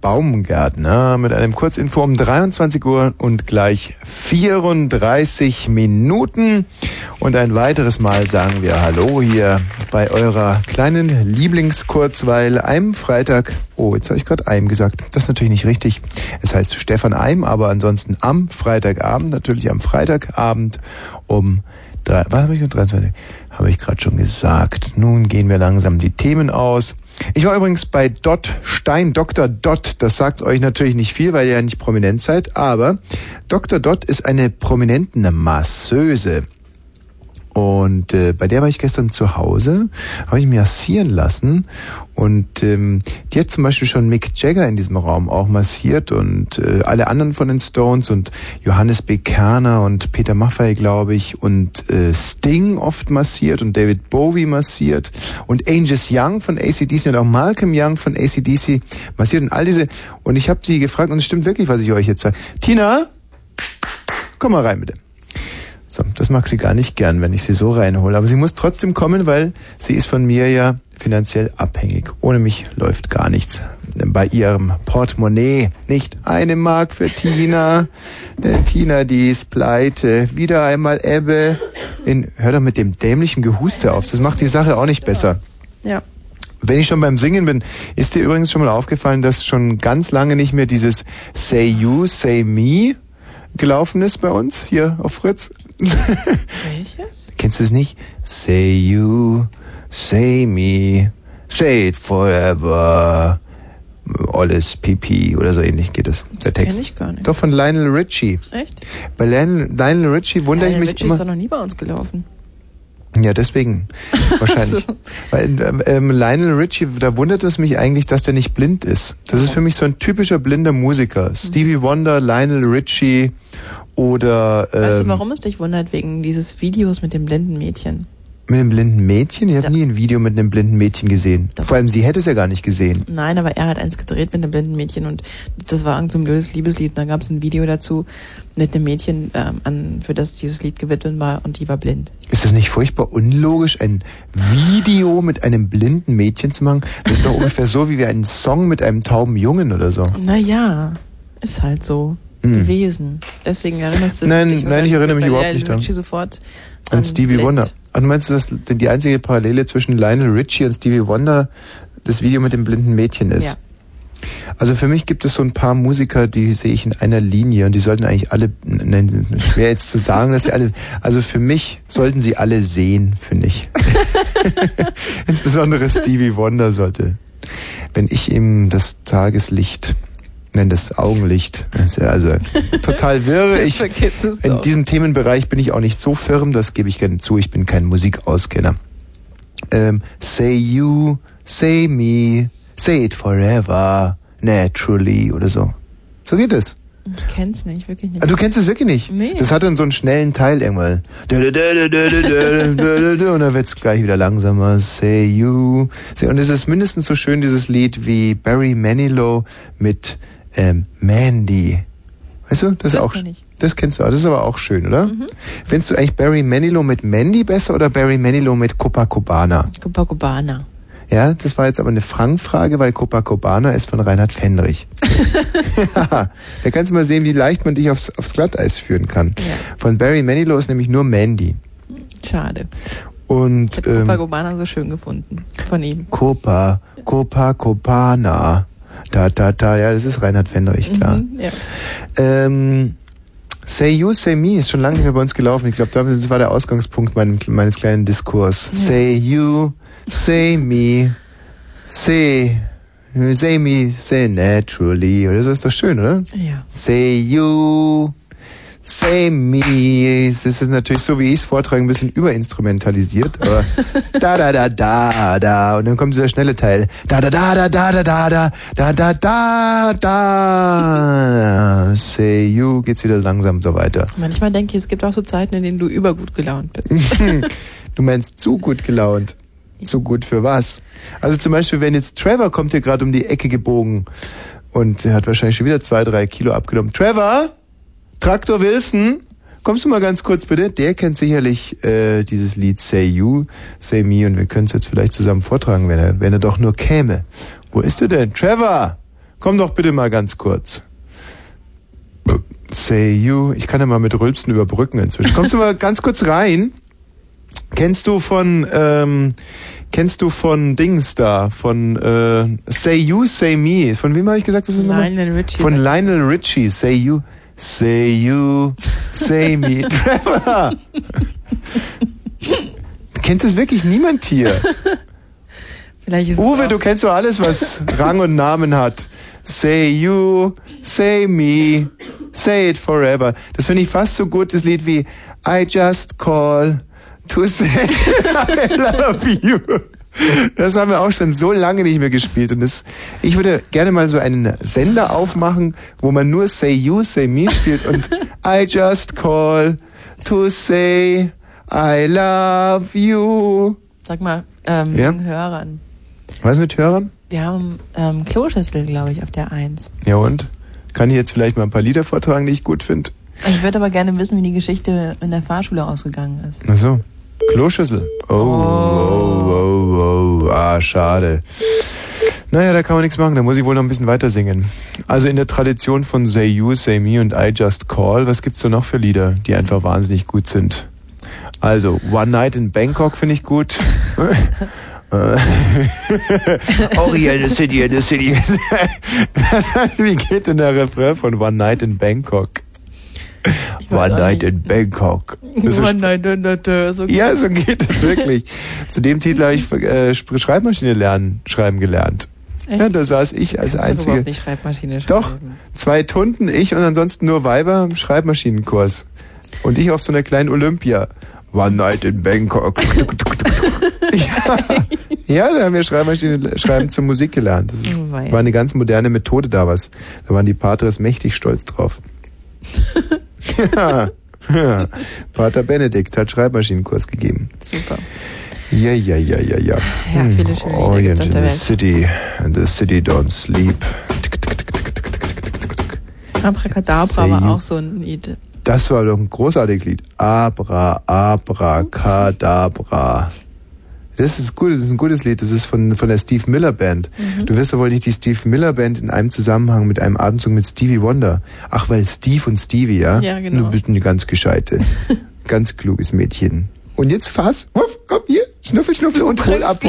Baumgärtner mit einem Kurzinfo um 23 Uhr und gleich 34 Minuten. Und ein weiteres Mal sagen wir Hallo hier bei eurer kleinen Lieblingskurzweil Eim Freitag. Oh, jetzt habe ich gerade Eim gesagt. Das ist natürlich nicht richtig. Es heißt Stefan Eim, aber ansonsten am Freitagabend, natürlich am Freitagabend um drei, was habe ich gesagt? 23? Habe ich gerade schon gesagt. Nun gehen wir langsam die Themen aus. Ich war übrigens bei Dot Stein, Dr. Dot. Das sagt euch natürlich nicht viel, weil ihr ja nicht prominent seid, aber Dr. Dot ist eine prominente Masseuse. Und äh, bei der war ich gestern zu Hause, habe ich mir massieren lassen. Und ähm, die hat zum Beispiel schon Mick Jagger in diesem Raum auch massiert und äh, alle anderen von den Stones und Johannes B. Kerner und Peter Maffay, glaube ich, und äh, Sting oft massiert und David Bowie massiert und Angus Young von ACDC und auch Malcolm Young von ACDC massiert und all diese. Und ich habe sie gefragt, und es stimmt wirklich, was ich euch jetzt sage. Tina, komm mal rein bitte. So, das mag sie gar nicht gern, wenn ich sie so reinhole. Aber sie muss trotzdem kommen, weil sie ist von mir ja finanziell abhängig. Ohne mich läuft gar nichts. Bei ihrem Portemonnaie nicht eine Mark für Tina. Denn Tina, die ist pleite. Wieder einmal Ebbe. In, hör doch mit dem dämlichen Gehuste auf. Das macht die Sache auch nicht besser.
Ja.
Wenn ich schon beim Singen bin, ist dir übrigens schon mal aufgefallen, dass schon ganz lange nicht mehr dieses Say You, Say Me gelaufen ist bei uns hier auf Fritz?
Welches?
Kennst du es nicht? Say you, say me, say it forever. Alles Pipi oder so ähnlich geht es. Der
kenn
Text.
ich gar nicht.
Doch von Lionel Richie.
Echt?
Bei Lionel, Lionel Richie wundere ich mich
Richie
immer.
ist doch noch nie bei uns gelaufen. Also,
Ja, deswegen. Wahrscheinlich. Weil, ähm, ähm, Lionel Richie, da wundert es mich eigentlich, dass der nicht blind ist. Das ist für mich so ein typischer blinder Musiker.
Mhm.
Stevie Wonder, Lionel Richie oder ähm,
Weißt du, warum es dich wundert? Wegen dieses Videos mit dem blinden Mädchen.
mit einem blinden Mädchen. Ich habe nie ein Video mit einem blinden Mädchen gesehen. Vor allem, sie hätte es ja gar nicht gesehen.
Nein, aber er hat eins gedreht mit einem blinden Mädchen und das war irgend so ein blödes Liebeslied. Und dann gab es ein Video dazu mit einem Mädchen, ähm, an, für das dieses Lied gewidmet war und die war blind.
Ist das nicht furchtbar unlogisch, ein Video mit einem blinden Mädchen zu machen? Das ist doch ungefähr so, wie wir einen Song mit einem tauben Jungen oder so.
Naja, ist halt so
Hm.
gewesen. Deswegen erinnerst du
Nein,
dich
nein, ich erinnere mich
wahrscheinlich
überhaupt
bei
nicht
Lionel
dran.
Richie sofort
Und Stevie Wonder. Ach, du meinst, dass die die einzige Parallele zwischen Lionel Richie und Stevie Wonder das Video mit dem blinden Mädchen ist? Also für mich gibt es so ein paar Musiker, die sehe ich in einer Linie und die sollten eigentlich alle, nein, schwer jetzt zu sagen, dass sie alle, also für mich sollten sie alle sehen, finde ich. Insbesondere Stevie Wonder sollte, wenn ich ihm das Tageslicht, nein, das Augenlicht, das ist ja also total wirre. Ich,
Vergiss es
in
doch.
diesem Themenbereich bin ich auch nicht so firm, das gebe ich gerne zu, ich bin kein Musikauskenner. Ähm, say you, say me, say it forever, naturally oder so. So geht es.
Ich kenn's nicht, wirklich nicht.
Ah, Du kennst es wirklich nicht.
Nee.
Das hat dann so einen schnellen Teil irgendwann. Dö, dö, dö, dö, dö, dö, dö, dö, dö, Und dann wird's gleich wieder langsamer. Say you. Say, und es ist mindestens so schön, dieses Lied, wie Barry Manilow mit ähm, Mandy. Weißt du, das,
Das
ist auch.
kenn ich. Mhm.
Das kennst du auch. Das ist aber auch schön, oder? Findest du eigentlich Barry Manilow mit Mandy besser oder Barry Manilow mit Copacabana?
Copacabana.
Ja, das war jetzt aber eine Frank-Frage, weil Copacabana ist von Reinhard Fendrich. ja, da kannst du mal sehen, wie leicht man dich aufs, aufs Glatteis führen kann. Von Barry Manilow ist nämlich nur Mandy.
Schade.
Und ähm,
Copacabana so schön gefunden von ihm.
Copa, Copacabana. Da, da, da, ja, das ist Reinhard Fendrich, klar.
Mhm, ja.
Ähm, Say You, Say Me ist schon lange nicht mehr bei uns gelaufen. Ich glaube, das war der Ausgangspunkt mein, meines kleinen Diskurs. Say You, Say Me, Say, Say Me, Say Naturally. Oder so ist doch schön, oder?
Ja.
Say You, Say Me. Es ist natürlich so, wie ich es vortrage, ein bisschen überinstrumentalisiert. Aber da, da, da, da, da. Und dann kommt dieser schnelle Teil. Da, da, da, da, da, da, da, da, da, da, da, da. Say You geht's wieder langsam so weiter.
Manchmal denke ich, es gibt auch so Zeiten, in denen du übergut gelaunt bist.
Du meinst zu gut gelaunt. Zu gut für was? Also zum Beispiel, wenn jetzt Trevor kommt hier gerade um die Ecke gebogen und er hat wahrscheinlich schon wieder zwei, drei Kilo abgenommen. Trevor! Traktor Wilson! Kommst du mal ganz kurz bitte? Der kennt sicherlich äh, dieses Lied Say You, Say Me und wir können es jetzt vielleicht zusammen vortragen, wenn er, wenn er doch nur käme. Wo ist du denn? Trevor! Komm doch bitte mal ganz kurz. Say You. Ich kann ja mal mit Rülpsen überbrücken inzwischen. Kommst du mal ganz kurz rein? Kennst du von ähm, kennst du von Dings da von äh, Say You Say Me? Von wem habe ich gesagt, das ist nochmal?
Lionel Richie
Von
sagt
Lionel Richie. Say You Say You Say Me. Trevor. Kennt es wirklich niemand hier?
Vielleicht ist
Uwe,
es
du kennst doch alles, was Rang und Namen hat. Say you, say me, say it forever. Das finde ich fast so gut, das Lied wie I just call to say I love you. Das haben wir auch schon so lange nicht mehr gespielt. Und das, ich würde gerne mal so einen Sender aufmachen, wo man nur Say You, Say Me spielt und I just call to say I love you.
Sag mal, ähm,
Ja?
den Hörern.
Was mit Hörern?
Wir haben ähm, Kloschüssel, glaube ich, auf der 1.
Ja und? Kann ich jetzt vielleicht mal ein paar Lieder vortragen, die ich gut finde?
Ich würde aber gerne wissen, wie die Geschichte in der Fahrschule ausgegangen ist.
Ach so. Kloschüssel. Oh, oh, oh, oh. Ah, schade. Naja, da kann man nichts machen. Da muss ich wohl noch ein bisschen weiter singen. Also in der Tradition von Say You, Say Me und I Just Call, was gibt's da noch für Lieder, die einfach wahnsinnig gut sind? Also, One Night in Bangkok finde ich gut. Äh, Auch hier in the City, in the City. Wie geht denn der Refrain von One Night in Bangkok? One Night in Bangkok. Das ist
One night in the tour, so gut.
ja, so geht es wirklich. Zu dem Titel habe ich äh, Sp- Schreibmaschine lernen, schreiben gelernt.
Echt?
Ja, da saß ich als
Kannst du
einzige.
überhaupt nicht Schreibmaschine
Doch, zwei Tunden, ich und ansonsten nur Weiber im Schreibmaschinenkurs. Und ich auf so einer kleinen Olympia. One night in Bangkok. ja, ja, da haben wir Schreibmaschine schreiben zur Musik gelernt. Das ist,
Oh, wei.
war eine ganz moderne Methode damals. Da waren die Patres mächtig stolz drauf. ja. Ja. Pater Benedikt hat Schreibmaschinenkurs gegeben.
Super.
Ja, ja, ja, ja, ja.
Ja,
Hm.
viele schöne Lieder
Orient
gibt's auf
in
der
the
Welt.
city, and the city don't sleep.
Abracadabra
Say you.
war auch so ein Lied.
Das war doch ein großartiges Lied. Abra, Abra, Kadabra. Das ist gut, das ist ein gutes Lied. Das ist von, von der Steve Miller Band. Du wirst ja wohl nicht die Steve Miller Band in einem Zusammenhang mit einem Atemzug mit Stevie Wonder. Ach, weil Steve und Stevie, ja?
Ja, genau.
Du bist eine ganz gescheite, ganz kluges Mädchen. Und jetzt fass. Huff, komm hier. Schnuffel, schnuffel und hol ab.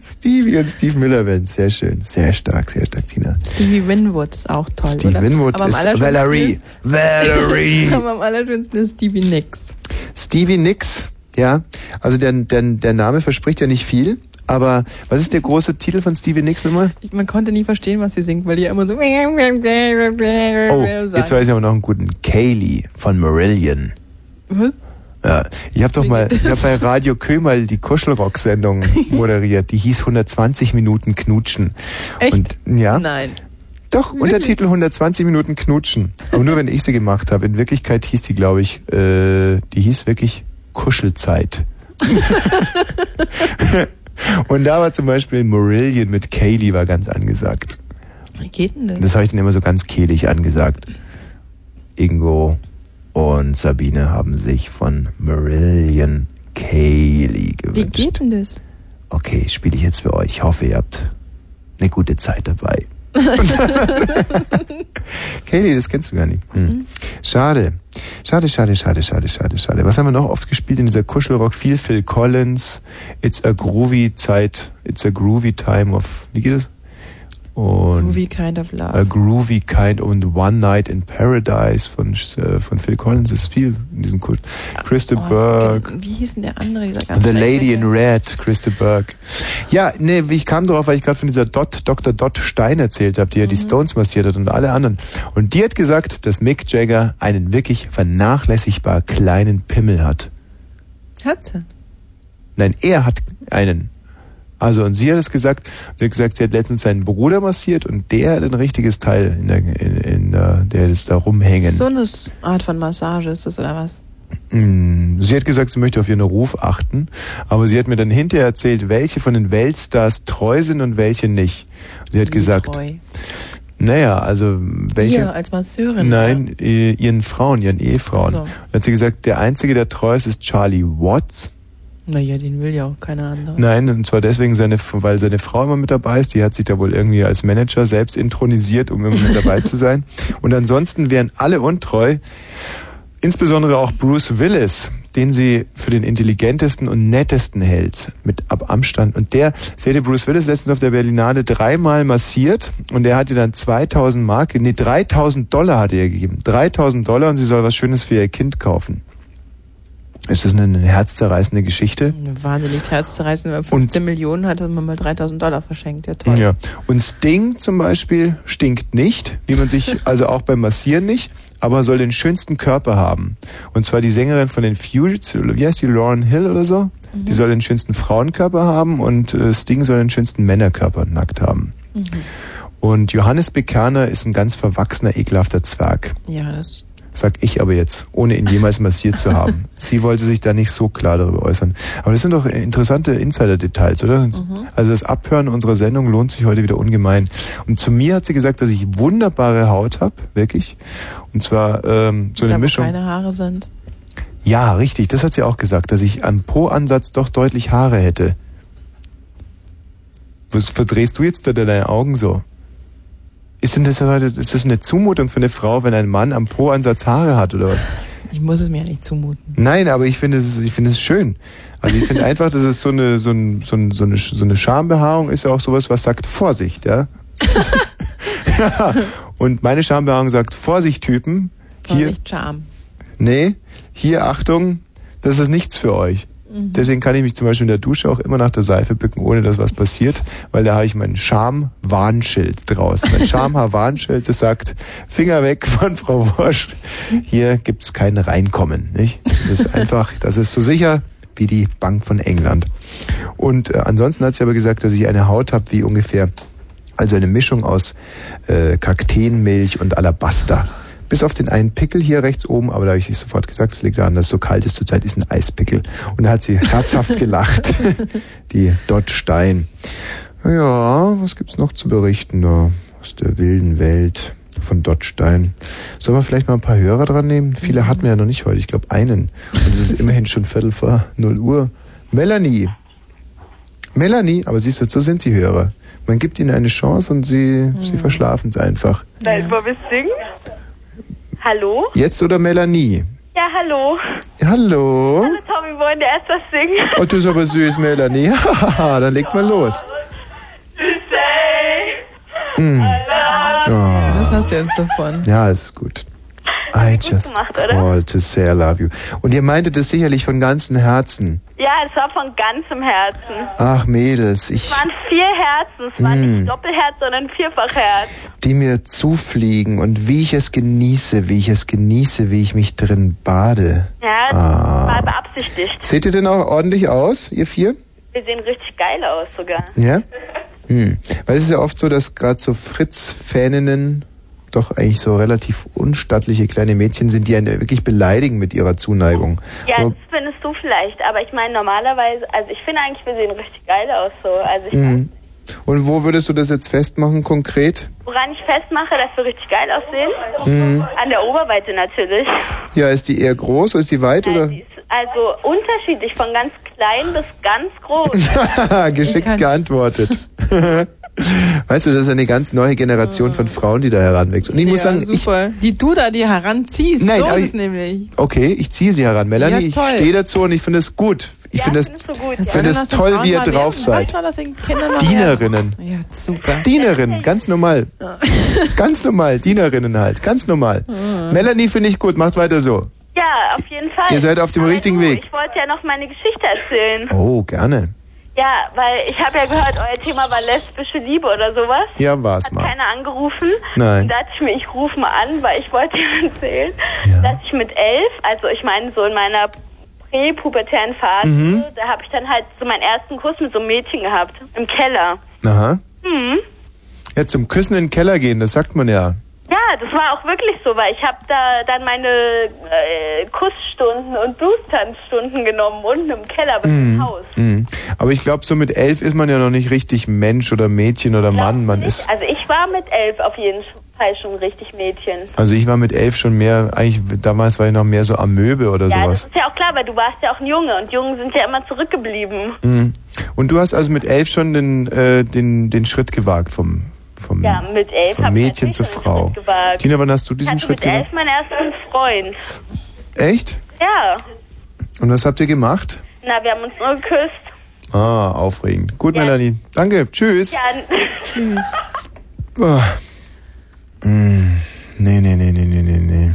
Stevie und Steve Müller-Wenz. Sehr schön. Sehr stark, sehr stark, Tina.
Stevie Winwood ist auch toll.
Stevie
oder?
Winwood
am
ist
allerschönsten
Valerie.
ist-
Valerie.
Aber am allerschönsten ist Stevie Nicks.
Stevie Nicks, ja. Also der, der, der Name verspricht ja nicht viel, aber was ist der große Titel von Stevie Nicks nochmal?
Ich, man konnte nie verstehen, was sie singt, weil die ja immer so. Oh, jetzt
Oh, Jetzt weiß ich aber noch einen guten. Kaylee von Marillion. Ja, ich habe doch mal, ich habe bei Radio Kö mal die Kuschelrock-Sendung moderiert. Die hieß 120 Minuten Knutschen.
Echt?
Und, ja.
Nein.
Doch, Untertitel 120 Minuten Knutschen. Aber nur, wenn ich sie gemacht habe. In Wirklichkeit hieß die, glaube ich, äh, die hieß wirklich Kuschelzeit. Und da war zum Beispiel Marillion mit Kaylee war ganz angesagt.
Wie geht denn das?
Das habe ich dann immer so ganz kehlig angesagt. Ingo und Sabine haben sich von Marillion Kaylee
Wie
gewünscht.
geht denn das?
Okay, spiele ich jetzt für euch. Ich hoffe, ihr habt eine gute Zeit dabei. Kaylee, das kennst du gar nicht. Hm. Schade. Schade, schade, schade, schade, schade, schade. Was haben wir noch oft gespielt in dieser Kuschelrock? Viel Phil Collins. It's a groovy Zeit. It's a groovy time of. Wie geht es? Und
Groovy Kind of Love.
A Groovy Kind und One Night in Paradise von, äh, von Phil Collins ist viel in diesem Kult. Christa
Oh,
Berg,
Wie hieß denn der andere? Dieser ganz
The Lady in
schreckliche?
Red, Christa Berg. Ja, nee, wie ich kam drauf, weil ich gerade von dieser Dot, Dr. Dot Stein erzählt habe, die ja
Mhm.
die Stones massiert hat und alle anderen. Und die hat gesagt, dass Mick Jagger einen wirklich vernachlässigbar kleinen Pimmel hat.
Hat sie.
Nein, er hat einen. Also und sie hat es gesagt, sie hat gesagt, sie hat letztens seinen Bruder massiert und der hat ein richtiges Teil in der, in, in der, der ist da rumhängen.
So eine Art von Massage ist das, oder was?
Mm, Sie hat gesagt, sie möchte auf ihren Ruf achten, aber sie hat mir dann hinterher erzählt, welche von den Weltstars treu sind und welche nicht. Sie hat gesagt,
Treu.
naja, also welche.
Ihr als Masseurin.
Nein, i- ihren Frauen, ihren Ehefrauen.
So.
Dann hat sie gesagt, der einzige, der treu ist, ist Charlie Watts.
Naja, den will ja auch keine andere.
Nein, und zwar deswegen, seine, weil seine Frau immer mit dabei ist. Die hat sich da wohl irgendwie als Manager selbst intronisiert, um immer mit dabei zu sein. Und ansonsten wären alle untreu, insbesondere auch Bruce Willis, den sie für den intelligentesten und nettesten hält, mit ab Amstand. Und der, sie hätte Bruce Willis letztens auf der Berlinale dreimal massiert und er hat ihr dann 2000 Mark, nee, 3000 Dollar hat er ihr gegeben. 3000 Dollar und sie soll was Schönes für ihr Kind kaufen. Ist das eine, eine herzzerreißende Geschichte?
Eine wahnsinnig herzzerreißend. Wenn man 15 Millionen hat, hat man mal 3000 Dollar verschenkt. Ja, toll.
Ja. Und Sting zum Beispiel stinkt nicht, wie man sich, also auch beim Massieren nicht, aber soll den schönsten Körper haben. Und zwar die Sängerin von den Fugees, wie heißt die, Lauren Hill oder so?
Mhm.
Die soll den schönsten Frauenkörper haben und äh, Sting soll den schönsten Männerkörper nackt haben.
Mhm.
Und Johannes Bekaner ist ein ganz verwachsener, ekelhafter Zwerg.
Ja, das.
Sag ich aber jetzt, ohne ihn jemals massiert zu haben. Sie wollte sich da nicht so klar darüber äußern. Aber das sind doch interessante Insider-Details, oder? Also das Abhören unserer Sendung lohnt sich heute wieder ungemein. Und zu mir hat sie gesagt, dass ich wunderbare Haut habe, wirklich. Und zwar ähm, so
da,
eine
wo
Mischung.
keine Haare sind.
Ja, richtig, das hat sie auch gesagt, dass ich am Po-Ansatz doch deutlich Haare hätte. Was verdrehst du jetzt da deine Augen so? Ist denn das, heute- ist das eine Zumutung für eine Frau, wenn ein Mann am Po-Ansatz Haare hat oder was?
Ich muss es mir ja nicht zumuten.
Nein, aber ich finde es, ich finde es schön. Also ich finde einfach, dass es so eine, so, ein, so, ein, so eine, so eine Schambehaarung ist ja auch sowas, was sagt Vorsicht, ja? ja. Und meine Schambehaarung sagt Vorsicht, Typen. Hier,
Vorsicht, Charme.
nee, hier Achtung, das ist nichts für euch.
Mhm.
Deswegen kann ich mich zum Beispiel in der Dusche auch immer nach der Seife bücken, ohne dass was passiert, weil da habe ich mein Schamwarnschild draus. Mein Schamhaar-Warnschild, das sagt, Finger weg von Frau Wosch. Hier gibt's kein Reinkommen. Nicht? Das ist einfach, das ist so sicher wie die Bank von England. Und äh, ansonsten hat sie aber gesagt, dass ich eine Haut habe wie ungefähr, also eine Mischung aus äh, Kakteenmilch und Alabaster. Bis auf den einen Pickel hier rechts oben, aber da habe ich sofort gesagt, es liegt daran, dass es so kalt ist zurzeit, ist ein Eispickel. Und da hat sie herzhaft gelacht, die Dot Stein. Ja, was gibt's noch zu berichten da aus der wilden Welt von Dot Stein? Sollen wir vielleicht mal ein paar Hörer dran nehmen? Viele hatten wir ja noch nicht heute, ich glaube einen. Und es ist immerhin schon Viertel vor 0 Uhr. Melanie. Melanie, aber siehst du, so sind die Hörer. Man gibt ihnen eine Chance und sie,
Mhm.
sie verschlafen es einfach.
Nein, wollen wir singen? Hallo?
Jetzt oder Melanie?
Ja, hallo.
Hallo?
Hallo, Tommy, wollen wir erst was singen?
Oh, du bist aber süß, Melanie. Hahaha, dann legt mal los. Hm. Oh.
Was hast du jetzt davon?
Ja, es ist gut. I just
gemacht, oder?
call to say I love you. Und ihr meintet es sicherlich von ganzem Herzen.
Ja, es war von ganzem Herzen.
Ach, Mädels, ich,
Es waren vier Herzen. Es war
Hm.
nicht Doppelherz, sondern Vierfachherz.
die mir zufliegen und wie ich es genieße, wie ich es genieße, wie ich mich drin bade. Ah.
Ja, das war beabsichtigt.
Seht ihr denn auch ordentlich aus, ihr vier?
Wir sehen richtig geil aus sogar.
Ja? Hm. Weil es ist ja oft so, dass gerade so Fritz-Faninnen doch eigentlich so relativ unstattliche kleine Mädchen sind, die einen wirklich beleidigen mit ihrer Zuneigung.
Ja,
Aber-
das findest du vielleicht, aber ich meine normalerweise, also ich finde eigentlich, wir sehen richtig geil aus so. Also ich,
Mhm. Und wo würdest du das jetzt festmachen konkret?
woran ich festmache, dass wir richtig geil aussehen?
Mhm.
An der Oberweite natürlich.
Ja, ist die eher groß, ist die weit oder?
Also unterschiedlich von ganz klein bis ganz groß.
Geschickt geantwortet. weißt du, das ist eine ganz neue Generation von Frauen, die da heranwächst. Und ich muss
ja, also
sagen, ich,
super. die du da die heranziehst,
Nein,
so
aber
ist
ich-
es nämlich.
okay, ich ziehe sie heran.
Ja,
Melanie, ich
toll.
stehe dazu und ich finde es gut. Ich finde es ich finde es toll, wie ihr drauf seid.
Was den Kindern noch werden?
Dienerinnen.
Ja, super.
Dienerin, ganz normal. ganz normal, Dienerinnen halt, ganz normal.
Ah.
Mhm.
Melanie finde ich gut, macht weiter so.
Ja, auf jeden Fall.
Ihr seid auf dem
Aber
richtigen
du,
Weg.
Ich wollte ja noch meine Geschichte erzählen.
Oh, gerne.
Ja, weil ich habe ja gehört, euer Thema war lesbische Liebe oder sowas.
Ja, war's
Hat
mal.
keiner angerufen.
Nein.
Und da dachte ich mir, ich rufe mal an, weil ich wollte dir erzählen, dass ich mit elf, also ich meine so in meiner präpubertären Phase,
Mhm.
da habe ich dann halt so meinen ersten Kuss mit so einem Mädchen gehabt. Im Keller.
Aha.
Hm.
Ja, zum Küssen in den Keller gehen, das sagt man ja.
Ja, das war auch wirklich so, weil ich habe da dann meine äh, Kussstunden und Bluestanzstunden genommen unten im Keller bei dem
Mhm.
Haus.
Mhm. Aber ich glaube, so mit elf ist man ja noch nicht richtig Mensch oder Mädchen oder Mann. Man ist.
Also ich war mit elf auf jeden Fall schon richtig Mädchen.
Also ich war mit elf schon mehr, eigentlich damals war ich noch mehr so Amöbe oder
ja, das
sowas.
ist ja auch klar, weil du warst ja auch ein Junge und Jungen sind ja immer zurückgeblieben.
Mhm. Und du hast also mit elf schon den, äh, den, den Schritt gewagt vom, vom,
Ja, mit elf
vom
hab ich
Mädchen zur Frau.
gewagt.
Tina, wann hast du
Ich
diesen
hatte
Schritt
mit elf
gewagt?
meinen ersten Freund.
Echt?
Ja.
Und was habt ihr gemacht?
Na, wir haben uns nur geküsst.
Ah, aufregend. Gut, Melanie. Danke. Tschüss.
Ja. Tschüss.
Oh. Mm. Nee, nee, nee, nee, nee, nee, nee.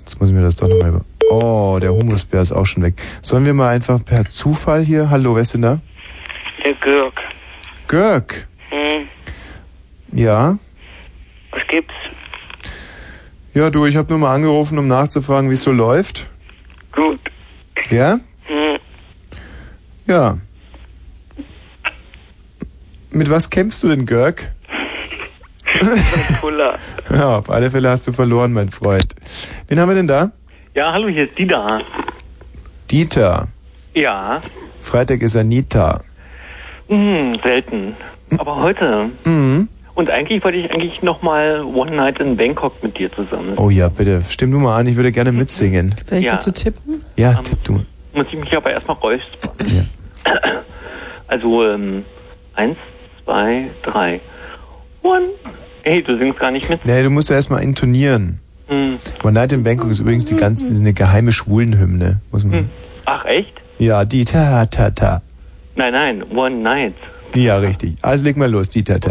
Jetzt muss ich mir das doch nochmal über. Oh, der Humusbär ist auch schon weg. Sollen wir mal einfach per Zufall hier. Hallo, wer ist denn da?
Der Gürk.
Görg.
Hm,
Ja?
was gibt's?
Ja, du, ich habe nur mal angerufen, um nachzufragen, wie es so läuft.
Gut.
Ja?
Hm,
Ja. Mit was kämpfst du denn, Görg?
Puller.
Ja, auf alle Fälle hast du verloren, mein Freund. Wen haben wir denn da?
Ja, hallo, hier ist Dieter.
Dieter.
Ja.
Freitag ist Anita.
Hm, selten. Aber heute.
Mhm.
Und eigentlich wollte ich eigentlich nochmal One Night in Bangkok mit dir zusammen.
Oh ja, bitte, stimm du mal an, ich würde gerne mitsingen.
Soll ich Ja. dazu
tippen?
Ja, tipp du.
Muss ich mich aber erstmal räuspern. Also, ähm, eins, zwei, drei. One. Hey, du singst gar nicht mit.
Nee, du musst ja erstmal intonieren.
Hm.
One Night in Bangkok ist übrigens die ganz, eine geheime Schwulenhymne. Muss man.
Ach, echt?
Ja, Dieter, ta, ta.
Nein, nein, One Night.
Ja, richtig. Also leg mal los, Dieter, ta.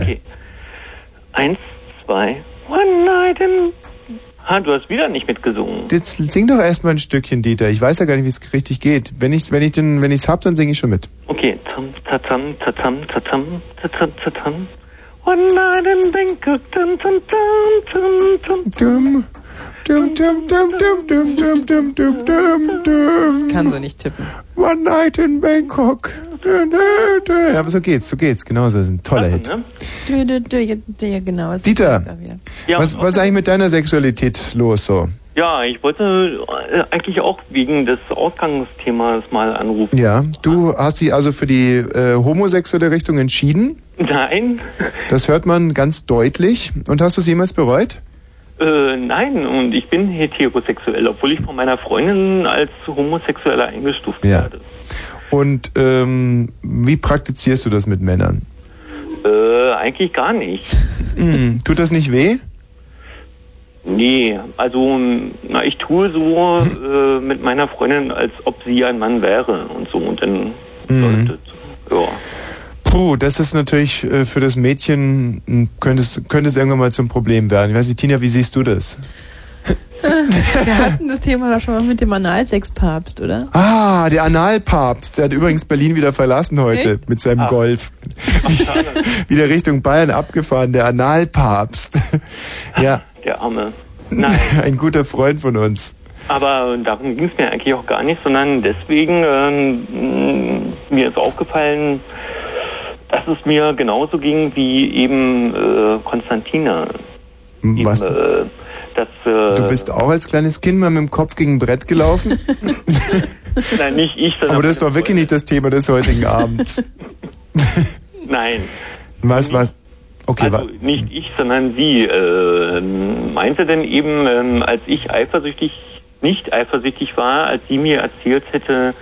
Eins, zwei. One Night in... Ha, du hast wieder nicht mitgesungen.
Jetzt sing doch erstmal ein Stückchen, Dieter. Ich weiß ja gar nicht, wie es richtig geht. Wenn ich, wenn ich den, wenn ich's hab, dann singe ich schon mit.
Okay, tam, tatam, tatam, tatam, tatam, tatam. One night in Bangkok, tam, tam, tam, tam, tam,
tam. Dum, dum, dum, dum, dum, dum, dum, dum, dum, dum.
Kann so nicht tippen.
One Night in Bangkok. Dö, dö, dö. Ja, aber so geht's, so geht's. Genau so. Das ist ein toller Hit.
Du, du, du, ja, du, ja, genau. ne? das
Dieter.
ist auch wieder.
was, was ist eigentlich mit deiner Sexualität los so?
Ja, ich wollte äh, eigentlich auch wegen des Ausgangsthemas mal anrufen.
Ja, du hast dich also für die äh, homosexuelle Richtung entschieden.
Nein,
Das hört man ganz deutlich. Und hast du es jemals bereut?
äh, nein, und ich bin heterosexuell, obwohl ich von meiner Freundin als homosexueller eingestuft
Ja. Und ähm, wie praktizierst du das mit Männern?
Äh, eigentlich gar nicht.
Hm, tut das nicht weh?
Nee, also na, ich tue so äh, mit meiner Freundin, als ob sie ein Mann wäre und so. Und dann,
Mhm.
ja.
Puh, das ist natürlich äh, für das Mädchen, m, könnte es, könnte es irgendwann mal zum Problem werden. Ich weiß nicht, Tina, wie siehst du das?
Wir hatten das Thema da schon mal mit dem Analsex-Papst, oder?
Ah, der Analpapst, der hat übrigens Berlin wieder verlassen heute
Echt?
mit seinem
Ah.
Golf. wieder Richtung Bayern abgefahren, der Analpapst. ja,
der Arme. Nein.
ein guter Freund von uns.
Aber äh, darum ging es mir eigentlich auch gar nicht, sondern deswegen, ähm, mh, mir ist aufgefallen, dass es mir genauso ging wie eben äh, Konstantina.
Was?
Äh, dass, äh,
Du bist auch als kleines Kind mal mit dem Kopf gegen ein Brett gelaufen?
Nein, nicht ich, sondern.
Aber das ist doch wirklich nicht das Thema des heutigen Abends.
Nein,
Was, was? Okay,
Also,
wa-
nicht ich, sondern sie. Äh, meinte denn eben, ähm, als ich eifersüchtig, nicht eifersüchtig war, als sie mir erzählt hätte,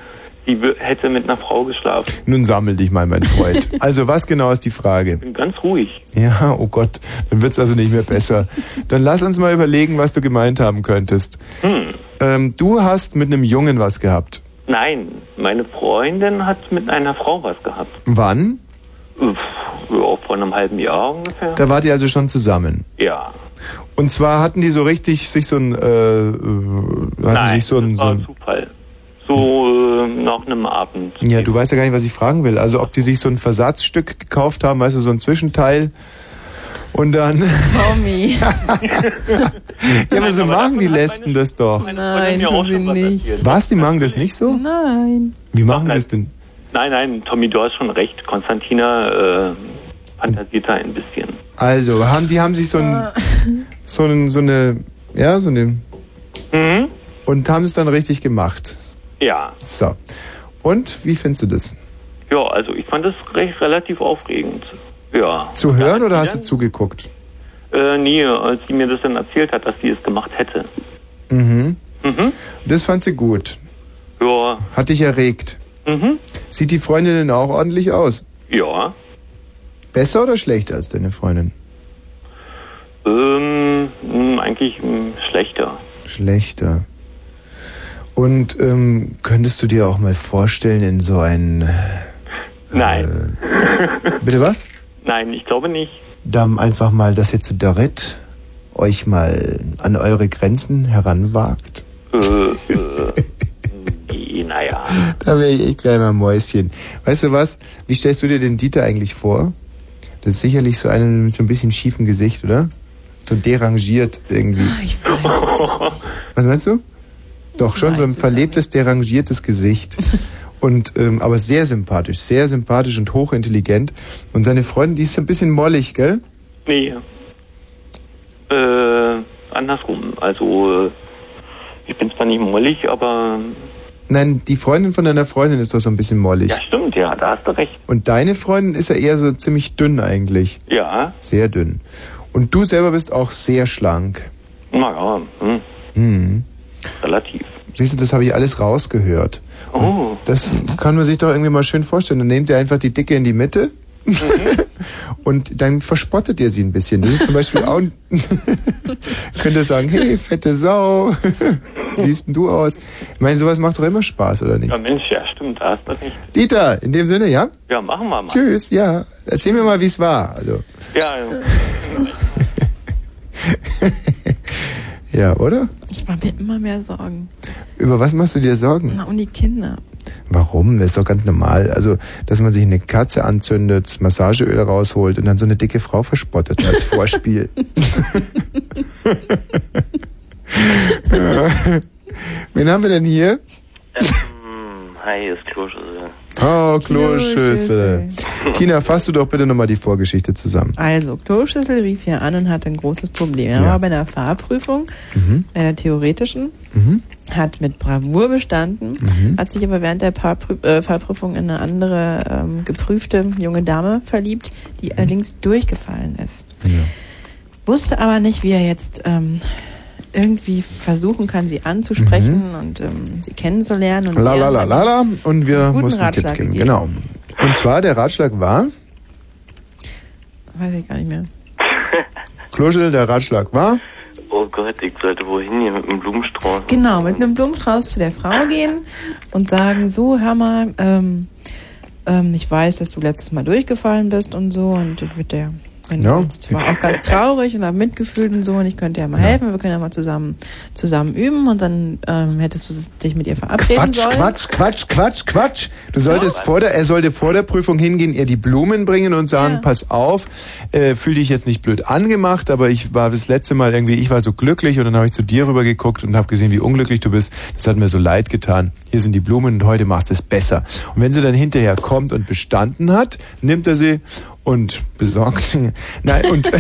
sie w- hätte mit einer Frau geschlafen.
nun sammel dich mal, mein Freund. Also, was genau ist die Frage?
Bin ganz ruhig.
Ja, oh Gott, dann wird's also nicht mehr besser. Dann lass uns mal überlegen, was du gemeint haben könntest.
Hm.
Ähm, du hast mit einem Jungen was gehabt.
Nein, meine Freundin hat mit einer Frau was gehabt.
Wann?
Uff, ja, vor einem halben Jahr ungefähr.
Da wart ihr also schon zusammen.
ja.
Und zwar hatten die so richtig sich so ein, äh, äh, hatten
Nein,
sich so ein, so ein
Zufall. So äh, nach einem Abend.
ja, du weißt ja gar nicht, was ich fragen will. Also, ob die sich so ein Versatzstück gekauft haben, weißt du, so ein Zwischenteil. Und dann,
Tommy.
ja, aber so machen die Lesben das doch.
Nein, tun sie nicht.
Was? Die machen das nicht so?
Nein.
Wie machen sie es denn?
Nein, nein, Tommy, du hast schon recht. Konstantina äh, fantasiert da ein bisschen.
Also, haben, die haben sich so ein, so, ein, so eine, ja, so eine,
Mhm.
und haben es dann richtig gemacht.
Ja.
So. Und wie findest du das?
Ja, also ich fand das recht relativ aufregend. Ja.
Zu hören oder hast du zugeguckt?
Äh, nee, als sie mir das dann erzählt hat, dass sie es gemacht hätte.
Mhm.
Mhm.
Das fand sie gut.
Ja.
Hat dich erregt.
Mhm.
Sieht die Freundin denn auch ordentlich aus?
Ja.
Besser oder schlechter als deine Freundin?
Ähm, mh, eigentlich mh, schlechter.
Schlechter. Und ähm, könntest du dir auch mal vorstellen, in so ein... äh,
Nein.
Bitte was?
Nein, ich glaube nicht.
Dann einfach mal, dass ihr zu Darit euch mal an eure Grenzen heranwagt.
Äh, äh, nee, Äh, naja.
Da wäre ich echt gleich mal ein Mäuschen. Weißt du was? Wie stellst du dir den Dieter eigentlich vor? Das ist sicherlich so einen mit so ein bisschen schiefem Gesicht, oder? So derangiert irgendwie.
äh.
Was meinst du? Doch, schon so ein verlebtes, derangiertes Gesicht. Und, ähm, aber sehr sympathisch, sehr sympathisch und hochintelligent. Und seine Freundin, die ist so ein bisschen mollig, gell?
Nee. Äh, andersrum. Also, äh, ich bin zwar nicht mollig, aber
Nein, die Freundin von deiner Freundin ist doch so ein bisschen mollig.
ja, stimmt, ja, da hast du recht.
Und deine Freundin ist ja eher so ziemlich dünn eigentlich.
Ja,
Sehr dünn. Und du selber bist auch sehr schlank.
naja, hm,
Hm.
relativ.
Siehst du, das habe ich alles rausgehört. Und
Oh.
Das kann man sich doch irgendwie mal schön vorstellen. Dann nehmt ihr einfach die Dicke in die Mitte
Mhm.
und dann verspottet ihr sie ein bisschen. Das ist zum Beispiel auch... ein- könnt ihr sagen, hey, fette Sau, siehst denn du aus? Ich meine, sowas macht doch immer Spaß, oder nicht?
Ja, Mensch, ja, stimmt, da hast du recht.
Dieter, in dem Sinne, ja?
Ja, machen wir mal.
Tschüss, ja. Erzähl mir mal, wie es war. Also,
Ja,
ja, oder?
Ich mache mir immer mehr Sorgen.
Über was machst du dir Sorgen?
Na, um die Kinder.
Warum? Das ist doch ganz normal. Also, dass man sich eine Kerze anzündet, Massageöl rausholt und dann so eine dicke Frau verspottet als Vorspiel. Wen haben wir denn hier?
Ähm, hi, ist also. Kloschüssel.
Oh, Kloschüssel. Tina, fass du doch bitte nochmal die Vorgeschichte zusammen.
Also, Kloschüssel rief hier an und hatte ein großes Problem. Er
Ja.
war bei einer Fahrprüfung,
Mhm.
einer theoretischen,
Mhm.
hat mit Bravour bestanden, hat sich aber während der Paarprü äh, Fahrprüfung in eine andere ähm, geprüfte junge Dame verliebt,
Mhm.
die allerdings durchgefallen ist. Wusste aber nicht, wie er jetzt ähm, irgendwie versuchen kann, sie anzusprechen und ähm, sie kennenzulernen. Und
Mhm. La
er
la la
hat
la la. Und wir
einen guten
mussten einen Tipp
Ratschlag
geben.
gegeben.
Genau. Und zwar, der Ratschlag war,
Weiß ich gar nicht mehr.
Kloschüssel, der Ratschlag war,
Oh Gott, ich sollte wohin hier mit dem Blumenstrauß.
Genau, mit einem Blumenstrauß zu der Frau gehen und sagen, so, hör mal, ähm, ähm, ich weiß, dass du letztes Mal durchgefallen bist und so und mit der
Ja.
ich war auch ganz traurig und habe mitgefühlt und so und ich könnte ja mal helfen, wir können ja mal zusammen zusammen üben und dann ähm, hättest du dich mit ihr verabreden
Quatsch,
sollen.
Quatsch, Quatsch, Quatsch, Quatsch. Du solltest vor der, er sollte vor der Prüfung hingehen, ihr die Blumen bringen und sagen, pass auf, äh, fühl dich jetzt nicht blöd angemacht, aber ich war das letzte Mal irgendwie, ich war so glücklich und dann habe ich zu dir rüber geguckt und habe gesehen, wie unglücklich du bist. Das hat mir so leid getan. Hier sind die Blumen und heute machst du es besser. Und wenn sie dann hinterher kommt und bestanden hat, nimmt er sie und besorgt sie, nein, und,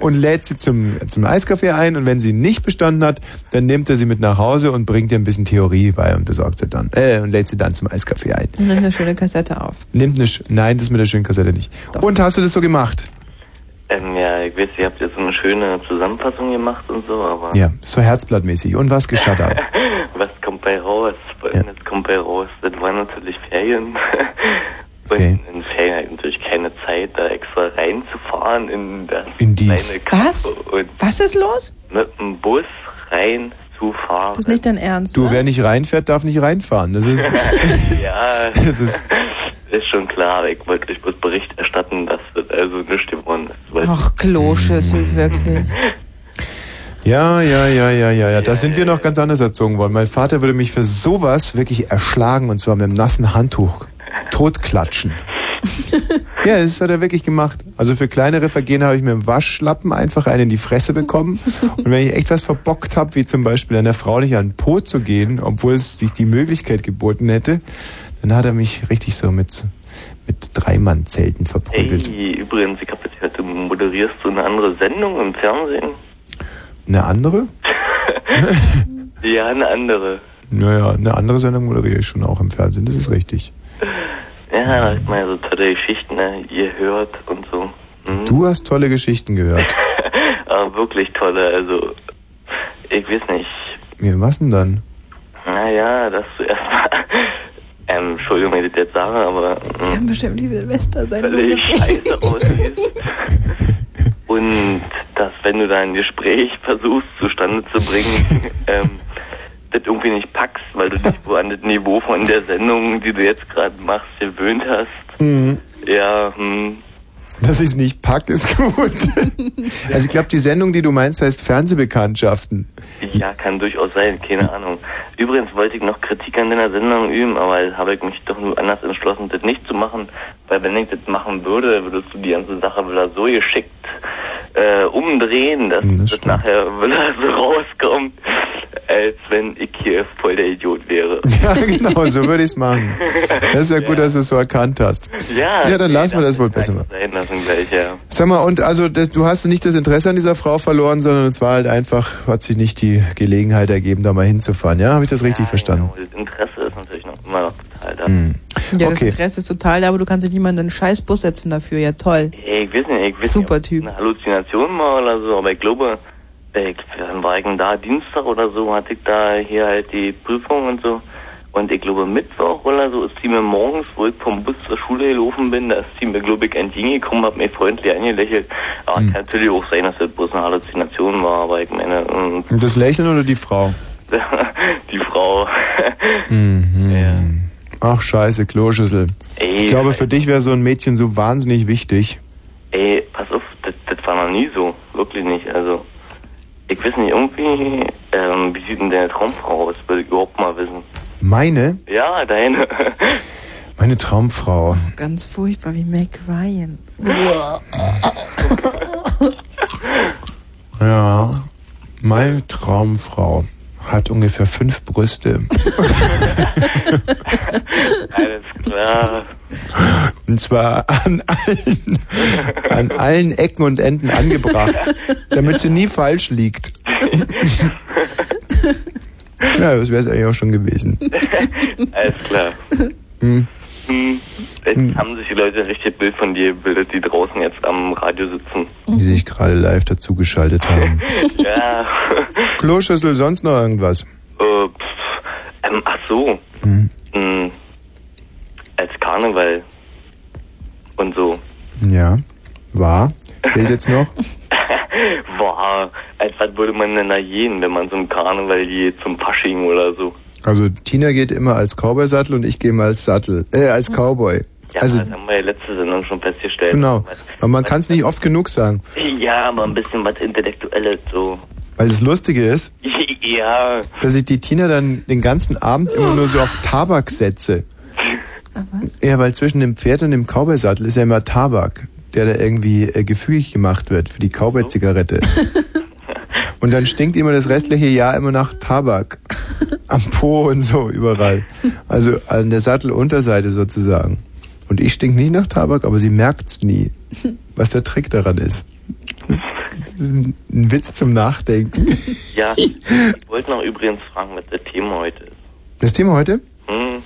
und lädt sie zum, zum Eiskaffee ein und wenn sie nicht bestanden hat, dann nimmt er sie mit nach Hause und bringt ihr ein bisschen Theorie bei und besorgt sie dann, äh, und lädt sie dann zum Eiskaffee ein.
Und dann eine schöne Kassette auf.
Nimmt eine, Sch nein, das mit der schönen Kassette nicht. Und hast du das so gemacht?
Ähm, ja, ich weiß, ihr habt jetzt so eine schöne Zusammenfassung gemacht und so, aber
Ja, so herzblattmäßig. Und was geschah dann?
was kommt bei raus? Was kommt bei raus? Das waren natürlich Ferien.
Okay.
In den Ferien hatte ich natürlich keine Zeit, da extra reinzufahren in das
In die-
kleine
Was?
Kaff und
Was ist los?
mit dem Bus reinzufahren.
Das ist nicht dein Ernst.
Du, wer nicht reinfährt, darf nicht reinfahren. Das ist,
ja,
das ist,
ist schon klar, aber ich wollte euch bloß Bericht erstatten, dass das also nicht geworden ist. weil-
Ach,
Mm.
Kloschüssel, wirklich.
ja, ja, ja, ja, ja, ja. Da sind wir noch ganz anders erzogen worden. Mein Vater würde mich für sowas wirklich erschlagen und zwar mit einem nassen Handtuch totklatschen. ja, das hat er wirklich gemacht. Also für kleinere Vergehen habe ich mit dem Waschlappen einfach einen in die Fresse bekommen. Und wenn ich echt was verbockt habe, wie zum Beispiel einer Frau nicht an den Po zu gehen, obwohl es sich die Möglichkeit geboten hätte, dann hat er mich richtig so mit, mit Dreimann-Zelten verprügelt.
Ey, übrigens, ich hab jetzt gehört, du moderierst so eine andere Sendung im Fernsehen.
Eine andere?
Ja, eine andere.
Naja, eine andere Sendung moderiere ich schon auch im Fernsehen, das ist richtig.
Ja, ich meine, so tolle Geschichten, ne? ihr hört und so.
Du hast tolle Geschichten gehört.
Aber wirklich tolle, also, ich weiß nicht.
Wie, was denn dann?
Naja, das erstmal. ähm, Entschuldigung, wenn ich das jetzt sage, aber. hm.
Die haben bestimmt die Silvester sein.
völlig scheiße oh, aussieht. Und dass, wenn du dein Gespräch versuchst zustande zu bringen, ähm, das irgendwie nicht packst, weil du dich so an das Niveau von der Sendung, die du jetzt gerade machst, gewöhnt hast.
Mhm.
Ja, hm.
Dass ich es nicht pack, ist gut. also ich glaube, die Sendung, die du meinst, heißt Fernsehbekanntschaften.
Ja, kann durchaus sein, keine Ahnung. Übrigens wollte ich noch Kritik an deiner Sendung üben, aber habe ich mich doch nur anders entschlossen, das nicht zu machen, weil wenn ich das machen würde, würdest du die ganze Sache wieder so geschickt äh, umdrehen, dass das, nachher wieder so rauskommt, als wenn ich hier voll der Idiot wäre.
Ja, genau, so würde ich es machen. Das ist ja gut, dass du es so erkannt hast.
Ja,
ja dann
nee,
lassen wir
das halt
das wohl besser machen.
Sein lassen gleich, ja.
Sag mal, und also das, du hast nicht das Interesse an dieser Frau verloren, sondern es war halt einfach, hat sich nicht die Gelegenheit ergeben, da mal hinzufahren. Ja, habe ich das richtig verstanden? Hm.
Das Interesse ist natürlich noch immer noch total da.
Ja, das
Okay.
Interesse ist total da, aber du kannst dich niemanden in einen scheiß Bus setzen dafür. Ja, toll.
Ey, Ich weiß nicht, ich weiß Super nicht, ob eine Halluzination war oder so, aber ich glaube, ey, ich- wann war ich denn da? Dienstag oder so hatte ich da hier halt die Prüfung und so. Und ich glaube, Mittwoch oder so ist die mir morgens, wo ich vom Bus zur Schule gelaufen bin, da ist die mir, glaube ich, entgegengekommen, hat mich freundlich angelächelt. Aber kann natürlich auch sein, dass das bloß eine Halluzination war, aber ich meine, ähm,
Und Das Lächeln oder die Frau?
die Frau.
Mhm. Ach scheiße, Kloschüssel.
Ey.
Ich glaube, für dich wäre so ein Mädchen so wahnsinnig wichtig.
Ey, pass auf, das, das war noch nie so. Wirklich nicht. Also, ich weiß nicht, irgendwie, ähm, wie sieht denn deine Traumfrau aus? Will ich überhaupt mal wissen.
Meine?
Ja, deine.
Meine Traumfrau.
Ganz furchtbar wie Meg Ryan.
Ja. Meine Traumfrau hat ungefähr fünf Brüste.
Alles klar.
Und zwar an allen, an allen Ecken und Enden angebracht, damit sie nie falsch liegt. Ja, das wäre es eigentlich auch schon gewesen.
Alles klar.
Hm.
Hm. Jetzt haben sich die Leute ein richtiges Bild von dir gebildet, die draußen jetzt am Radio sitzen.
Die sich gerade live dazugeschaltet haben.
ja.
Kloschüssel, sonst noch irgendwas?
Äh, pff, ähm, ach so. Hm. Als Karneval. Und so.
Ja, war. Fehlt jetzt noch?
Boah, als was würde man denn da gehen, wenn man zum Karneval geht, zum Fasching oder so?
Also Tina geht immer als Cowboy-Sattel und ich gehe mal als Sattel, äh, als Cowboy.
Ja, äh,
also
das haben wir ja letzte Sendung schon festgestellt.
genau. Aber man kann es nicht oft genug sagen.
Ja, aber ein bisschen was Intellektuelles so.
Weil das Lustige ist,
ja,
dass ich die Tina dann den ganzen Abend immer nur so auf Tabak setze. Ja, weil zwischen dem Pferd und dem Cowboy-Sattel ist ja immer Tabak, der da irgendwie äh, gefügig gemacht wird für die Cowboy-Zigarette. und dann stinkt immer das restliche Jahr immer nach Tabak. Am Po und so überall. Also an der Sattelunterseite sozusagen. Und ich stink nicht nach Tabak, aber sie merkt's nie, was der Trick daran ist. Das ist das ist ein ein Witz zum Nachdenken.
ja. Ich wollte noch übrigens fragen, was das Thema heute ist.
Das Thema heute?
Hm,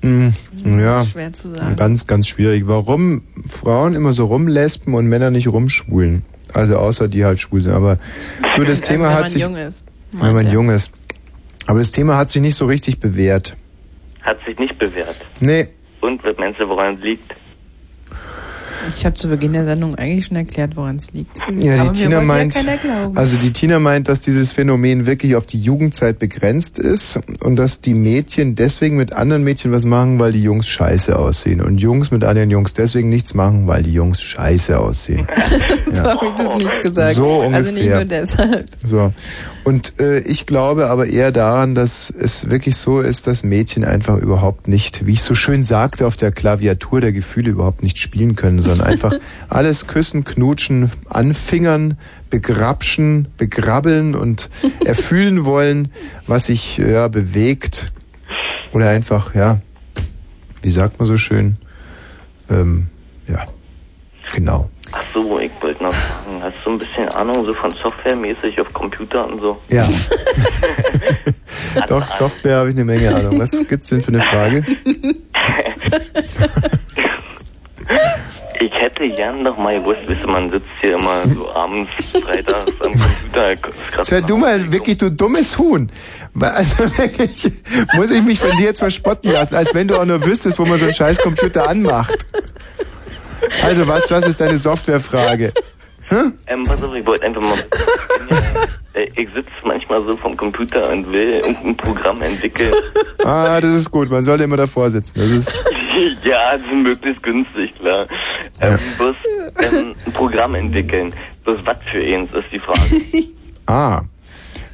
Hm, ja.
schwer zu sagen.
Ganz, ganz schwierig. Warum Frauen immer so rumlespen und Männer nicht rumschwulen? Also außer die halt schwul sind. Aber so das
Also,
Thema
wenn
hat
man
sich.
jung ist,
wenn man jung ist. Aber das Thema hat sich nicht so richtig bewährt.
hat sich nicht bewährt.
Nee.
Und was meinst du, woran es liegt?
Ich habe zu Beginn der Sendung eigentlich schon erklärt, woran es liegt.
Ja,
Aber
die
mir
Tina
wollte
meint,
Ja keiner glauben.
also die Tina meint, dass dieses Phänomen wirklich auf die Jugendzeit begrenzt ist und dass die Mädchen deswegen mit anderen Mädchen was machen, weil die Jungs scheiße aussehen und Jungs mit anderen Jungs deswegen nichts machen, weil die Jungs scheiße aussehen.
so habe ich das nicht gesagt.
So
also nicht
ungefähr.
nur deshalb.
So. Und äh, ich glaube aber eher daran, dass es wirklich so ist, dass Mädchen einfach überhaupt nicht, wie ich so schön sagte, auf der Klaviatur der Gefühle überhaupt nicht spielen können, sondern einfach alles küssen, knutschen, anfingern, begrapschen, begrabbeln und erfühlen wollen, was sich äh, ja, bewegt. Oder einfach, ja, wie sagt man so schön? Ähm, ja, genau.
Ach so, ich wollte noch fragen, hast du ein bisschen Ahnung so von Softwaremäßig auf Computer und so?
Ja. Doch, Software habe ich eine Menge Ahnung. Was gibt's denn für eine Frage?
Ich hätte gern noch mal gewusst, wisst ihr, man sitzt hier immer so abends, freitags am Computer. ist grad-
Das wär du mal wirklich, du dummes Huhn. Also wirklich, muss ich mich von dir jetzt verspotten lassen, als wenn du auch nur wüsstest, wo man so einen scheiß Computer anmacht. Also was, was ist deine Softwarefrage? Hm?
Ähm, pass auf, ich wollte einfach mal. Äh, Ich sitze manchmal so vom Computer und will irgendein Programm entwickeln.
Ah, das ist gut, man sollte immer davor sitzen. Das ist,
ja, das ist möglichst günstig, klar. Ähm, bloß ähm, ein Programm entwickeln. Bloß was für eins ist die Frage.
ah.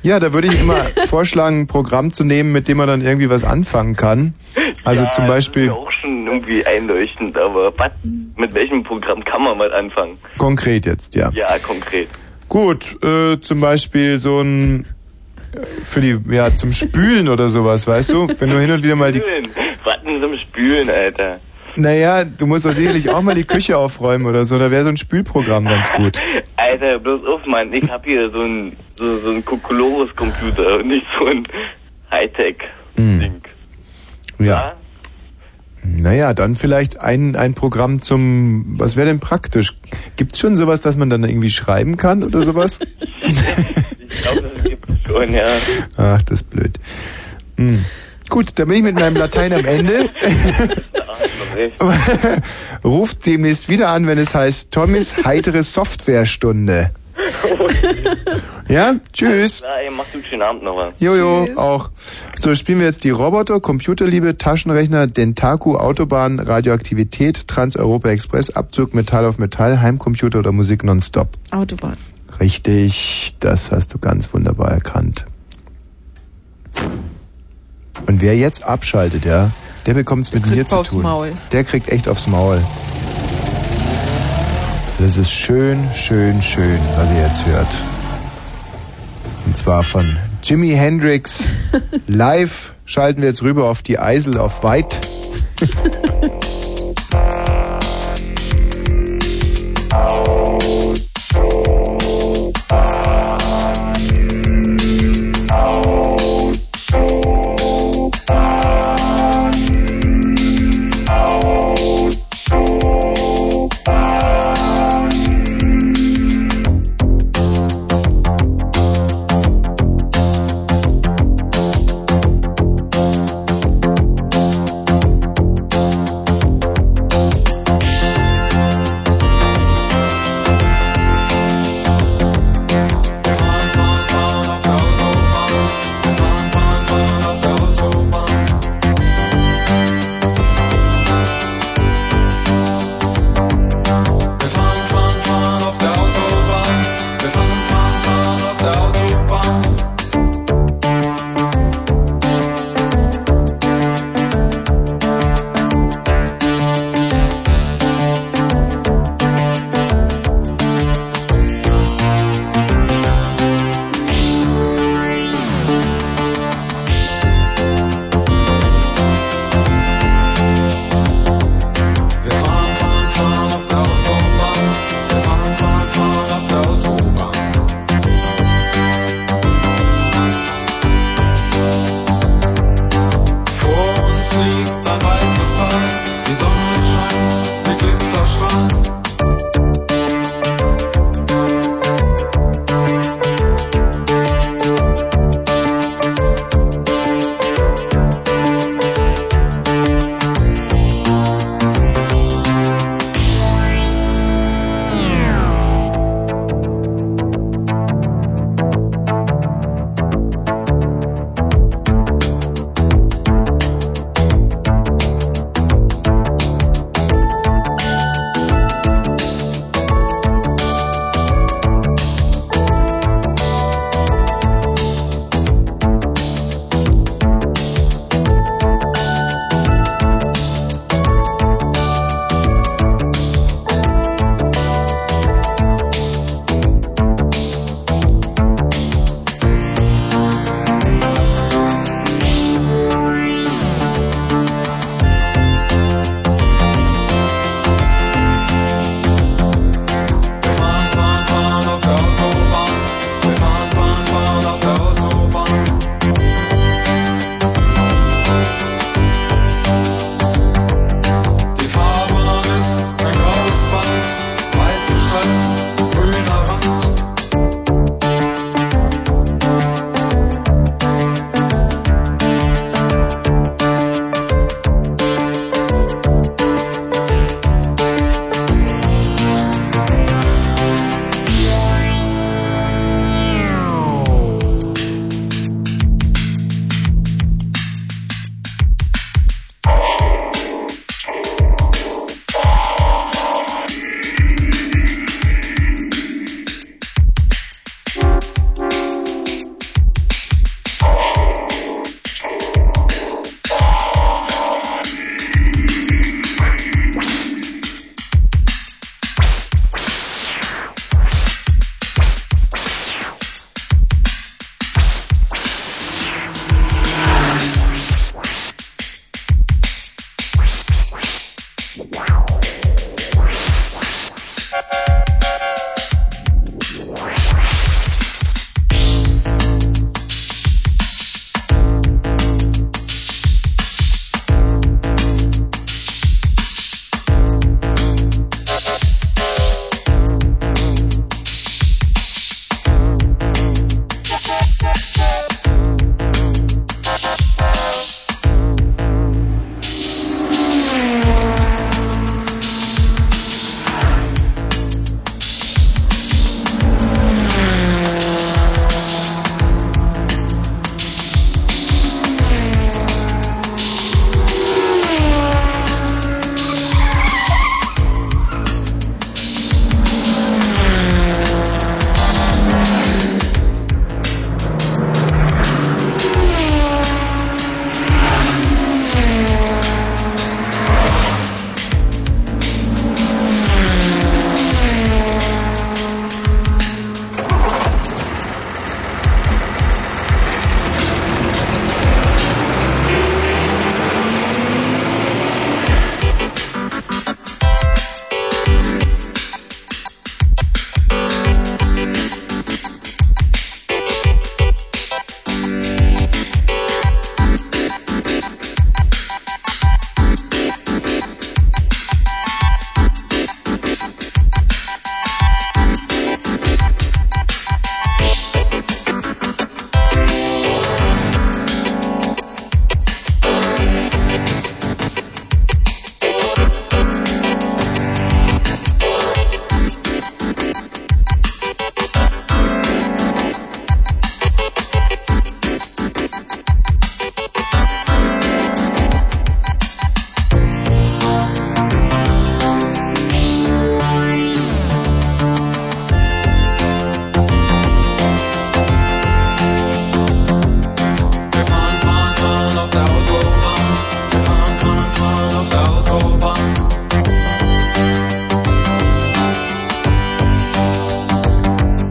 Ja, da würde ich immer vorschlagen, ein Programm zu nehmen, mit dem man dann irgendwie was anfangen kann. Also
ja,
zum
Das
Beispiel
ist ja auch schon irgendwie einleuchtend, aber was, mit welchem Programm kann man mal anfangen?
konkret jetzt, ja.
Ja, konkret.
Gut, äh, zum Beispiel so ein äh, für die ja zum Spülen oder sowas, weißt du? Wenn du hin und wieder mal die
Spülen. Warten zum Spülen, Alter.
Naja, du musst doch sicherlich auch mal die Küche aufräumen oder so. Da wäre so ein Spülprogramm ganz gut.
Alter, bloß auf, Mann. Ich hab hier so ein so, so ein Kokolores Computer und nicht so ein Hightech. Hm.
Ja. Naja, dann vielleicht ein, ein Programm zum, was wäre denn praktisch? Gibt's schon sowas, dass man dann irgendwie schreiben kann oder sowas?
Ich glaube, das gibt's schon, ja.
Ach, das ist blöd. Hm. Gut, da bin ich mit meinem Latein am Ende. Ruft demnächst wieder an, wenn es heißt Tommys heitere Softwarestunde. Ja, tschüss.
Oh. Na, ey, mach du einen schönen Abend noch was.
Jojo, auch. So, spielen wir jetzt die Roboter, Computerliebe, Taschenrechner, Dentaku, Autobahn, Radioaktivität, Trans-Europa Express, Abzug, Metall auf Metall, Heimcomputer oder Musik nonstop.
Autobahn.
Richtig, das hast du ganz wunderbar erkannt. Und wer jetzt abschaltet, ja, der bekommt es mit mir zu
aufs
tun.
Maul.
Der kriegt echt aufs Maul. Das ist schön, schön, schön, was ihr jetzt hört. Und zwar von Jimi Hendrix. Live schalten wir jetzt rüber auf die Eisel auf Weit.
Thank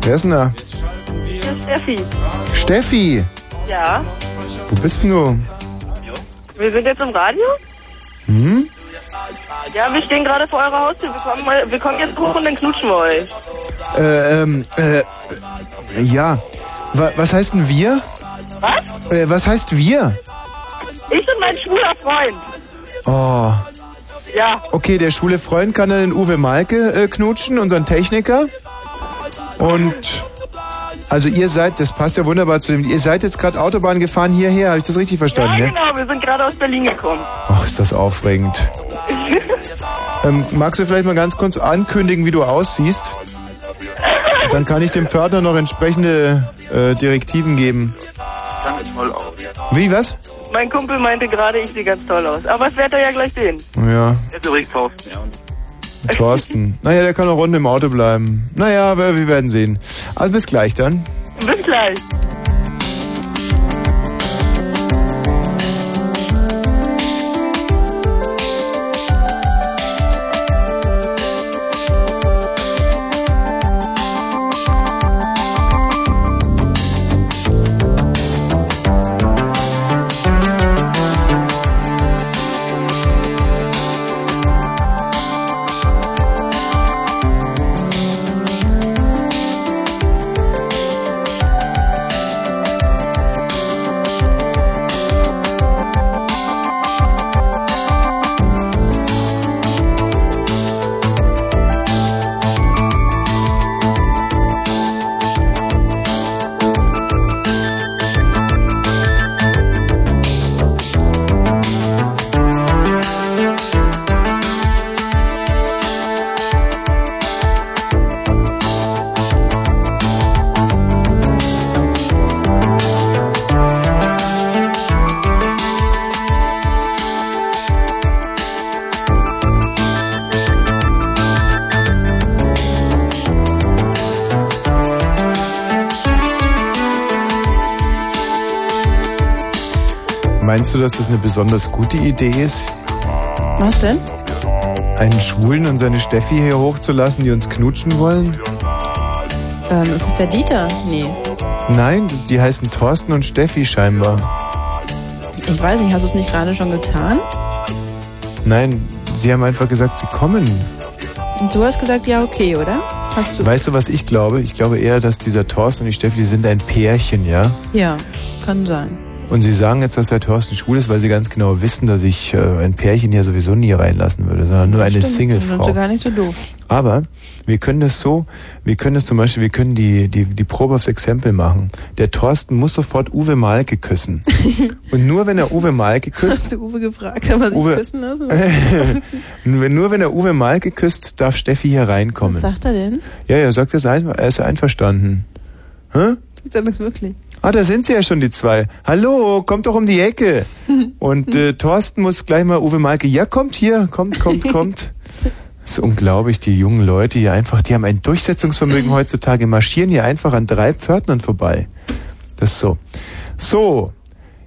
Hessener.
Steffi.
Steffi,
Ja,
wo bist denn du?
wir sind jetzt im Radio.
Hm?
Ja, wir stehen gerade vor eurer Haustür. Wir kommen, mal- wir kommen jetzt hoch und dann knutschen wir euch.
Äh, ähm, äh, äh, ja. Wa was heißt denn wir?
Was?
Äh, was heißt wir?
Ich und mein schwuler Freund.
Oh.
Ja.
Okay, der schwule Freund kann dann den Uwe Malke äh, knutschen, unseren Techniker. Und also ihr seid, das passt ja wunderbar zu dem, ihr seid jetzt gerade Autobahn gefahren hierher, habe ich das richtig verstanden,
Ja,
ne?
genau, wir sind gerade aus Berlin gekommen.
Ach, ist das aufregend. Ähm, magst du vielleicht mal ganz kurz ankündigen, wie du aussiehst? Dann kann ich dem Pförtner noch entsprechende äh, Direktiven geben. Wie, was?
Mein Kumpel meinte gerade, ich sehe ganz toll aus. Aber das werdet ihr ja gleich sehen.
Ja,
Jetzt übrigens Thorsten, ja.
Thorsten. Naja, der kann noch unten im Auto bleiben. Naja, aber wir werden sehen. Also bis gleich dann.
Bis gleich.
Meinst du, dass das eine besonders gute Idee ist,
Was denn?
einen Schwulen und seine Steffi hier hochzulassen, die uns knutschen wollen?
Ähm, ist es der Dieter? Nee.
Nein, das- die heißen Thorsten und Steffi scheinbar.
Ich weiß nicht, hast du es nicht gerade schon getan?
Nein, sie haben einfach gesagt, sie kommen.
Und du hast gesagt, ja, okay, oder? Hast du?
Weißt du, was ich glaube? Ich glaube eher, dass dieser Thorsten und die Steffi, die sind ein Pärchen, ja?
Ja, kann sein.
Und sie sagen jetzt, dass der Thorsten schwul ist, weil sie ganz genau wissen, dass ich äh, ein Pärchen hier sowieso nie reinlassen würde, sondern nur eine
Stimmt, Dann sind sie
Singlefrau.
gar nicht so doof.
Aber wir können das so, wir können das zum Beispiel, wir können die, die, die Probe aufs Exempel machen. Der Thorsten muss sofort Uwe Malke küssen. Und nur wenn er Uwe Malke küsst,
Hast du Uwe gefragt, ob er sich
Uwe.
küssen lassen
nur wenn er Uwe Malke küsst, darf Steffi hier reinkommen.
Was sagt er denn?
Ja, ja, sagt er, sei- er ist einverstanden. Hä?
Tut er das wirklich?
Ah, da sind sie ja schon, die zwei. Hallo, kommt doch um die Ecke. Und äh, Thorsten muss gleich mal Uwe Malke, ja, kommt hier, kommt, kommt, kommt. Das ist unglaublich, die jungen Leute hier einfach, die haben ein Durchsetzungsvermögen heutzutage, marschieren hier einfach an drei Pförtnern vorbei. Das ist so. So,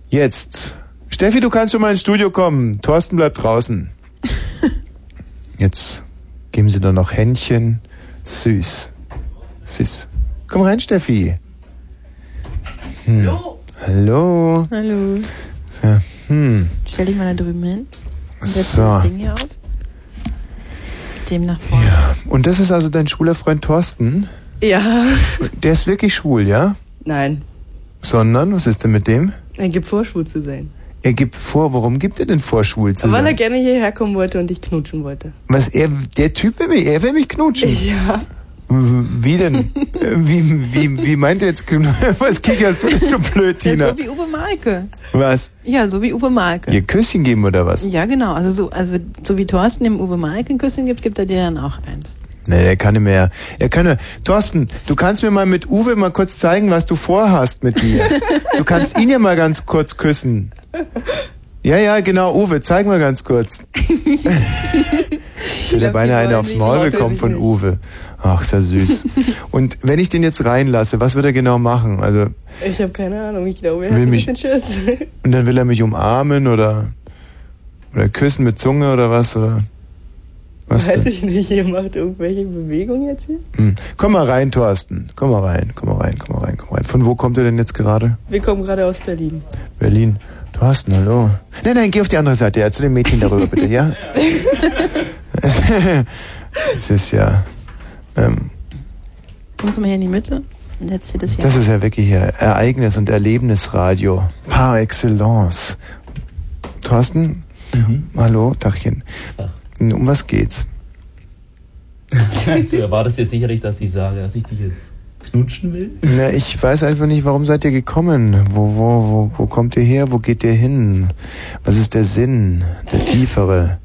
jetzt. Steffi, du kannst schon mal ins Studio kommen. Thorsten bleibt draußen. Jetzt geben sie dann noch Händchen. Süß. Süß. Komm rein, Steffi. Hm. Hallo.
Hallo.
So. Hm.
Stell dich mal da drüben hin. Und setz
So.
das Ding hier auf. Dem nach vorne.
Und das ist also dein schwuler Freund Thorsten.
Ja,
Der ist wirklich schwul, ja?
nein,
Sondern, was ist denn mit dem?
er gibt vor, schwul zu sein.
Er gibt vor, warum gibt er denn vor, schwul zu
Weil er
sein?
gerne hierher kommen wollte und ich knutschen wollte.
Was, er, der Typ will mich, er will mich knutschen.
Ja.
Wie denn? Äh, wie, wie, wie meint er jetzt? kn- Was kicherst du denn so blöd,
Der ist
Tina?
so wie Uwe Malke.
Was?
Ja, so wie Uwe Malke.
Ihr Küsschen geben oder was?
Ja, genau. Also so, also so wie Thorsten dem Uwe Malke ein Küsschen gibt, gibt er dir dann auch eins.
Nee, der kann nicht mehr. Er kann nur. Thorsten, du kannst mir mal mit Uwe mal kurz zeigen, was du vorhast mit mir. Du kannst ihn ja mal ganz kurz küssen. Ja, ja, genau, Uwe, zeig mal ganz kurz. Jetzt hat er beinahe eine aufs Maul bekommen von Uwe. Ach, ist ja süß. Und wenn ich den jetzt reinlasse, was wird er genau machen? Also,
Ich habe keine Ahnung, ich glaube, er
Will
hat ein
mich-
bisschen Schiss.
und dann will er mich umarmen oder, oder küssen mit Zunge oder was? Oder? Was
Weiß
denn?
ich nicht, ihr macht irgendwelche Bewegungen jetzt hier?
Hm. Komm mal rein, Thorsten. Komm mal rein, komm mal rein, komm mal rein, komm mal rein. Von wo kommt ihr denn jetzt gerade?
Wir kommen gerade aus Berlin.
Berlin. Thorsten, hallo. Nein, nein, geh auf die andere Seite, ja, zu dem Mädchen darüber, bitte, ja? es, es ist ja. Ähm,
Kommst du mal hier in die Mitte? Und setzt dir das hier.
das ist ja wirklich hier Ereignis- und Erlebnisradio. Par excellence. Thorsten? Hallo, Tachchen. Um was geht's?
du erwartest jetzt sicherlich, dass ich sage, dass ich die jetzt knutschen will.
Na, ich weiß einfach nicht, warum seid ihr gekommen? Wo, wo, wo, wo kommt ihr her? Wo geht ihr hin? Was ist der Sinn? Der tiefere?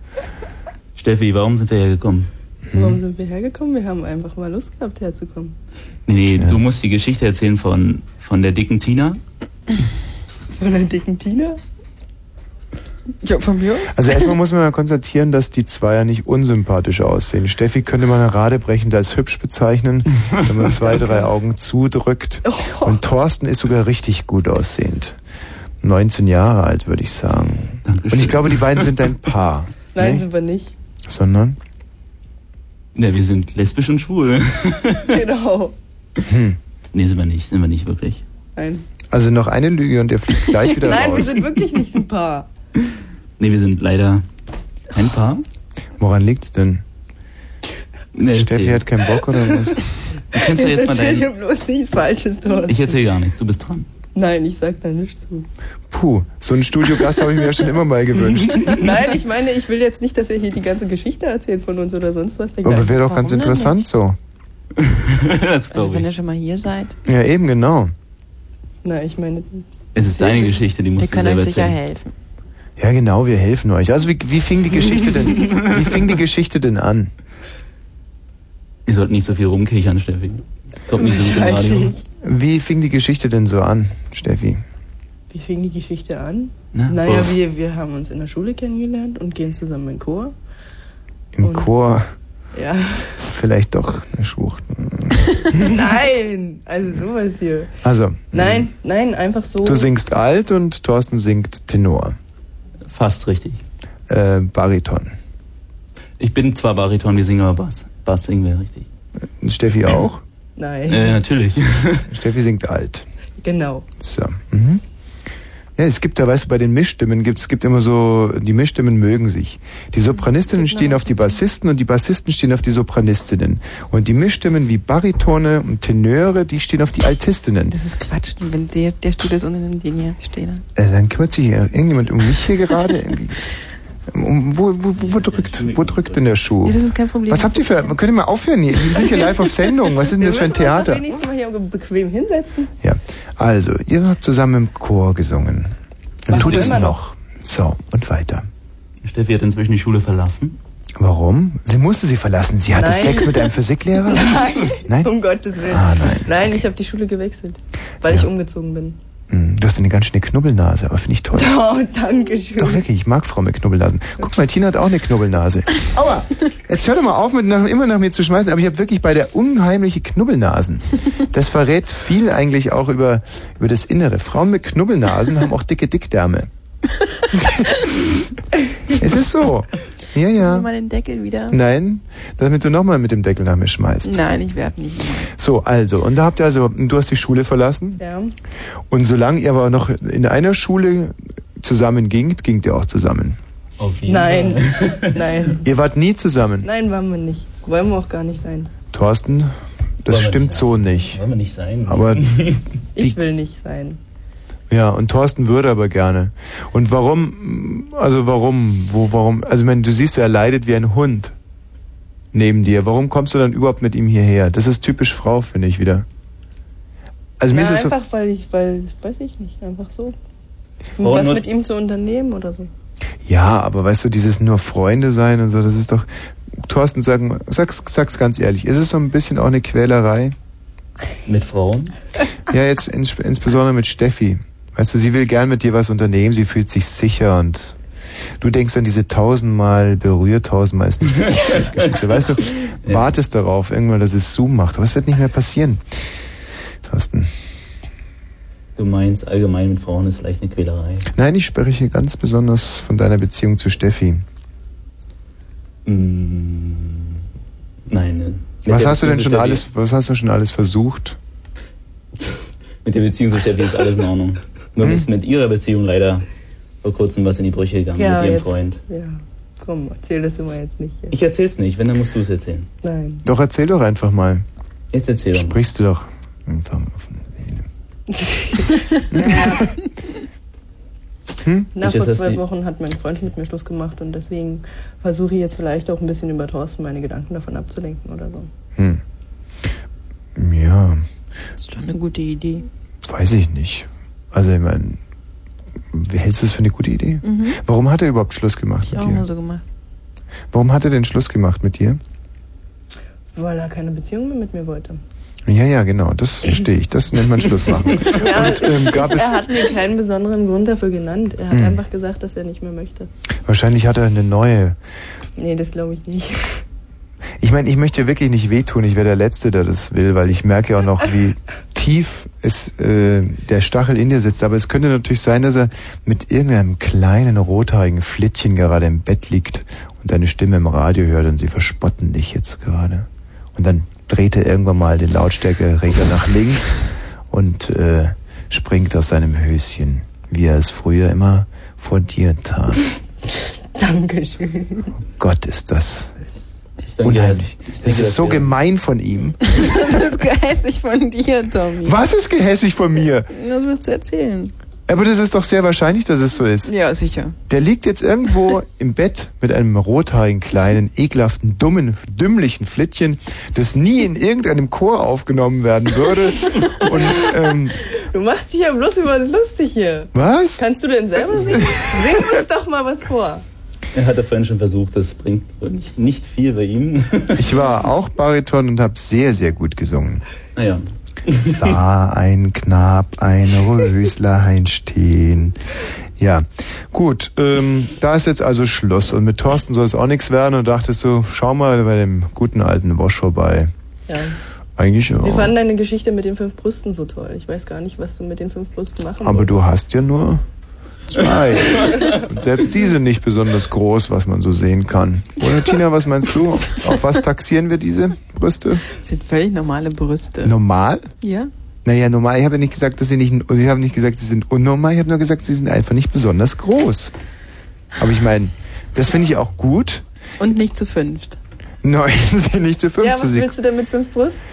Steffi, warum sind wir hergekommen?
Hm.
Warum sind wir hergekommen? Wir haben einfach mal Lust gehabt, herzukommen.
Nee, nee, du musst die Geschichte erzählen von, von der dicken Tina.
Von der dicken Tina? Ja, von mir aus?
Also erstmal muss man mal konstatieren, dass die zwei ja nicht unsympathisch aussehen. Steffi könnte man radebrechend als hübsch bezeichnen, wenn man zwei, drei Augen zudrückt. Und Thorsten ist sogar richtig gut aussehend. 19 Jahre alt, würde ich sagen. Und ich glaube, die beiden sind ein Paar.
Nein,
Nee?
sind wir nicht.
Sondern?
Ne, wir sind lesbisch und schwul. Hm.
Genau.
nee, sind wir nicht, sind wir nicht wirklich.
Nein.
Also noch eine Lüge und der fliegt gleich wieder
Nein, wir
raus.
sind wirklich nicht ein Paar.
Nee, wir sind leider ein Paar.
Woran liegt's denn? Steffi hat keinen Bock oder was?
Du kannst ja jetzt mal
erzähl dir
deinen,
bloß nichts Falsches, Thorsten.
ich erzähle gar nichts, du bist dran.
Nein, ich sag da nichts zu.
Puh, so einen Studiogast habe ich mir ja schon immer mal gewünscht.
Nein, ich meine, ich will jetzt nicht, dass ihr hier die ganze Geschichte erzählt von uns oder sonst was.
Aber wäre doch ganz interessant so.
Also wenn ihr schon mal hier seid,
Ja, eben genau.
Nein, ich meine,
Es ist deine Geschichte, die
wir
musst du
können euch
selber
sicher
erzählen.
helfen.
Ja, genau, wir helfen euch. Also wie, wie fing die Geschichte denn? Wie fing die Geschichte denn an?
Ihr sollt nicht so viel rumkichern, Steffi. Das kommt nicht so gut im Radio.
Wie fing die Geschichte denn so an, Steffi?
wie fing die Geschichte an?
Na,
naja,
vor-
wir, wir haben uns in der Schule kennengelernt und gehen zusammen in den Chor.
Im Chor
Ja.
vielleicht doch eine Schwucht.
Nein! Also sowas hier.
Also,
Nein, nein, einfach so.
du singst alt und Thorsten singt Tenor.
Fast richtig.
Äh, Bariton.
Ich bin zwar Bariton, wir singen aber Bass. Bass singen wir richtig.
Steffi auch?
Nein.
Äh, natürlich.
Steffi singt alt.
Genau.
So. Mhm. Ja, es gibt da, weißt du, bei den Mischstimmen gibt es gibt immer so, die Mischstimmen mögen sich. Die Sopranistinnen
Genau.
stehen auf die Bassisten und die Bassisten stehen auf die Sopranistinnen. Und die Mischstimmen wie Baritone und Tenöre, die stehen auf die Altistinnen.
Das ist Quatsch, wenn der, der steht jetzt unter den Ding hier. Ich stehe da.
Äh, dann kümmert sich hier irgendjemand um mich hier gerade? Irgendwie. Um, wo, wo, wo, wo drückt, wo drückt denn der Schuh?
Ja, das ist kein Problem.
Was habt ihr für, könnt ihr mal aufhören hier? Wir sind hier live auf Sendung. Was ist denn das für ein Theater?
Wir müssen uns doch wenigstens mal hier bequem hinsetzen.
Ja, also, ihr habt zusammen im Chor gesungen. Dann
Was
tut
denn
es
immer
noch. So, und weiter.
Steffi hat inzwischen die Schule verlassen.
Warum? Sie musste sie verlassen. Sie hatte
Nein.
Sex mit einem Physiklehrer?
Nein.
Nein? Ah,
Um Gottes Willen. nein. ich habe die Schule gewechselt, weil ich umgezogen bin.
Hm, Du hast eine ganz schöne Knubbelnase, aber finde ich toll.
Oh, danke schön.
Doch wirklich, ich mag Frauen mit Knubbelnasen. Guck mal, Tina hat auch eine Knubbelnase. Aua! Jetzt hör doch mal auf, mit nach, immer nach mir zu schmeißen, aber ich habe wirklich bei der unheimliche Knubbelnasen. Das verrät viel eigentlich auch über, über das Innere. Frauen mit Knubbelnasen haben auch dicke Dickdärme. es ist so. Ja,
Kannst du
ja.
mal den Deckel wieder?
Nein, damit du nochmal mit dem Deckel nach mir schmeißt.
Nein, ich werfe nicht.
So, also, und da habt ihr also, du hast die Schule verlassen?
Ja.
Und solange ihr aber noch in einer Schule zusammen gingt, gingt ihr auch zusammen.
Nein, nein,
Ihr wart nie zusammen.
nein, waren wir nicht. Wollen wir auch gar nicht sein.
Thorsten, das stimmt so nicht.
Wollen wir nicht sein.
Aber
Ich will nicht sein.
ja, und Thorsten würde aber gerne. Und warum, also warum, wo, warum, also ich meine, du siehst, er leidet wie ein Hund neben dir. Warum kommst du dann überhaupt mit ihm hierher? Das ist typisch Frau, finde ich wieder. Also mir
Na,
ist es so,
einfach, weil ich, weil, weiß ich nicht, einfach so.
Warum
was
Oh, nur-
mit ihm zu unternehmen oder so.
ja, aber weißt du, dieses nur Freunde sein und so, das ist doch, Thorsten, sag, mal- sag's, sag's ganz ehrlich, ist es so ein bisschen auch eine Quälerei?
Mit Frauen?
Ja, jetzt ins, insbesondere mit Steffi. Weißt du, sie will gern mit dir was unternehmen, sie fühlt sich sicher und du denkst an diese tausendmal berührt, tausendmal ist nicht passiert Geschichte. Weißt du, wartest darauf irgendwann, dass es Zoom macht, aber es wird nicht mehr passieren. Thorsten.
Du meinst, allgemein mit Frauen ist vielleicht eine Quälerei.
Nein, ich spreche ganz besonders von deiner Beziehung zu Steffi.
Mm, Nein. ne. Mit
Was
der
hast du denn
Beziehung
schon
zu Steffi-
alles, was hast du schon alles versucht?
Mit der Beziehung zu Steffi ist alles in Ordnung. Nur
Hm?
ist mit ihrer Beziehung leider vor kurzem was in die Brüche gegangen mit ihrem Freund.
Ja, komm, erzähl das immer jetzt nicht. Hier.
Ich erzähl's nicht, wenn, dann musst du es erzählen.
Nein.
Doch erzähl doch einfach mal.
Jetzt erzähl doch mal.
Sprichst du doch.
Nach
Ich
Hm? vor
jetzt erst
zwei
die-
Wochen hat mein Freund mit mir Schluss gemacht und deswegen versuche ich jetzt vielleicht auch ein bisschen über Thorsten meine Gedanken davon abzulenken oder so.
Hm. Ja,
Ist schon eine gute Idee.
weiß ich nicht. Also ich meine, wie hältst du es für eine gute Idee?
Mhm.
Warum hat er überhaupt Schluss gemacht
Ich
mit
auch
dir?
Also
mal so gemacht.
Warum hat er denn Schluss gemacht mit dir?
Weil er keine Beziehung mehr mit mir wollte.
Ja, ja, genau, das verstehe ich. Das nennt man Schluss machen. Und ähm, gab es,
er hat mir keinen besonderen Grund dafür genannt. Er hat
Hm.
einfach gesagt, dass er nicht mehr möchte.
wahrscheinlich hat er eine neue.
Nee, das glaube ich nicht.
Ich meine, ich möchte wirklich nicht wehtun. Ich wäre der Letzte, der das will, weil ich merke ja auch noch, wie tief es, äh, der Stachel in dir sitzt. Aber es könnte natürlich sein, dass er mit irgendeinem kleinen rothaarigen Flittchen gerade im Bett liegt und deine Stimme im Radio hört und sie verspotten dich jetzt gerade. Und dann dreht er irgendwann mal den Lautstärkeregler nach links und äh, springt aus seinem Höschen, wie er es früher immer vor dir tat.
Dankeschön.
Gott, ist das
denke,
unheimlich.
das- ich denke,
Das
das
ist so
wäre-
gemein von ihm.
Das ist gehässig von dir, Tommy.
Was ist gehässig von mir?
Das wirst du erzählen.
Aber das ist doch sehr wahrscheinlich, dass es so ist.
Ja, sicher.
Der liegt jetzt irgendwo im Bett mit einem rothaarigen, kleinen, ekelhaften, dummen, dümmlichen Flittchen, das nie in irgendeinem Chor aufgenommen werden würde. Und ähm,
Du machst dich ja bloß über das lustig hier.
Was?
Kannst du denn selber singen? Sing uns doch mal was vor.
Er hat ja vorhin schon versucht, das bringt wohl nicht, nicht viel bei ihm.
ich war auch Bariton und habe sehr, sehr gut gesungen.
Naja.
Sah ein Knab ein Röslein stehen. Ja, gut, ähm, da ist jetzt also Schluss. Und mit Thorsten soll es auch nichts werden. Und dachtest du, schau mal bei dem guten alten Wosch vorbei.
Ja.
Eigentlich ja.
Wir fanden deine Geschichte mit den fünf Brüsten so toll. Ich weiß gar nicht, was du mit den fünf Brüsten machen
Aber
wolltest.
du hast ja nur zwei. Und selbst diese nicht besonders groß, was man so sehen kann. Oder Tina, was meinst du? Auf was taxieren wir diese Brüste?
Das sind völlig normale Brüste.
Normal?
Ja?
Naja, normal. Ich habe ja nicht gesagt, dass sie nicht, ich habe nicht gesagt, sie sind unnormal. Ich habe nur gesagt, sie sind einfach nicht besonders groß. Aber ich meine, das finde ich auch gut.
Und nicht zu fünft.
Nein, sie sind nicht zu fünf
Ja,
zu
was
sie.
willst du denn mit fünf Brüsten?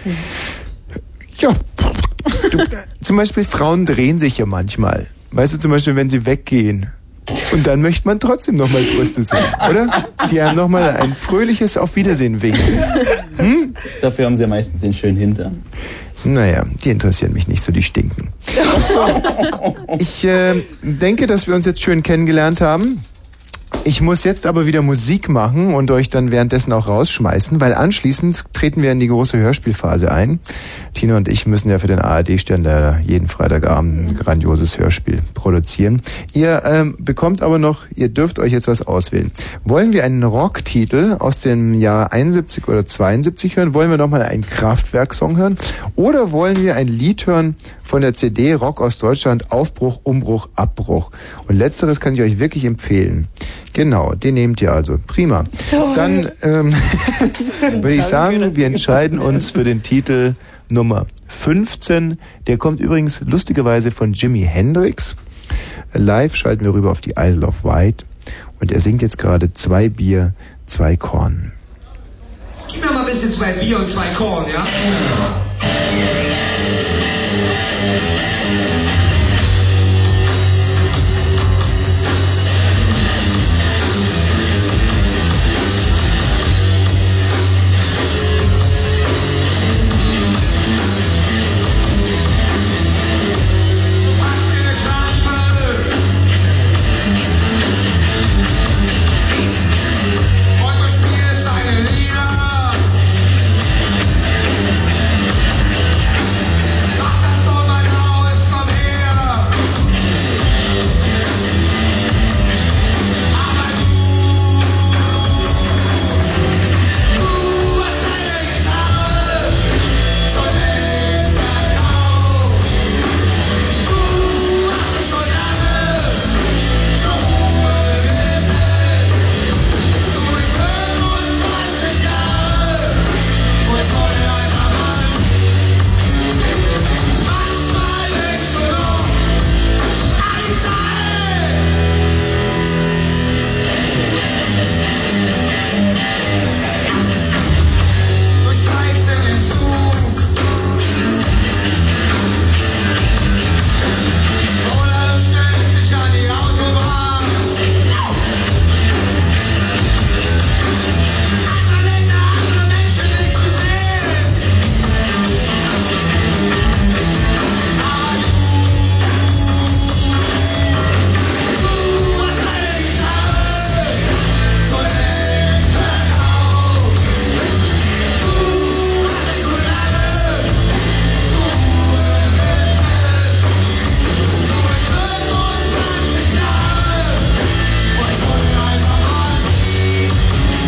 Ja. Du, zum Beispiel Frauen drehen sich ja manchmal. Weißt du, zum Beispiel, wenn sie weggehen. Und dann möchte man trotzdem nochmal Brüste sehen, oder? Die haben nochmal ein fröhliches Auf Wiedersehen winken. Hm?
Dafür haben sie ja meistens den schönen Hintern.
Naja, die interessieren mich nicht so, die stinken. So, ich äh, denke, dass wir uns jetzt schön kennengelernt haben. Ich muss jetzt aber wieder Musik machen und euch dann währenddessen auch rausschmeißen, weil anschließend treten wir in die große Hörspielphase ein. Tina und ich müssen ja für den ARD-Stern leider jeden Freitagabend ein grandioses Hörspiel produzieren. Ihr ähm, bekommt aber noch, ihr dürft euch jetzt was auswählen. Wollen wir einen Rocktitel aus dem Jahre 71 oder 72 hören? Wollen wir nochmal einen Kraftwerk-Song hören? Oder wollen wir ein Lied hören von der CD Rock aus Deutschland Aufbruch, Umbruch, Abbruch? Und letzteres kann ich euch wirklich empfehlen. Genau, den nehmt ihr also. Prima.
Toll.
Dann ähm, würde ich sagen, wir entscheiden uns für den Titel Nummer 15. Der kommt übrigens lustigerweise von Jimi Hendrix. Live schalten wir rüber auf die Isle of Wight. Und er singt jetzt gerade zwei Bier, zwei Korn.
Gib mir mal ein bisschen zwei Bier und zwei Korn, ja? Komm her!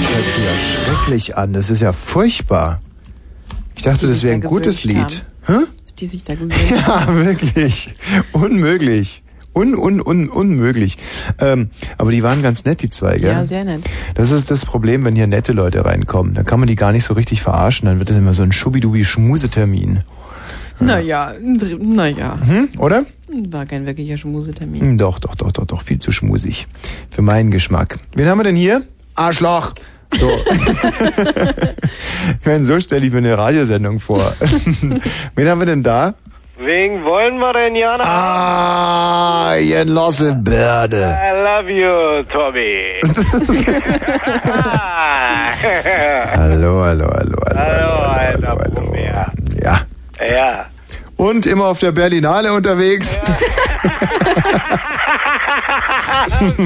schrecklich an. Das ist ja furchtbar. Ich dachte, das wäre ein gutes Lied. Hä?
Die sich da gewöhnt
Ja, wirklich. Unmöglich. Un, un, un, unmöglich. Ähm, aber die waren ganz nett, die zwei, gell?
Ja, sehr nett.
Das ist das Problem, wenn hier nette Leute reinkommen. Dann kann man die gar nicht so richtig verarschen. Dann wird das immer so ein Schubidubi-Schmusetermin.
Naja, ein Dr- naja.
Hm? Oder?
War kein wirklicher Schmusetermin.
Hm, Doch, doch, doch, doch, doch. Viel zu schmusig. Für meinen Geschmack. Wen haben wir denn hier? Arschloch! So. ich meine, so stelle ich mir eine Radiosendung vor. Wen haben wir denn da?
Wegen wollen wir denn, Jana?
Ah, Jan Losse Berde.
I love you, Tommy.
Hallo, hallo, hallo, hallo.
Alter,
Ja.
Ja.
Und immer auf der Berlinale unterwegs.
Selbst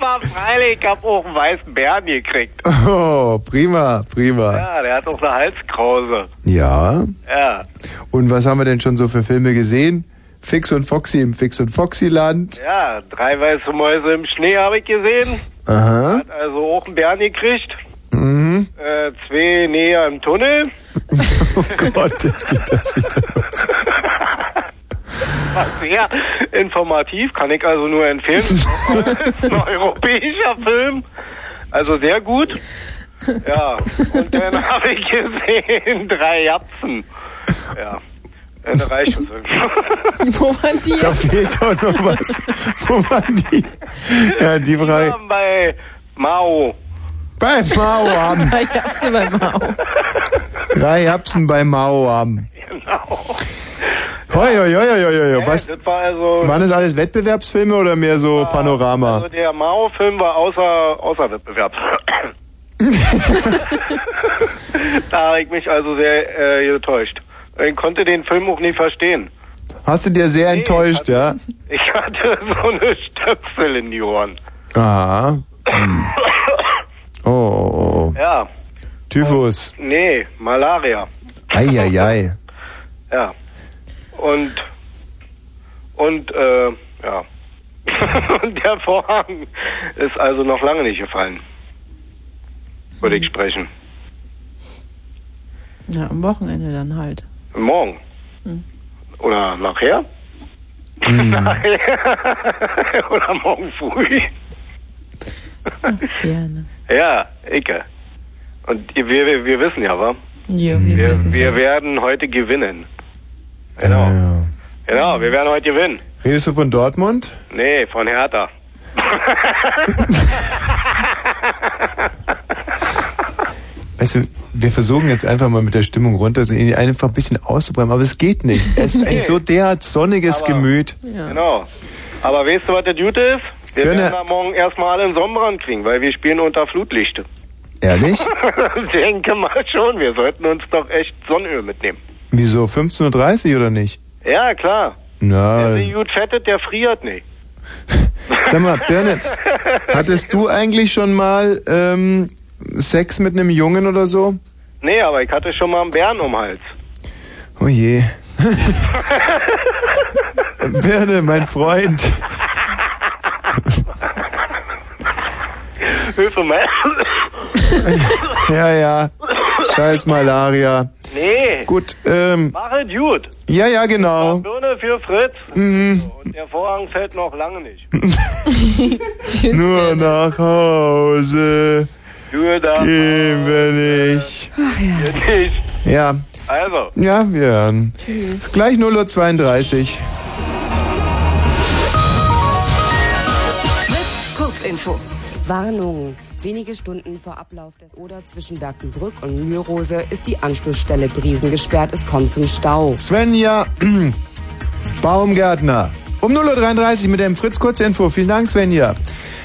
war freilich, ich hab auch einen weißen Bären gekriegt.
Oh, prima, prima.
Ja, der hat auch eine Halskrause.
Ja.
Ja.
Und was haben wir denn schon so für Filme gesehen? Fix und Foxy im Fix und Foxyland.
Ja, drei weiße Mäuse im Schnee habe ich gesehen.
Aha.
Hat also auch einen Bären gekriegt.
Mhm.
Äh, zwei näher im Tunnel.
Oh Gott, jetzt geht das wieder los.
War sehr informativ, kann ich also nur empfehlen. ein europäischer Film. Also sehr gut. Ja, und dann habe ich gesehen, drei Japsen. Ja, eine reiche Film.
Wo waren die?
Da fehlt doch noch was. Wo waren die? Ja, die drei.
Bei Mao.
Bei Mao haben.
Drei Japsen bei Mao.
Drei Japsen bei Mao haben.
Genau.
Hoi, hoi, hoi, hoi, hoi, hoi. Was?
Das war also, Ah,
Waren das alles Wettbewerbsfilme oder mehr so Panorama?
also der Mao-Film war außer, außer Wettbewerb. da habe ich mich also sehr äh, getäuscht. Ich konnte den Film auch nie verstehen.
Hast du dir sehr enttäuscht, ja?
Ich hatte so eine Stöpsel in die Ohren.
Ah. Hm. Oh, oh, oh.
Ja,
Typhus.
nee, Malaria.
Eieiei.
Ja. Und, und, äh, ja. und der Vorhang ist also noch lange nicht gefallen. Würde
Mhm.
ich sprechen.
Na, am Wochenende dann halt.
Morgen.
Hm.
Oder nachher?
Mhm.
nachher. Oder morgen früh.
Gerne.
Ja, Icke. Und wir, wir, wir wissen ja, wa?
Ja, wir
Wir,
wissen
wir werden heute gewinnen. Genau. Genau, wir werden heute gewinnen.
Redest du von Dortmund?
Nee, von Hertha.
Weißt du, wir versuchen jetzt einfach mal mit der Stimmung runter, so ihn einfach ein bisschen auszubreiten, aber es geht nicht. Es ist ein so derart sonniges Gemüt.
Genau. Aber weißt du, was das Gute ist? Wir
Gönne.
werden da morgen erstmal alle einen Sonnenbrand kriegen, weil wir spielen unter Flutlicht.
Ehrlich?
Denke mal schon, wir sollten uns doch echt Sonnenöl mitnehmen.
Wieso? 15.30 Uhr oder nicht?
Ja, klar.
Na,
Wer sich gut fettet, der friert nicht.
sag mal, Birne, hattest du eigentlich schon mal ähm, Sex mit einem Jungen oder so?
Nee, aber ich hatte schon mal einen Bären um den Hals.
Oh je. Birne, mein Freund.
Hilfe, mal.
Ja, ja. Scheiß Malaria.
Nee.
Gut, ähm,
Mach es gut.
ja, ja, genau.
Birne für Fritz.
Mhm.
Und der Vorhang fällt noch lange nicht.
Nur nach Hause
Nur da.
gehen wir nicht. Ja.
Also.
Ja, wir hören.
Tschüss.
Gleich 0.32 Uhr.
Kurzinfo. Warnung. Wenige Stunden vor Ablauf des oder zwischen Berkenbrück und Mühlrose ist die Anschlussstelle Briesen gesperrt. Es kommt zum Stau.
Svenja Baumgärtner. Um 0.33 Uhr mit dem Fritz Kurzinfo. Vielen Dank, Svenja.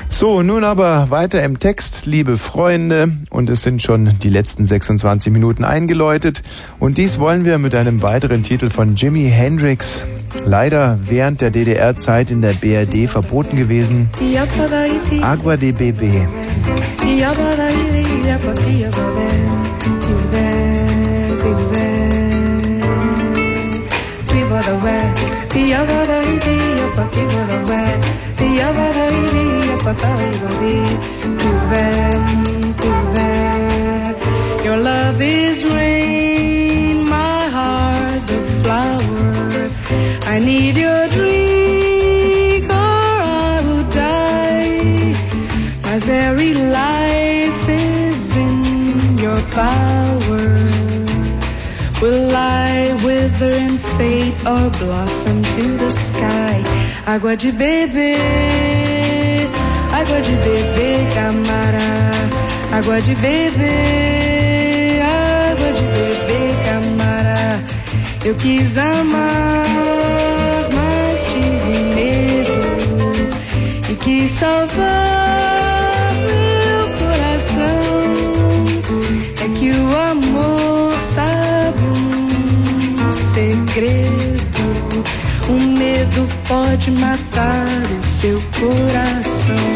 So, nun aber weiter im Text, liebe Freunde. Und es sind schon die letzten 26 Minuten eingeläutet. Und dies wollen wir mit einem weiteren Titel von Jimi Hendrix. Leider während der DDR-Zeit in der BRD verboten gewesen.
Diabadaiti,
Agua de Bebe.
diabadairi, diabadi, diabade, dibe, dibe. Dibadawe, diabadaiti, diabaki, diabadawe, diabadairi, diabadairi, dibe, dibe. love is rain, my heart the flower. I need your drink or I will die. My very life is in your power. Will I wither and fade or blossom to the sky? Agua de beber, água de beber, camarada. Água de beber, água de beber, camara. Eu quis amar, mas tive medo. E quis salvar meu coração. É que o amor sabe um segredo. O medo pode matar o seu coração.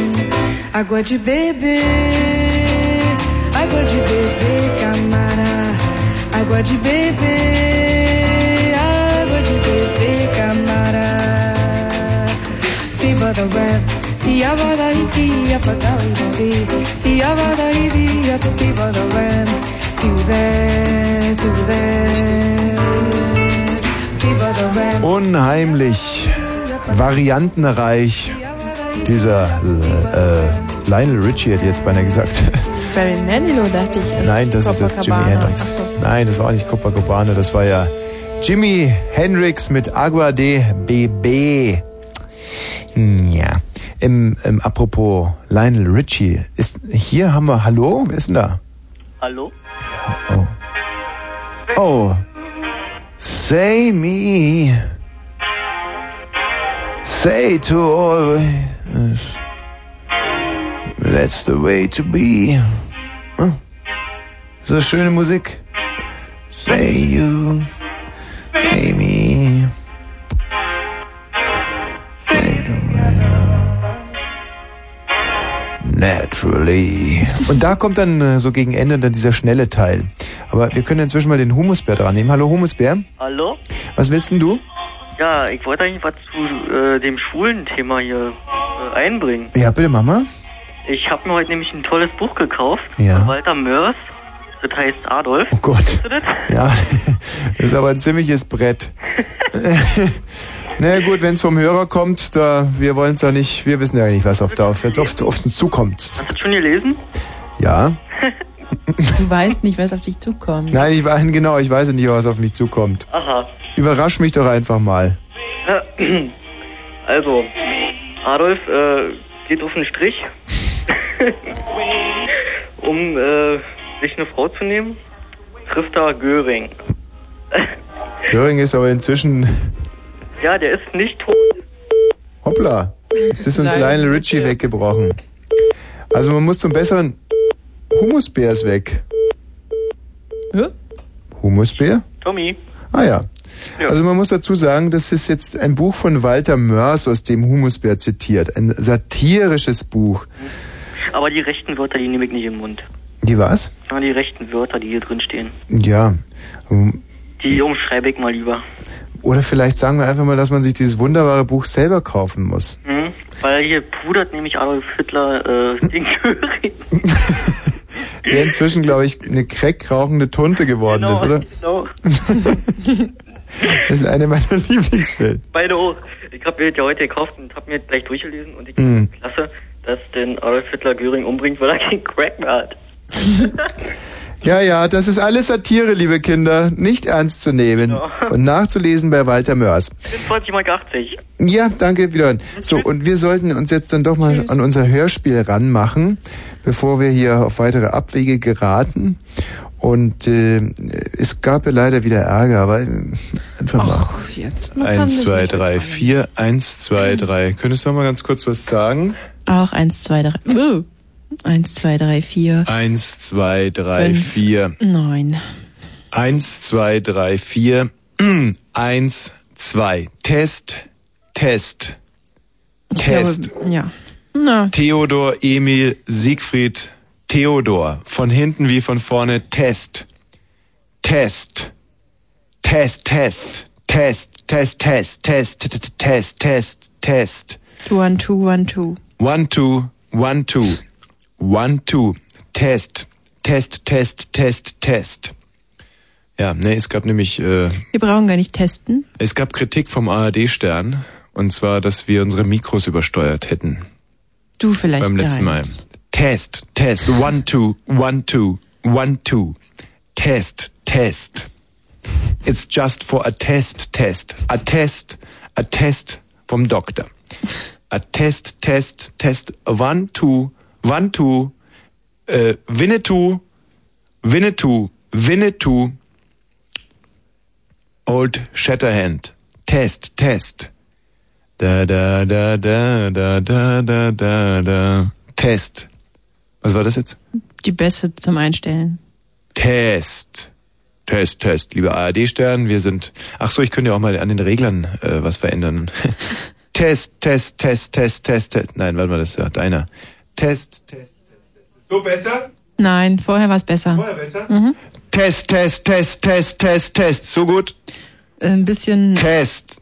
Água de beber, água de beber, camara. Água de beber, água de beber, camara. Pibada web, piabada e piabada e babi. Piabada e piabada, pibada web. Piubé, piubé. Pibada web.
Unheimlich variantenreich dieser äh, äh, Lionel Richie hätte ich jetzt beinahe gesagt.
Barry Manilow dachte ich. ist
Nein, das ist jetzt Jimi
Copacabana.
Hendrix. Nein, das war auch nicht Copacabana, das war ja Jimi Hendrix mit Agua de Bebé. Hm, Ja. Im, im, apropos Lionel Richie, ist, hier haben wir, hallo, wer ist denn da?
Hallo?
Oh. Say me. Say to always. That's the way to be. Hm? Ist das schöne Musik? Say you. Say me. Say to me. Naturally. Und da kommt dann äh, so gegen Ende dann dieser schnelle Teil. Aber wir können inzwischen mal den Humusbär dran nehmen. Hallo Humusbär.
Hallo?
Was willst denn du?
Ja, ich wollte eigentlich was zu äh, dem schwulen Thema hier äh, einbringen.
Ja, bitte Mama.
Ich habe mir heute nämlich ein tolles Buch gekauft
Ja.
von Walter Mörs. Das heißt Adolf.
Oh Gott.
Kennst du das?
Ja, das ist aber ein ziemliches Brett. Na gut, wenn es vom Hörer kommt, da, wir wollen es ja nicht, wir wissen ja nicht, was auf, da, auf, jetzt auf, auf uns zukommt.
Hast du das schon gelesen?
Ja?
Du weißt nicht, was auf dich zukommt.
Nein, ich weiß, genau, ich weiß nicht, was auf mich zukommt.
Aha.
Überrasch mich doch einfach mal.
Äh, Also, Adolf äh, geht auf den Strich, um äh, sich eine Frau zu nehmen. Trifft da Göring.
Göring ist aber inzwischen,
Ja, der ist nicht tot.
hoppla, jetzt ist uns
Lionel
Lionel Richie weggebrochen. Also man muss zum besseren, Humusbär ist weg.
Hä?
Humusbär?
Tommy.
Ah ja. Also man muss dazu sagen, das ist jetzt ein Buch von Walter Mörs, aus dem Humusbär zitiert. Ein satirisches Buch.
Aber die rechten Wörter, die nehme ich nicht im Mund.
Die was?
Ja, die rechten Wörter, die hier drin stehen.
Ja. Ähm,
Die umschreibe ich mal lieber.
Oder vielleicht sagen wir einfach mal, dass man sich dieses wunderbare Buch selber kaufen muss.
Hm? Weil hier pudert nämlich Adolf Hitler äh, den Göring.
Der inzwischen, glaube ich, eine crack rauchende Tunte geworden ist, oder?
Genau.
Das ist eine meiner Lieblingsstellen.
Beide auch. Ich habe mir das ja heute gekauft und habe mir das gleich durchgelesen und ich
Mhm.
finde klasse, dass den Adolf Hitler Göring umbringt, weil er keinen Crack mehr hat.
Ja, ja, das ist alles Satire, liebe Kinder. Nicht ernst zu nehmen. Und nachzulesen bei Walter Mörs.
25 mal 80.
Ja, danke, wiederhören. So, und wir sollten uns jetzt dann doch mal an unser Hörspiel ranmachen, bevor wir hier auf weitere Abwege geraten. Und äh, es gab ja leider wieder Ärger, aber äh, einfach mal.
Jetzt, man kann
Eins,
sich
zwei,
nicht
drei, vier, eins, zwei, drei. Könntest du noch mal ganz kurz was sagen?
Auch eins, zwei, drei. Uh. Eins, zwei, drei, vier,
Eins, zwei, drei,
Fünf.
vier.
neun.
Eins, zwei, drei, vier. Eins, zwei. Test, Test,
Ich
Test.
Glaube, ja. Na,
Theodor, Emil, Siegfried, Theodor. Von hinten wie von vorne. Test. Test. Test, Test. Test, Test, Test, Test, t- t- Test, Test, Test.
two, one, two, one, two.
One, two, one, two. One, two. Test, Test, Test, Test, Test. Ja, nee, es gab nämlich, äh,
Wir brauchen gar nicht testen.
es gab Kritik vom ARD-Stern. Und zwar, dass wir unsere Mikros übersteuert hätten.
Du vielleicht
beim letzten Mal. Test, Test, one, two, one, two, one, two. Test, Test. It's just for a test, test. A test, a test vom Doktor. A test, test, test. One, two, one, two. Äh, Winnetou, Winnetou, Winnetou. Old Shatterhand. Test, test. Da, da, da, da, da, da, da, da, da. Test. Was war das jetzt?
Die Bässe zum Einstellen.
Test. Test, Test, lieber ARD-Stern, wir sind. Ach so, ich könnte ja auch mal an den Reglern äh, was verändern. Test, Test, Test, Test, Test, Test. Nein, warte mal, das ist ja deiner. Test, Test, Test. So besser?
Nein, vorher war es besser. Vorher
besser?
Mhm.
Test, Test, Test, Test, Test, Test. So gut?
Ein bisschen.
Test,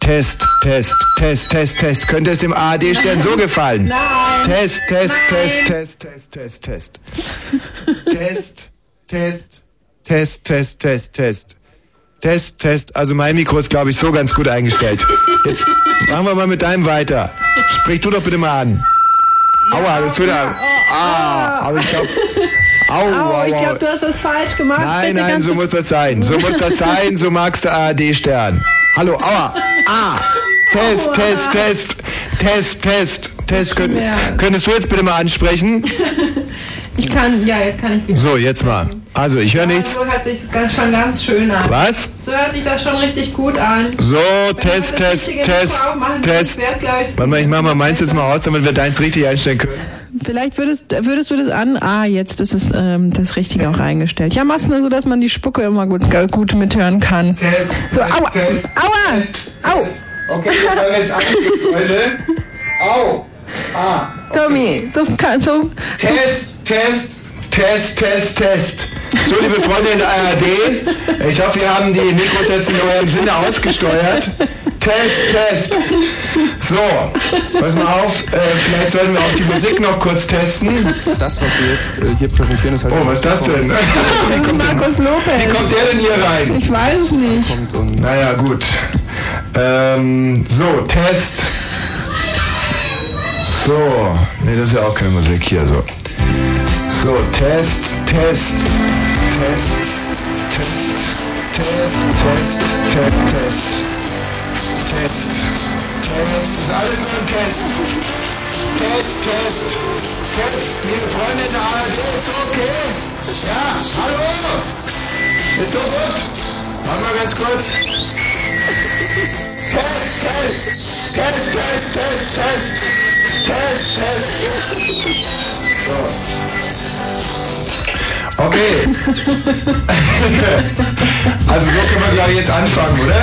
Test, Test, Test, Test, Test. Könnte es dem ARD-Stern so gefallen?
Nein.
Test, Test, Test,
Nein.
Test, Test, Test, Test. Test, Test, Test, Test, Test, Test. Test, Test. Also mein Mikro ist, glaube ich, so ganz gut eingestellt. Jetzt machen wir mal mit deinem weiter. Sprich du doch bitte mal an. Aua, das tut er. Ah, aber ich glaube. Au,
Oh,
au,
ich
au.
glaube, du hast was falsch gemacht.
Nein,
Bitte
nein,
ganz
so muss das sein. So muss das sein, so magst du ARD-Stern. Hallo, aua. Ah. Test,
Aua.
Test, Test. Test, Test. Test. Könnt,
Ja.
könntest du jetzt bitte mal ansprechen?
Ich kann, ja, jetzt kann ich wieder.
So, jetzt mal. Also, ich höre nichts.
So hört sich ganz, schon ganz schön an.
Was?
So hört sich das schon richtig gut an.
So,
du
Test,
das
Test,
richtige
Test,
Mikro aufmachen
Test.
würdest, wär's, glaub ich,
Warte mal, ich mach mal meins jetzt mal aus, damit wir deins richtig einstellen können.
Vielleicht würdest, würdest du das an. Ah, jetzt ist es ähm, das Richtige auch eingestellt. Ja, mach's nur so, dass man die Spucke immer gut, äh, gut mithören kann. So, aua! Aua! Au!
Okay,
wir hören jetzt an, Leute.
Au! Ah!
Tommy, so kann so.
Test, Test, Test, Test, Test. So, liebe Freunde in der ARD, ich hoffe, wir haben die Mikros jetzt in eurem Sinne ausgesteuert. Test, Test. So, pass mal auf, äh, vielleicht sollten wir auch die Musik noch kurz testen.
Das, was wir jetzt äh, hier präsentieren, ist halt.
Oh, was ist das denn?
Das ist Markus Lopez.
Wie kommt der denn hier rein?
Ich weiß es nicht.
Kommt und naja, gut. Ähm, so, Test. So. Nee, das ist ja auch keine Musik hier. So, so Test, Test, Test, Test, Test, Test, Test, Test. Test, Test. Ist alles nur ein Test. Test, Test, Test. Liebe Freunde der ARD, ist okay. Ja, hallo. Ist so gut. Machen wir ganz kurz. Test, Test, Test, Test, Test, Test, Test, Test. So. Okay. also so können wir glaube ich jetzt anfangen, oder? Ja,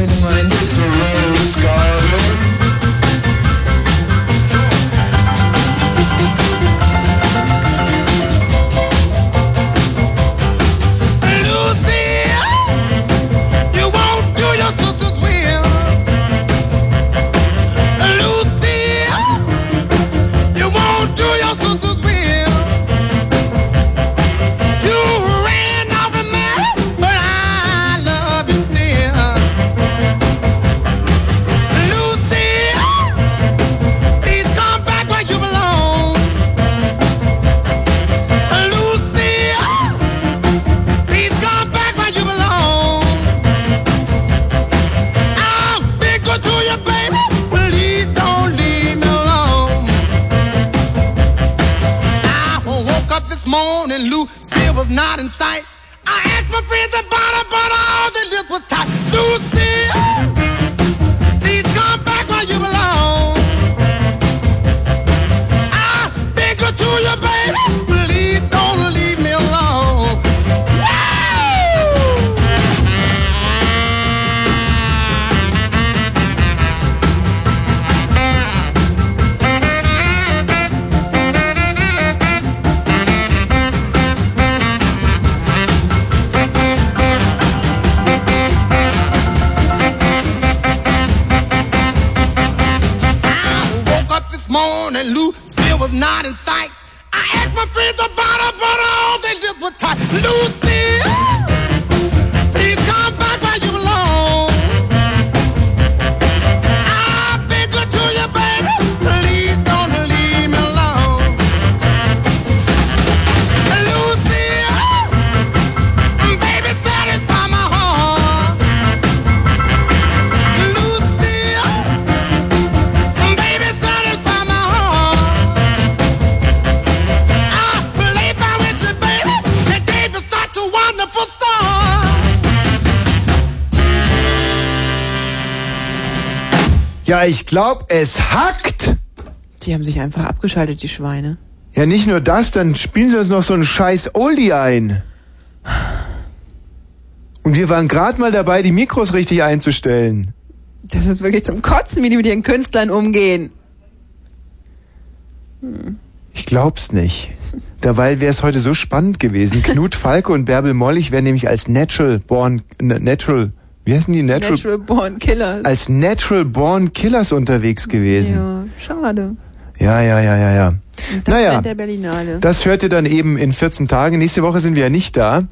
wie du meinst. It's a rose garden.
Please come back where you belong. I'll be good to you, baby. Please don't leave me alone. I woke up this morning, Lucy was not in sight. I asked my friends about her, but all the list was tight. Lucy, please come back where you belong. I'll be good to you, baby. Please don't leave me alone. Woo! and Lou still was not in sight. I asked my friends about her, but all they did was type, Lucy, please come back where you belong. I've been good to you, baby. Please don't leave me alone. Lucy, baby, satisfy my heart. Lucy, Baby, satisfy my heart. I believe I went to baby. The day was such a wonderful start.
Ja, ich glaube, es hackt.
Die haben sich einfach abgeschaltet, die Schweine.
Ja, nicht nur das, dann spielen sie uns noch so einen scheiß Oldie ein. Und wir waren gerade mal dabei, die Mikros richtig einzustellen.
Das ist wirklich zum Kotzen, wie die mit ihren Künstlern umgehen. Hm.
Ich glaub's nicht. Dabei wäre es heute so spannend gewesen. Knut Falke und Bärbel Mollig wären nämlich als Natural Born, n- Natural, wie heißen die? Natural,
Natural Born Killers.
als Natural Born Killers unterwegs gewesen.
ja, schade.
Ja, ja, ja, ja, ja.
Und das
Naja,
während der Berlinale.
das hört ihr dann eben in 14 Tagen. Nächste Woche sind wir ja nicht da.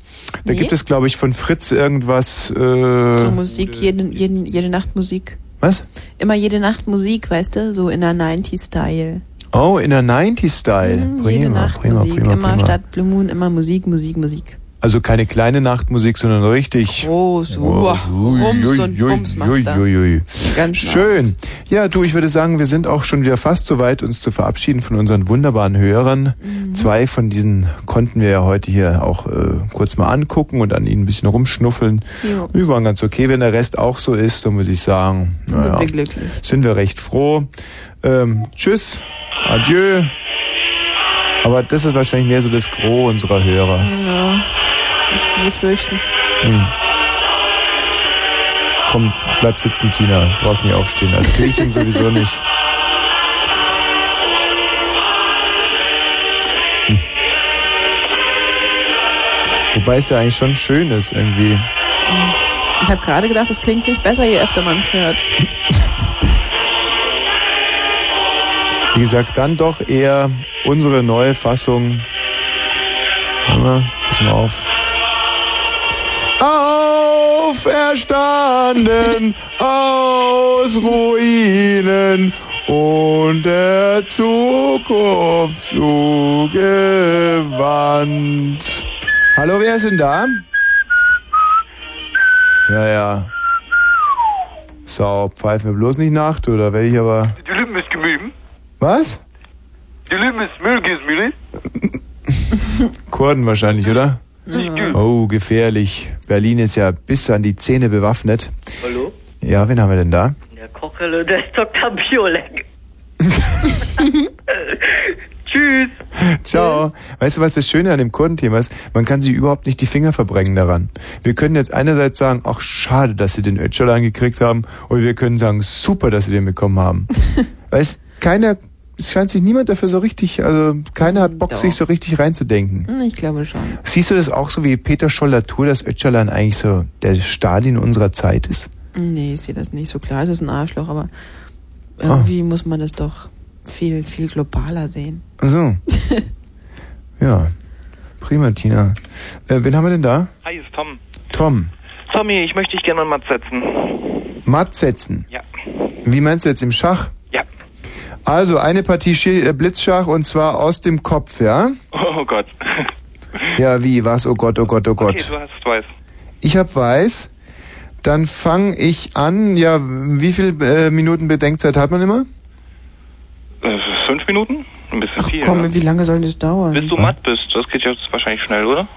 Da
Nee.
gibt es, glaube ich, von Fritz irgendwas. Äh,
so Musik, jeden, jeden, jede Nacht Musik.
Was?
Immer jede Nacht Musik, weißt du? So in der 90-Style.
Oh, in der 90-Style. prima,
Mhm, Jede Nacht
prima,
Musik.
prima,
immer
prima.
statt Blue Moon, immer Musik, Musik, Musik.
Also keine kleine Nachtmusik, sondern richtig.
Groß,
Wow.
wow, Rums
Ui,
und
ui,
Bums macht
ui,
er.
ui, ui.
Ganz
Schön. Ja, du, ich würde sagen, wir sind auch schon wieder fast so weit, uns zu verabschieden von unseren wunderbaren Hörern.
Mhm.
Zwei von diesen konnten wir ja heute hier auch äh, kurz mal angucken und an ihnen ein bisschen rumschnuffeln.
Jo.
Die waren ganz okay. Wenn der Rest auch so ist, dann muss ich sagen,
Dann sind
naja,
wir glücklich.
sind wir recht froh. Ähm, tschüss, adieu. Aber das ist wahrscheinlich mehr so das Gros unserer Hörer.
Ja, nicht zu befürchten.
Hm. Komm, bleib sitzen, Tina. Du brauchst nicht aufstehen. Also Als Kirchen sowieso nicht. Hm. Wobei es ja eigentlich schon schön ist, irgendwie.
Ich habe gerade gedacht, es klingt nicht besser, je öfter man es hört.
Wie gesagt, dann doch eher unsere neue Fassung. Warte mal, pass mal auf. Auferstanden aus Ruinen und der Zukunft zugewandt. Hallo, wer ist denn da? Ja, ja. Sau, pfeifen wir bloß nicht nach, du, da werde ich aber...
Die Lippen ist gemieden.
Was?
Die Lippen ist Müllgesmühle.
Kurden wahrscheinlich, oder?
Mhm.
Oh, gefährlich. Berlin ist ja bis an die Zähne bewaffnet.
Hallo?
Ja, wen haben wir denn da?
Der Koch, hallo, der ist Dr. Biolek. Tschüss.
Ciao. Weißt du, was das Schöne an dem Kurdenthema ist? Man kann sich überhaupt nicht die Finger verbrennen daran. Wir können jetzt einerseits sagen, ach schade, dass sie den Öcalan gekriegt haben, oder wir können sagen, super, dass sie den bekommen haben. Weiß keiner, es scheint sich niemand dafür so richtig, also keiner hat Bock,
Doch.
sich so richtig reinzudenken.
Hm, Ich glaube schon.
Siehst du das auch so wie Peter Scholl-Latour, dass Öcalan eigentlich so der Stalin unserer Zeit ist?
Nee, ich sehe das nicht so klar. Es ist ein Arschloch, aber
Ah.
irgendwie muss man das doch viel, viel globaler sehen.
Ach So. ja. Prima, Tina. Äh, wen haben wir denn da?
Hi, ist Tom.
Tom.
Tommy, ich möchte dich gerne an Matt setzen.
Matt setzen.
Ja.
Wie meinst du jetzt im Schach?
Ja.
Also eine Partie Schil- äh, Blitzschach und zwar aus dem Kopf, ja?
Oh Gott.
Ja, wie? Was? Oh Gott, oh Gott, oh Gott.
Okay, du hast weiß.
Ich hab weiß. Dann fange ich an. Ja, wie viel äh, Minuten Bedenkzeit hat man immer?
Äh, Fünf Minuten? Ein bisschen viel.
Komm, wie lange soll das dauern?
Bis du matt bist, das geht jetzt wahrscheinlich schnell, oder?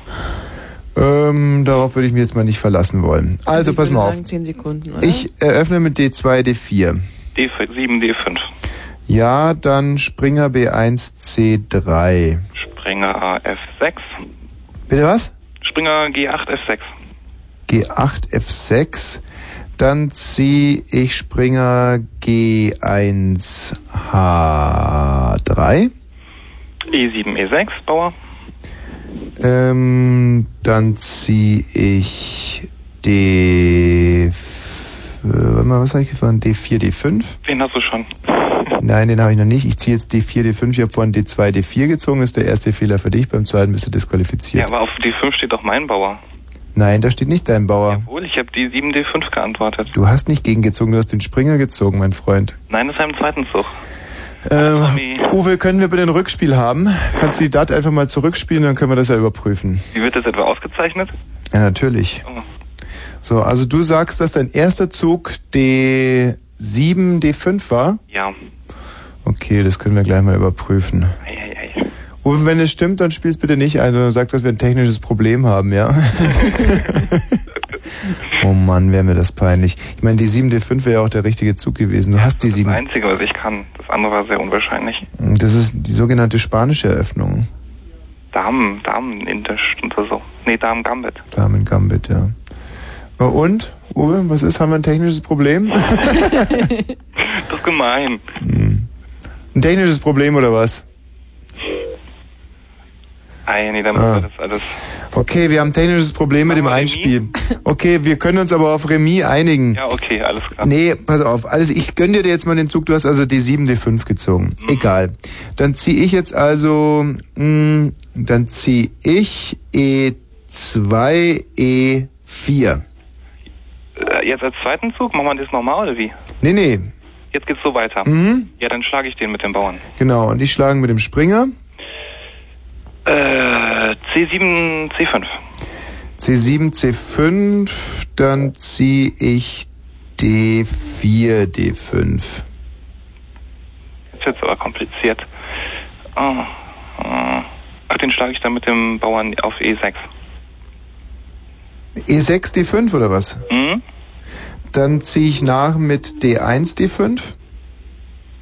Ähm, darauf würde ich mich jetzt mal nicht verlassen wollen. Also,
ich
pass
würde
mal auf.
sagen, 10 Sekunden, oder?
Ich eröffne mit D2, D4.
D7, D5.
Ja, dann Springer B1 C3.
Springer F6.
Bitte was?
Springer G8, F6.
G8 F6. Dann ziehe ich Springer G1 H3.
E7, E6, E Bauer.
Ähm, dann ziehe ich äh, D. Warte mal, was habe ich gefahren? D4, D5.
Den hast du schon.
Nein, den habe ich noch nicht. Ich ziehe jetzt D4, D5. Ich habe vorhin D2, D4 gezogen. Das ist der erste Fehler für dich. Beim zweiten bist du
Ja,
disqualifiziert.
aber auf D5 steht auch mein Bauer.
Nein, da steht nicht dein Bauer.
Obwohl, ich habe die 7D5 geantwortet.
Du hast nicht gegengezogen, du hast den Springer gezogen, mein Freund.
Nein, das ist ja im zweiten Zug.
Ähm, Uwe, können wir bitte ein Rückspiel haben? Kannst du die DAT einfach mal zurückspielen, dann können wir das ja überprüfen.
Wie wird das etwa ausgezeichnet?
Ja, natürlich. So, also du sagst, dass dein erster Zug D7, D5 war?
Ja.
Okay, das können wir gleich mal überprüfen. Uwe, wenn es stimmt, dann spielst bitte nicht. Also sag, dass wir ein technisches Problem haben, ja? oh Mann, wäre mir das peinlich. Ich meine, die 7, D5 wäre ja auch der richtige Zug gewesen. Du hast die
Das
7.
Einzige, was ich kann. Das andere war sehr unwahrscheinlich.
Das ist die sogenannte spanische Eröffnung.
Damen, Damen Indisch und so. Nee, Damen Gambit.
Damen Gambit, ja. Oh, Und, Uwe, was ist? Haben wir ein technisches Problem?
Das ist gemein.
ein technisches Problem oder was?
Ah, ja, nee, dann
Ah.
ah. das alles.
Okay, wir haben ein technisches Problem mit dem Einspiel. Okay, wir können uns aber auf Remis einigen.
Ja, okay, alles klar.
Nee, pass auf. Also ich gönn dir jetzt mal den Zug. Du hast also D7, D5 gezogen.
Mhm.
Egal. Dann ziehe ich jetzt also, mh, dann ziehe ich E E2, E4.
Äh, jetzt als zweiten Zug machen wir das nochmal oder wie?
Nee, nee,
Jetzt geht's so weiter.
Mhm.
Ja, dann schlage ich den mit dem Bauern.
genau. Und die schlagen mit dem Springer.
Äh, C7, C5.
C7, C5, dann ziehe ich D4, D5.
Ist jetzt aber kompliziert. Oh, oh. Ach, den schlage ich dann mit dem Bauern auf E E6.
E6, D5 oder was?
Mhm.
Dann ziehe ich nach mit D1, D5.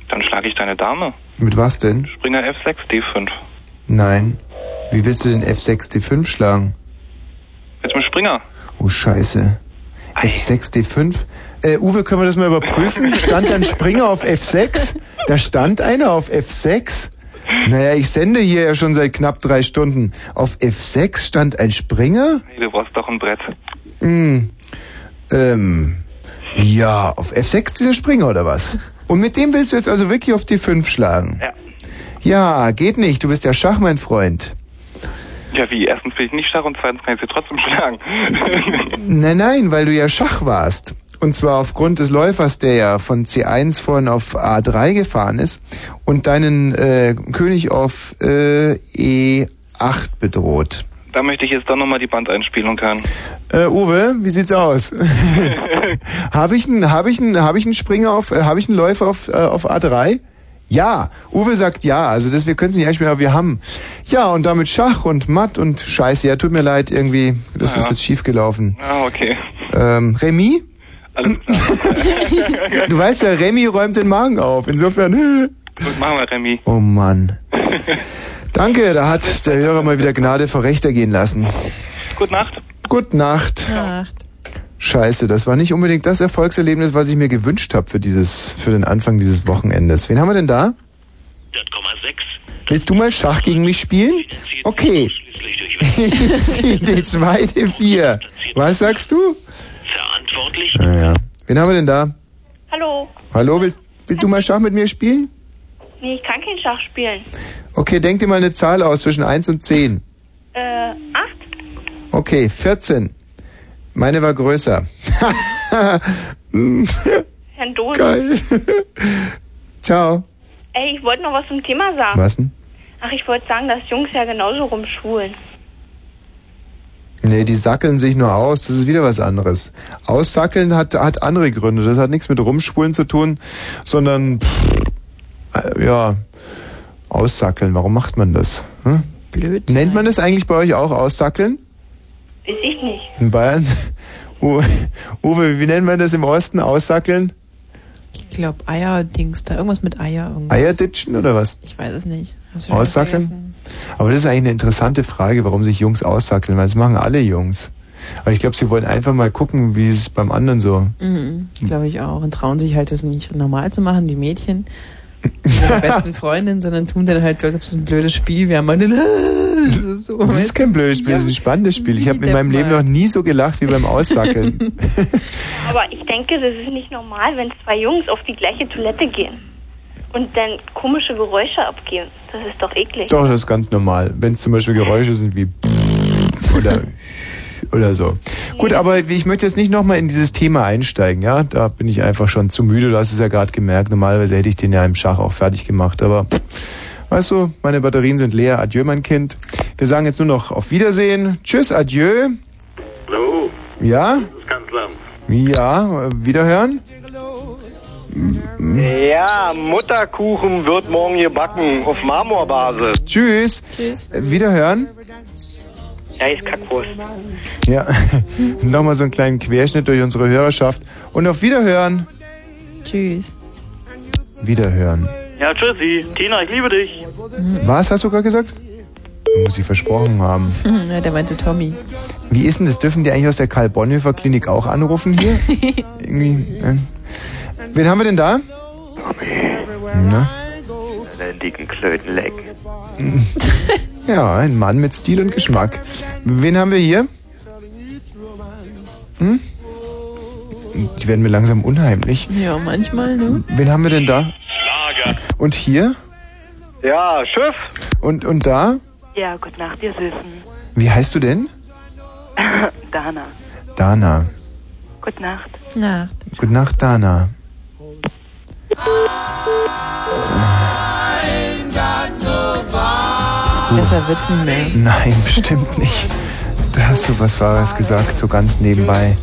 Dann schlage ich deine Dame.
Mit was denn?
Springer F6, D5.
Nein. Wie willst du den F6, D5 schlagen?
Mit dem Springer.
Oh, scheiße. F6, D5? Äh, Uwe, können wir das mal überprüfen? Stand ein Springer auf F6? Da stand einer auf F6? Naja, ich sende hier ja schon seit knapp drei Stunden. Auf F6 stand ein Springer?
Nee, du brauchst doch ein Brett.
Hm. Ähm, ja, auf F6 dieser Springer oder was? Und mit dem willst du jetzt also wirklich auf D5 schlagen?
Ja.
Ja, geht nicht. Du bist ja Schach, mein Freund.
Ja, wie? Erstens bin ich nicht stark und zweitens kann ich sie trotzdem schlagen.
Nein, nein, weil du ja Schach warst. Und zwar aufgrund des Läufers, der ja von C1 vorhin auf A3 gefahren ist und deinen äh, König auf äh, E8 bedroht.
da möchte ich jetzt doch nochmal die Bandeinspielung hören.
Äh, Uwe, wie sieht's aus? habe ich einen hab ich einen- hab ich einen Springer auf, äh, habe ich einen Läufer auf, äh, auf A3? Ja, Uwe sagt ja, also das, wir können es nicht einspielen, aber wir haben. Ja, und damit Schach und Matt und Scheiße, ja, tut mir leid, irgendwie, das
Ja.
ist jetzt schief gelaufen.
Ah, okay.
Ähm, Remy? du weißt ja, Remy räumt den Magen auf, insofern.
Gut, machen wir, Remy.
Oh Mann. Danke, da hat der Hörer mal wieder Gnade vor Rechter gehen lassen.
Gute Nacht.
Gute Nacht. Scheiße, das war nicht unbedingt das Erfolgserlebnis, was ich mir gewünscht habe für dieses, für den Anfang dieses Wochenendes. Wen haben wir denn da? 1,6. Willst du mal Schach gegen mich spielen? Okay. Ich ziehe die zweite vier. Was sagst du? Verantwortlich. Naja. Wen haben wir denn da?
Hallo.
Hallo, willst, willst du mal Schach mit mir spielen?
Nee, ich kann kein Schach spielen.
Okay, denk dir mal eine Zahl aus zwischen 1 und 10.
Äh, acht?
Okay, 14. Meine war größer.
Herrn Dosen.
Geil. Ciao.
Ey, ich wollte noch was zum Thema sagen.
Was denn?
Ach, ich wollte sagen, dass Jungs ja genauso rumschwulen.
Nee, die sackeln sich nur aus, das ist wieder was anderes. Aussackeln hat, hat andere Gründe, das hat nichts mit Rumschwulen zu tun, sondern, pff, äh, ja, aussackeln, warum macht man das? Hm? Blöd. Nennt man das eigentlich bei euch auch aussackeln?
Weiß ich nicht.
In Bayern? U Uwe, wie nennt man das im Osten? Aussackeln?
Ich glaube, Eierdings, da irgendwas mit Eier. Irgendwas.
Eierditschen oder was?
Ich weiß es nicht. Hast du schon vergessen?
Aussackeln? Aber das ist eigentlich eine interessante Frage, warum sich Jungs aussackeln, weil das machen alle Jungs. Aber ich glaube, sie wollen einfach mal gucken, wie es beim anderen so.
Mhm, glaube ich auch. Und trauen sich halt, das nicht normal zu machen, die Mädchen. mit Ihrer besten Freundin, sondern tun dann halt, als ob es ein blödes Spiel wäre. Man dann, das ist so.
Das ist kein blödes Spiel, das ist ein spannendes Spiel. Ich habe in meinem Leben noch nie so gelacht wie beim Aussackeln.
Aber ich denke, das ist nicht normal, wenn zwei Jungs auf die gleiche Toilette gehen. und dann komische Geräusche abgeben. Das ist doch eklig.
Doch, das ist ganz normal. Wenn es zum Beispiel Geräusche sind wie oder, oder so. Gut, aber ich möchte jetzt nicht nochmal in dieses Thema einsteigen, ja? Da bin ich einfach schon zu müde, du hast es ja gerade gemerkt. Normalerweise hätte ich den ja im Schach auch fertig gemacht, aber weißt du, meine Batterien sind leer. Adieu, mein Kind. Wir sagen jetzt nur noch auf Wiedersehen. Tschüss, adieu.
Hallo,
Ja?
das ist Kanzleramt.
Ja, äh, wiederhören?
Ja, Mutterkuchen wird morgen gebacken auf Marmorbasis.
Tschüss.
Tschüss.
Äh, Wiederhören?
Ja, ist Kackwurst.
Ja, nochmal so einen kleinen Querschnitt durch unsere Hörerschaft. Und auf Wiederhören. Tschüss. Wiederhören.
Ja, tschüssi. Tina, ich liebe dich.
Was hast du gerade gesagt? Muss ich versprochen haben.
Mhm, Ja, der meinte Tommy.
Wie ist denn das? Dürfen die eigentlich aus der Karl-Bonhoeffer-Klinik auch anrufen hier? Irgendwie. äh. Wen haben wir denn da? Na?
Deinen dicken Klötenleck.
Ja, ein Mann mit Stil und Geschmack. Wen haben wir hier? Hm? Die werden mir langsam unheimlich.
Ja, manchmal, ne?
Wen haben wir denn da? Und hier?
Ja, Schiff.
Und, und da?
Ja, gute Nacht, ihr Süßen.
Wie heißt du denn?
Dana,
Dana.
gute Nacht.
Na.
Gute Nacht, Dana.
Besser wird's nicht mehr.
Nein, bestimmt nicht. Da hast du was Wahres gesagt, so ganz nebenbei.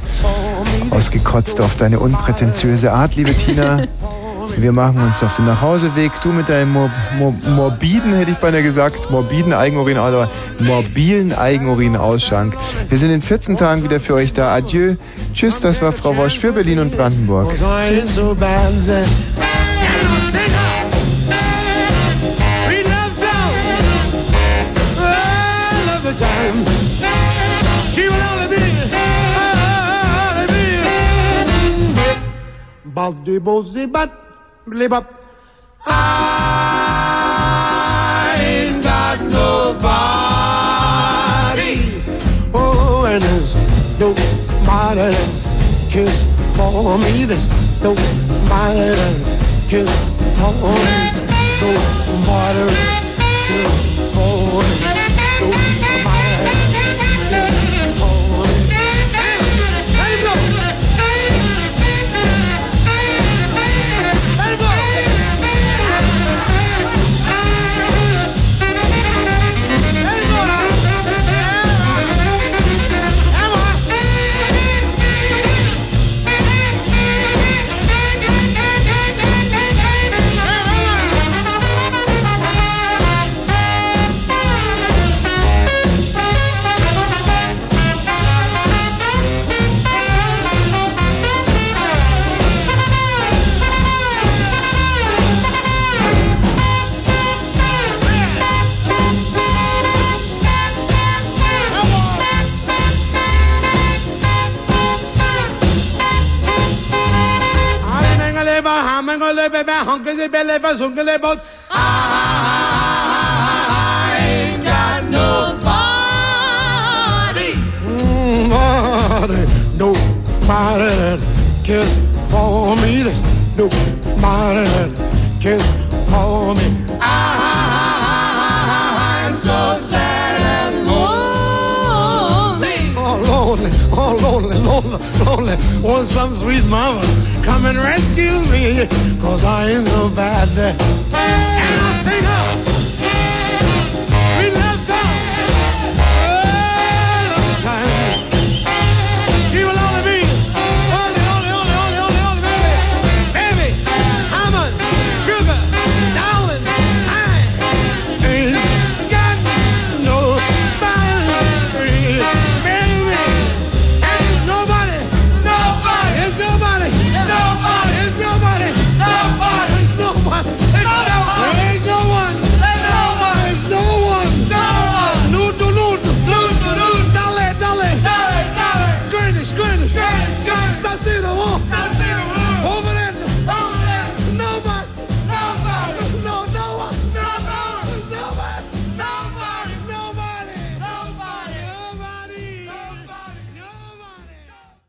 Ausgekotzt auf deine unprätentiöse Art, liebe Tina. Wir machen uns auf den Nachhauseweg. Du mit deinem mor mor morbiden, hätte ich beinahe gesagt, morbiden Eigenurin, aber morbilen Eigenurinausschank. Wir sind in 14 Tagen wieder für euch da. Adieu. Tschüss, das war Frau Wosch für Berlin und Brandenburg.
so bad then. And I sing her. Sweet love song. Oh, love the time. She will only be, only be. Baldi bozi bat, libap. I ain't got nobody. Oh, and there's nobody that kiss for me. There's nobody that kiss for me. Nobody that kiss for me. Nobody that kiss for me. Let him go. Let him go. Let him go now. Come on. I ain't got nobody. Nobody, nobody that cares for me. There's nobody that cares for me. I'm so sad and lonely. Oh, lonely, oh, lonely, lonely, lonely. Want some sweet mama come and rescue me, cause I ain't so bad. oh.